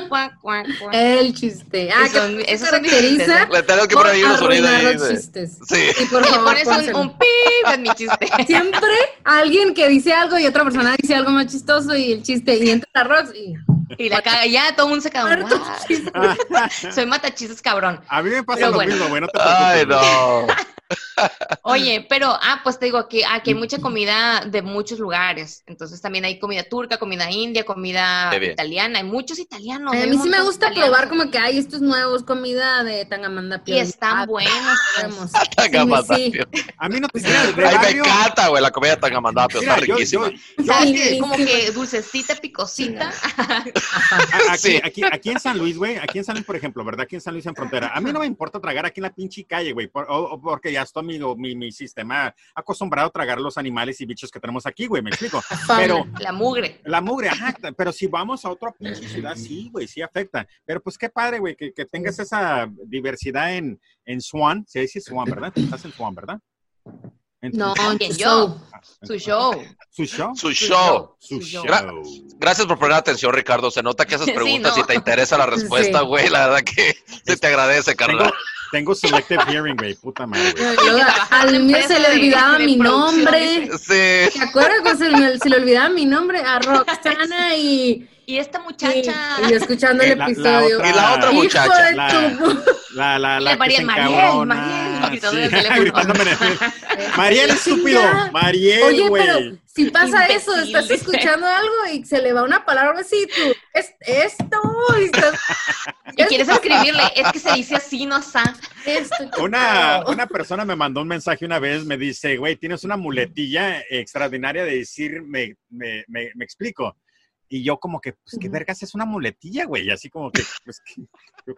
S5: Cuac, cuac, cuac.
S3: El chiste. Ah,
S5: Que son-
S3: que
S5: esos
S3: se
S5: son chistes,
S3: caracteriza
S5: ¿eh?
S4: Le tengo que
S3: por
S4: prohibir los sonidos
S3: arruinar
S4: ahí
S3: los
S4: de-
S3: chistes.
S4: Sí.
S3: Y por
S5: Y
S3: favor,
S5: pones un,
S3: pónselo.
S5: un pip en mi chiste.
S3: Siempre alguien que dice algo y otra persona dice algo más chistoso y el chiste y entra la Rox y
S5: Y la caga, ya todo el mundo se caga.
S3: Muerto
S5: "Guau,
S3: chiste.
S5: Soy matachistes cabrón.
S2: A mí me pasa
S5: Pero
S2: lo
S5: bueno.
S2: mismo, güey, no te
S4: Ay,
S2: preocupes, güey.
S4: no.
S5: Oye, pero, ah, pues te digo que aquí hay mucha comida de muchos lugares. Entonces también hay comida turca, comida india, comida
S4: Qué bien.
S5: italiana. Hay muchos italianos.
S3: A
S5: hay
S3: mí
S5: un
S3: sí me
S5: montón de
S3: gusta
S5: italianos.
S3: probar como que hay estos nuevos comida de Tangamanda
S5: Y
S3: Ah,
S5: están buenos.
S3: Vemos.
S4: Tangamandapio.
S2: A mí no te creas, de
S4: Ay, me
S2: barrio.
S4: encanta, güey, la comida de tangamandapio. Está
S2: mira, yo-
S4: riquísima.
S2: yo-
S5: ¿Sabes
S3: Sí,
S5: qué? Como
S3: sí.
S5: que dulcecita, picosita.
S2: a- aquí,
S4: Sí.
S2: aquí, aquí en San Luis, güey, aquí en San Luis, por ejemplo, ¿verdad? Aquí en San Luis en Frontera. A mí no me importa tragar aquí en la pinche calle, güey, por- o- o porque ya está mi, mi, mi sistema acostumbrado a tragar los animales y bichos que tenemos aquí, güey, me explico. Pero
S5: ah, La mugre.
S2: la mugre, ajá, t- pero si vamos a otra pinche ciudad, sí, güey, sí afecta. Pero pues qué padre, güey, que, que tengas esa diversidad en, en Swan. Se dice Swan, ¿verdad? Estás en Swan, ¿verdad? En tu-
S3: No, pues,
S5: ¿Quién,
S3: su
S5: yo?
S3: show.
S5: Su show.
S2: ¿Su show?
S4: Su show.
S2: Su
S5: show.
S2: show.
S4: Gracias por poner atención, Ricardo. Se nota que haces
S5: Sí,
S4: preguntas
S5: ¿no?
S4: y te interesa la respuesta,
S3: Sí.
S4: güey. La verdad que se te agradece,
S2: Tengo,
S4: carnal.
S2: tengo selective hearing, güey, puta madre, güey.
S3: Yo- Al mío se le
S5: de-
S3: olvidaba
S5: de
S3: mi
S5: producción,
S3: nombre.
S5: dice.
S4: Sí.
S3: ¿Te acuerdas cuando se me- se le olvidaba mi nombre? A Roxana y,
S5: Y esta
S3: y,
S5: muchacha.
S3: y escuchando
S2: Eh,
S3: el
S2: la- la
S3: episodio.
S2: otra-
S4: Y la otra
S3: Hijo
S4: muchacha.
S3: de
S2: la-
S3: tu-
S2: La, la, la
S5: Y Mariel, Mariel, Mariel, gritando en el teléfono.
S2: Ah, gritándome en el- Mariel, estúpido.
S3: Chinga.
S2: Mariel,
S3: Oye,
S2: güey.
S3: pero si pasa eso,
S5: Imbécil,
S3: estás
S5: dice.
S3: escuchando algo y se le va una palabra así, tú, es esto, y estás,
S5: Y quieres escribirle. Es que se dice así, no sa.
S3: esto.
S2: Una,
S3: chingado.
S2: una persona me mandó un mensaje una vez, me dice, güey, tienes una muletilla extraordinaria de decir, me, me, me, me explico. Y yo como que, pues, ¿qué vergas es una muletilla, güey? Así como que, pues, que- yo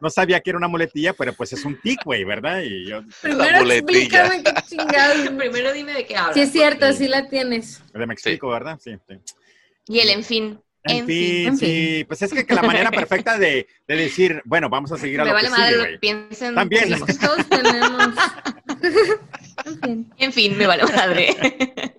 S2: no sabía que era una muletilla, pero pues es un tic, güey, ¿verdad? Y yo,
S4: La
S3: Primero
S4: muletilla.
S3: explícame qué chingados.
S5: Primero dime de
S3: Sí
S5: qué hablas.
S3: es cierto, sí la tienes.
S2: me explico, ¿verdad? Sí, sí.
S5: Y el en fin.
S2: En, fin,
S3: en
S2: sí, pues es que, que la manera perfecta de, de decir, bueno, vamos a seguir a
S5: Me
S2: lo
S5: vale
S2: que
S5: madre
S2: sigue,
S5: lo
S2: güey.
S5: que piensen.
S2: También.
S5: decimos.
S3: Todos tenemos. En fin.
S5: En fin, me vale madre.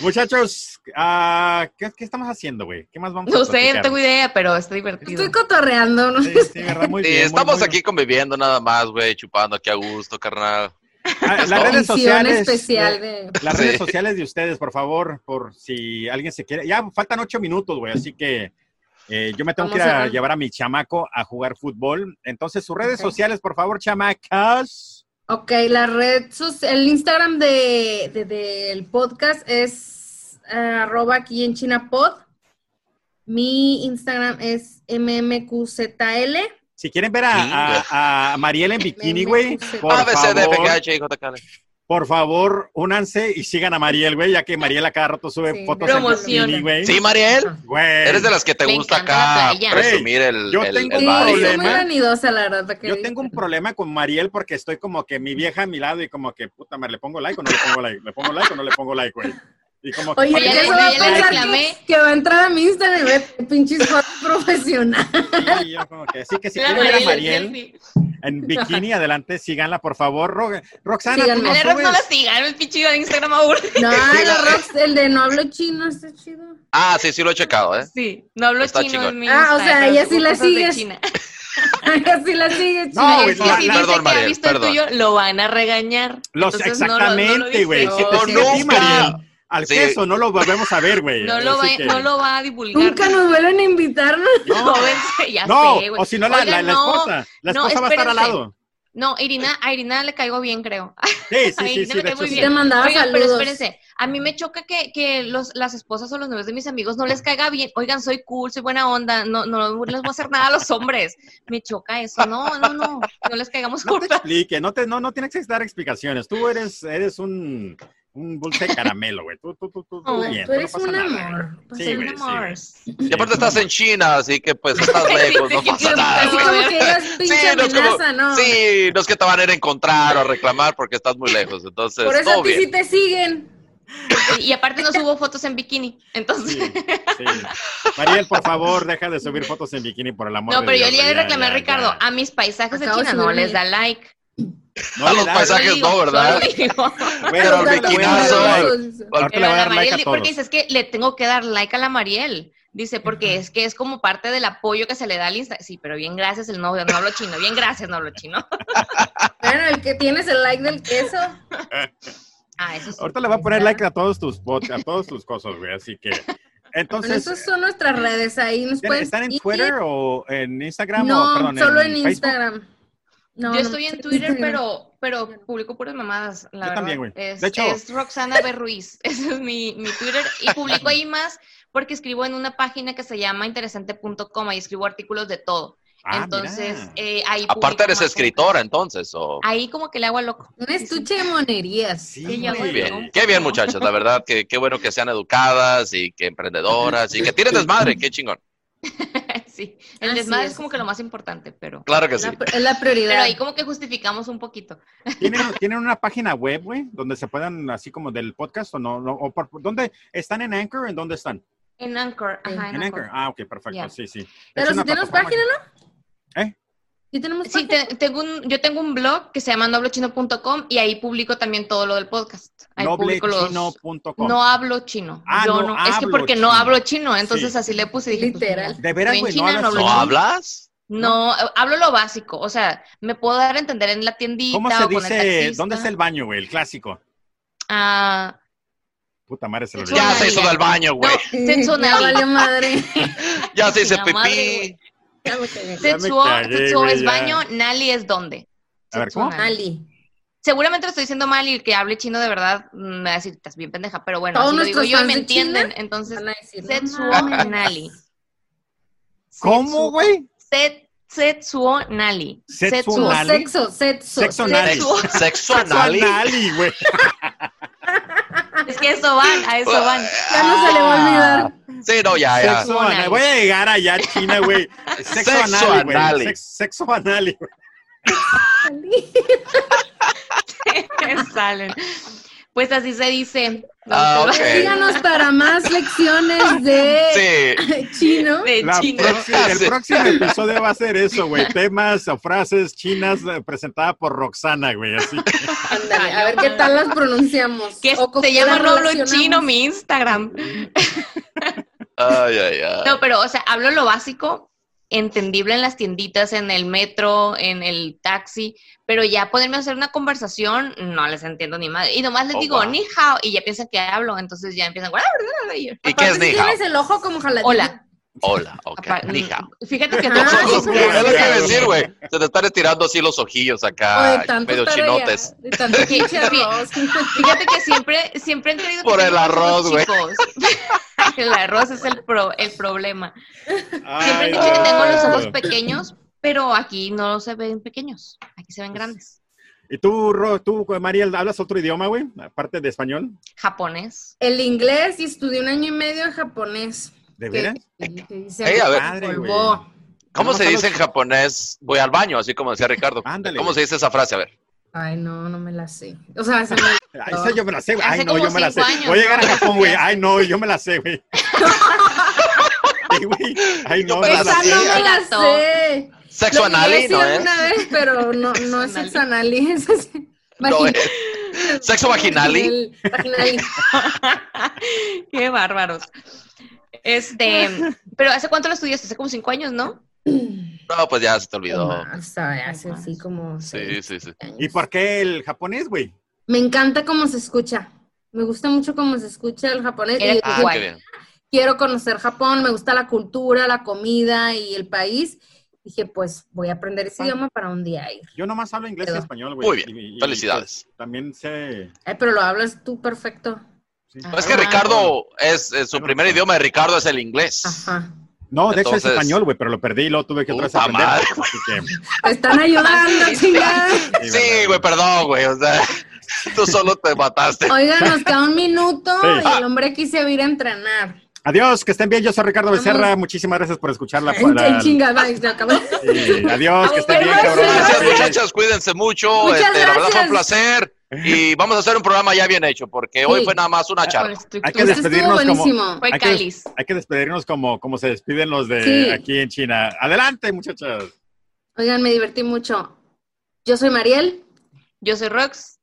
S2: Muchachos, ah, ¿qué, qué estamos haciendo, güey? ¿Qué más vamos a
S5: No sé, no
S2: platicar?
S5: tengo idea, pero está divertido.
S3: Estoy cotorreando, ¿no?
S2: Sí, sí, ¿verdad? Muy
S4: Sí,
S2: bien, muy,
S4: estamos
S2: muy-
S4: aquí conviviendo nada más, güey, chupando aquí a gusto, carnal.
S2: Ah, las
S4: Edición
S2: redes sociales.
S3: especial
S2: eh,
S3: de...
S2: las
S4: Sí.
S2: redes sociales de ustedes, por favor, por si alguien se quiere. Ya faltan ocho minutos, güey, así que eh, yo me tengo que ir
S3: Vamos
S2: a
S3: a-
S2: llevar a mi chamaco a jugar fútbol. Entonces, sus redes
S3: Ok.
S2: sociales, por favor, chamacas.
S3: Ok, la red, sos- el Instagram de, de- del podcast es eh, arroba aquí en China Pod. Mi Instagram es mmqzl.
S2: Si quieren ver a, a, a Mariel en bikini, güey, por
S4: A, B, C, D, F, G,
S2: favor,
S4: H, I, J, K, L.
S2: por favor, únanse y sigan a Mariel, güey, ya que Mariel a cada rato sube
S3: Sí,
S2: fotos en
S5: promociona.
S2: bikini, güey.
S4: Sí, Mariel.
S2: Güey,
S4: Eres de las que te
S5: Me
S4: gusta
S5: encanta la
S4: acá
S5: playa.
S4: presumir el,
S2: yo
S4: el,
S2: tengo
S4: el
S3: Sí,
S2: un
S4: barrio.
S3: soy muy
S2: problema.
S3: vanidosa, la verdad. para que
S2: Yo
S3: digas.
S2: tengo un problema con Mariel porque estoy como que mi vieja a mi lado y como que, puta madre, ¿le pongo like o no le pongo like? ¿Le pongo like o no le pongo like, güey? Y como que,
S3: Oye,
S5: Oye,
S3: ¿qué
S5: le-
S3: se va a
S5: le
S3: pensar
S5: reclamé.
S3: que, que va a entrar a mi Instagram y ve pinches fotos profesionales?
S2: sí, yo como que, sí, que si quieren ver a Mariel en bikini, adelante, síganla, por favor. Ro- Roxana, tú
S3: Síganme.
S2: no
S5: El error no la
S2: subes.
S5: sigan, el pichido de Instagram ahora.
S3: No,
S4: Sí, la-
S3: el, Rox, el de no hablo chino está chido.
S4: Ah, sí, sí lo he checado, ¿eh?
S5: Sí, no hablo
S4: Está
S5: chino.
S4: chingón.
S5: es mi
S3: Ah, o
S5: Instagram,
S3: sea,
S5: pero
S3: ella
S5: subo
S3: sí la
S5: cosas de
S3: sigues.
S5: China.
S3: Así la sigue
S2: No,
S3: china.
S2: güey,
S5: Es que
S2: la-
S5: si
S2: la-
S5: dice
S4: perdón,
S5: que ha
S4: Mariel,
S5: visto el
S4: perdón.
S5: tuyo, lo van a regañar.
S2: Los,
S5: Entonces, no lo- no lo
S2: exactamente,
S5: dice.
S2: güey.
S5: No,
S2: Si te
S4: No,
S2: sigues a ti,
S4: nunca.
S2: Mariel, al
S4: Sí.
S2: queso no lo volvemos a ver, güey.
S5: No lo, va,
S2: Así que-
S5: no lo va a divulgar.
S3: Nunca nos vuelven a invitar, ¿no?
S5: No, vente, ya
S2: No,
S5: sé, güey.
S2: o si no, la,
S5: Oigan,
S2: la- la
S5: no,
S2: esposa. La
S5: no,
S2: esposa va a estar al
S5: espérense.
S2: lado.
S5: No, Irina, a Irina le caigo bien, creo.
S2: Sí, sí,
S5: Ay,
S2: sí,
S5: no
S2: sí,
S5: me
S2: de
S5: cae
S2: hecho,
S5: muy
S2: sí.
S5: bien.
S3: Te mandaba
S5: Oigan, pero
S3: saludos.
S5: espérense, a mí me choca que, que los, las esposas o los novios de mis amigos no les caiga bien. Oigan, soy cool, soy buena onda, no, no les voy a hacer nada a los hombres. Me choca eso, no, no, no, no les caigamos
S2: No pues, te
S5: corta.
S2: explique, no, te, no, no tienes que dar explicaciones. Tú eres, eres un, un dulce de caramelo, güey. Tú, tú, tú, tú, tú,
S5: No,
S2: bien,
S3: Tú
S2: no
S3: eres
S2: pasa
S3: un
S2: nada, güey.
S3: amor.
S2: Sí,
S5: Soy
S2: güey,
S5: una
S2: sí,
S5: Mars.
S4: Y aparte estás en China, así que pues estás lejos, no
S5: Sí,
S4: pasa
S5: sí,
S4: nada,
S3: Así
S4: güey.
S3: como que ellas pinche
S4: Sí, no es como-
S3: amenaza, ¿no?
S4: Sí, no es que te van a ir a encontrar o a reclamar porque estás muy lejos, entonces
S3: Por eso
S4: todo
S3: a ti
S4: bien.
S3: sí te siguen.
S5: Y aparte no subo fotos en bikini, entonces...
S2: Sí, sí. Mariel, por favor, deja de subir fotos en bikini por el amor
S5: No,
S2: de
S5: pero yo
S2: Dios,
S5: le iba a
S2: güey, ya,
S5: reclamar a
S2: ya,
S5: Ricardo, Ah,
S2: ya.
S5: a mis paisajes de
S3: Acabo de
S5: China no
S3: subirme.
S5: les da like.
S2: No
S4: a
S2: le
S4: los
S2: das,
S4: paisajes-
S5: Solo
S4: no, ¿verdad?
S5: solo digo.
S2: güey,
S4: Pero al
S2: ahorita le voy a
S4: bikinazo,
S2: dar like.
S4: Al-
S2: Ahorita
S5: Pero
S2: le voy a
S5: a
S2: dar like
S5: Mariel,
S2: a
S5: di-
S2: todos.
S5: porque dices que le tengo que dar like a la Mariel. Dice, porque es que es como parte de apoyo que se le da al Insta. Sí, pero bien, gracias el novio, no hablo chino. Bien, gracias, no hablo chino.
S3: Bueno, el que tienes el like del queso.
S5: Ah, eso sí.
S2: Ahorita le voy a poner like a todos tus pod- a todos tus cosas, güey. Así que,
S3: Bueno,
S2: entonces,
S3: esas son nuestras redes ahí. Nos
S2: ¿tienen-
S3: pueden
S2: ¿están en
S3: seguir.
S2: Twitter o en Instagram? o,
S3: No,
S2: perdón,
S3: solo en,
S2: Facebook?
S3: Instagram. No,
S5: Yo
S3: no,
S5: estoy en Twitter, pero, pero publico puras mamadas, la
S2: Yo
S5: verdad.
S2: también, güey.
S5: Es,
S2: De hecho-
S5: es Roxana B. Ruiz. Ese es mi, mi Twitter. Y publico ahí más porque escribo en una página que se llama interesante.com y escribo artículos de todo.
S2: Ah,
S5: entonces,
S2: mira.
S5: eh, ahí publico
S4: Aparte eres
S5: más. Ah,
S4: escritora, entonces, o...
S5: Ahí como que le hago a loco.
S3: Un estuche de monerías.
S2: Sí,
S5: Sí, ya
S2: güey.
S4: Muy
S5: voy.
S4: bien, qué bien muchachos, la verdad, que qué bueno que sean educadas y que emprendedoras y que tienen desmadre, qué chingón.
S5: sí. El
S3: Así
S5: desmadre es
S3: es.
S5: como que lo más importante, pero.
S4: Claro que
S3: Es
S4: sí.
S3: la, es la prioridad.
S5: Pero ahí como que justificamos un poquito.
S2: ¿Tienen, tienen una página web, güey, donde se puedan, así como del podcast o no? no o por, ¿Dónde están en Anchor? ¿En dónde están?
S5: En Anchor.
S3: Sí.
S5: Ajá, en
S2: En Anchor.
S5: Anchor.
S2: Ah, ok, perfecto.
S5: Yeah.
S2: Sí, sí. Es
S3: pero
S2: una
S3: si tenemos
S2: plataforma-
S3: página, ¿no?
S2: ¿Eh?
S3: Sí, tenemos
S5: Sí,
S3: página.
S2: pues
S5: te- tengo un, yo tengo un blog que se llama noblochino.com y ahí publico también todo lo del podcast. Ahí publico los...
S2: Noblechino.com.
S5: No hablo chino.
S2: Ah,
S5: Yo
S2: no
S5: no, es que
S2: hablo
S5: porque no
S2: chino.
S5: hablo chino, entonces
S2: Sí.
S5: así le puse y dije, pues,
S3: Literal.
S5: mira,
S2: De veras,
S5: Estoy en
S2: güey, no hablas
S5: China, no hablo
S4: ¿No
S2: chino?
S4: hablas?
S5: no, eh, hablo lo básico, o sea, me puedo dar a entender en la tiendita
S2: ¿Cómo se
S5: o con el
S2: dice?
S5: taxista.
S2: ¿Dónde está el baño, güey? El clásico.
S5: Ah,
S2: Puta madre, se lo
S5: Ya
S2: olvidó.
S4: Ya se hizo del baño, güey.
S5: Tetsunari.
S3: Ya valió madre.
S4: Ya se hizo
S5: chingada madre,
S4: pipí.
S5: güey.
S3: Ya me cagué.
S2: Ya me
S5: Tetsuo,
S2: cagué,
S5: Tetsuo
S2: güey,
S5: es
S2: ya.
S5: baño, Nali es dónde.
S2: A ver, ¿cómo?
S5: Tetsunari.
S3: Ali.
S5: Seguramente lo estoy diciendo mal y el que hable chino de verdad mm, me va a decir, estás bien pendeja, pero bueno,
S3: Todos
S5: así lo digo
S3: nuestros
S5: yo y
S3: fans
S5: me
S3: de China
S5: entienden. Entonces,
S3: Van a decir, no
S5: Setsuo
S3: mames.
S5: Nali.
S2: ¿Cómo, güey?
S5: Set- Setsuo Nali.
S2: Setsuo
S3: Como
S2: Nali.
S3: Sexo, sexo.
S2: Sexo
S3: sexo.
S2: nali.
S4: Sex- Sexo
S2: Sexual
S4: anal.
S2: Nali, güey.
S5: Es que eso van, a eso van.
S3: Ya no se le va a olvidar.
S4: Sí, no, ya, ya.
S2: Sexo anal. Voy a llegar allá a China, güey. Sexo
S4: Sexo
S2: anal,
S4: anal.
S2: güey. Sex- Sexo anal, güey.
S5: Me salen. Pues así se dice.
S4: Ah, ok.
S3: Síganos para más lecciones de
S4: Sí.
S3: chino.
S5: De
S2: La
S5: China.
S2: próxima- el
S4: Sí.
S2: próximo episodio va a ser eso, güey. Temas o frases chinas eh, presentadas por Roxana, güey. Así que,
S3: Ándale, a ver qué tal las pronunciamos.
S5: Que
S3: O con
S5: se
S3: qué
S5: llama
S3: las
S5: No hablo
S3: relacionamos.
S5: chino mi Instagram.
S4: Ay, ay, ay.
S5: No, pero, o sea, hablo lo básico, entendible en las tienditas, en el metro, en el taxi, pero ya ponerme a hacer una conversación, no les entiendo ni madre. Y nomás les
S4: Oh,
S5: digo,
S4: wow.
S5: ni hao, y ya piensan que hablo, entonces ya empiezan, "Guau, guau, guau", y yo,
S4: ¿Y qué es
S3: Aparte, si
S4: Nija?
S3: tienes el ojo como jaladito.
S5: hola.
S4: Hola, ok,
S5: Apa-
S4: hija.
S5: Fíjate que
S3: Ah,
S5: todos
S3: sí,
S5: los
S4: es
S3: sí,
S4: lo
S5: que
S4: que iba a
S5: hacen-
S4: decir, güey. Se te están estirando así los ojillos
S3: O
S4: acá,
S3: de tanto
S4: medio
S3: estar
S4: chinotes.
S3: allá, de tanto pinche arroz.
S5: Fíjate que siempre, siempre han creído que
S4: Por el
S5: tenemos ojos
S4: arroz, güey.
S5: chicos. El arroz es el, pro, el problema. Siempre
S2: Ay,
S5: han dicho que
S2: no.
S5: tengo los ojos pequeños, pero aquí no se ven pequeños, aquí se ven grandes.
S2: ¿Y tú, Ro, tú, Mariel, hablas otro idioma, güey? Aparte de español.
S5: Japonés.
S3: El inglés y estudié un año y medio en japonés.
S2: ¿De
S3: Que-
S2: veras?
S3: que- que se
S4: Ey,
S3: me
S4: a ver.
S2: Padre, güey.
S3: colgó.
S4: ¿Cómo
S2: No,
S4: se
S2: no
S4: dice
S2: solo-
S4: en japonés? Voy al baño, así como decía Ricardo.
S2: Ándale,
S4: ¿Cómo
S2: güey.
S4: se dice esa frase? A ver.
S3: Ay, no, no me la sé. O sea, se me...
S2: Ay, esa yo me la sé, güey.
S5: Hace
S2: Ay, no,
S5: como
S2: yo me la sé.
S5: cinco años,
S2: Voy a llegar a
S5: ¿no?
S2: Japón, güey. Ay, no, yo me la sé, güey. Ay, güey. Ay, no,
S5: Pues
S2: me la
S3: esa
S2: sé.
S3: no me la sé. Lo
S4: Sexo
S3: llegué a
S4: anal,
S3: decir
S4: ¿no? eh?
S3: alguna vez, pero no, no es
S5: Sexo
S3: sexo anal. es es-
S4: No,
S3: vagin-
S4: eh, Sexo vaginal.
S3: vaginal- vaginal.
S5: Qué bárbaros. Este, pero ¿hace cuánto lo estudiaste? Hace como cinco años, ¿no?
S4: No, pues ya se te olvidó.
S3: O sea, Ah, hace así como
S4: Sí,
S3: seis
S4: sí, sí.
S3: años.
S2: ¿Y por qué el japonés, güey?
S3: Me encanta cómo se escucha. Me gusta mucho cómo se escucha el japonés.
S5: Era
S3: y
S4: Ah,
S5: Guay.
S4: qué bien.
S3: quiero conocer Japón, me gusta la cultura, la comida y el país. Dije, pues voy a aprender ese idioma para un día ir.
S2: Yo nomás hablo inglés y español, güey.
S4: Muy
S2: Y- y-
S4: bien.
S2: y,
S4: Felicidades.
S2: pues, también sé.
S3: Ay, Eh, pero lo hablas tú perfecto.
S2: sí.
S4: No, es que
S5: Ah,
S4: Ricardo es, es su
S2: no,
S4: primer
S2: no.
S4: idioma de Ricardo es el inglés.
S3: Ajá.
S2: No, de hecho es
S4: Entonces-
S2: español, güey, pero lo perdí y luego tuve que otra vez
S4: Puta
S2: aprender.
S4: madre.
S2: Así que,
S3: Te están ayudando, chingada.
S4: Sí, güey, perdón, güey. O sea, tú solo te mataste.
S3: Oigan, nos queda un minuto
S2: Sí.
S3: y el hombre aquí se va a ir a entrenar.
S2: Adiós, que estén bien. Yo soy Ricardo
S3: Vamos.
S2: Becerra. Muchísimas gracias por escuchar la.
S3: En
S2: la-
S3: chingada, se acabó.
S2: y adiós, que estén bien,
S3: Vamos,
S2: cabrón.
S4: Gracias,
S3: gracias.
S4: muchachas. Cuídense mucho.
S3: Muchas
S4: Este, la verdad fue
S3: gracias.
S4: un placer. Y vamos a hacer un programa ya bien hecho, porque hoy
S3: Sí.
S4: fue nada más una charla.
S2: Hay que
S5: estructura.
S3: Esto estuvo
S2: despedirnos como.
S3: buenísimo.
S5: Fue
S2: hay que-
S5: cáliz.
S2: Hay que despedirnos como, como se despiden los de
S3: Sí.
S2: aquí en China. Adelante, muchachas.
S3: Oigan, me divertí mucho. Yo soy Mariel.
S5: Yo soy Rox.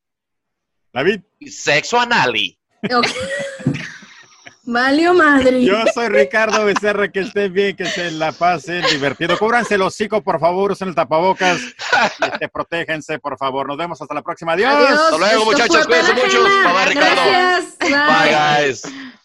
S2: David,
S4: Y Sexo anal.
S3: Ok. Valió madre.
S2: yo soy Ricardo Becerra. Que estén bien, que se la pasen divertido. Cúbranse el hocico, por favor. Usen el tapabocas. Este, protéjense, por favor. Nos vemos hasta la próxima. Adiós.
S3: Adiós.
S4: Hasta luego,
S3: Esto
S4: muchachos.
S3: fue
S4: Cuídense
S3: Pela
S4: mucho.
S3: Ajena.
S4: Bye, bye, Ricardo.
S3: Gracias. Bye.
S4: Bye, guys.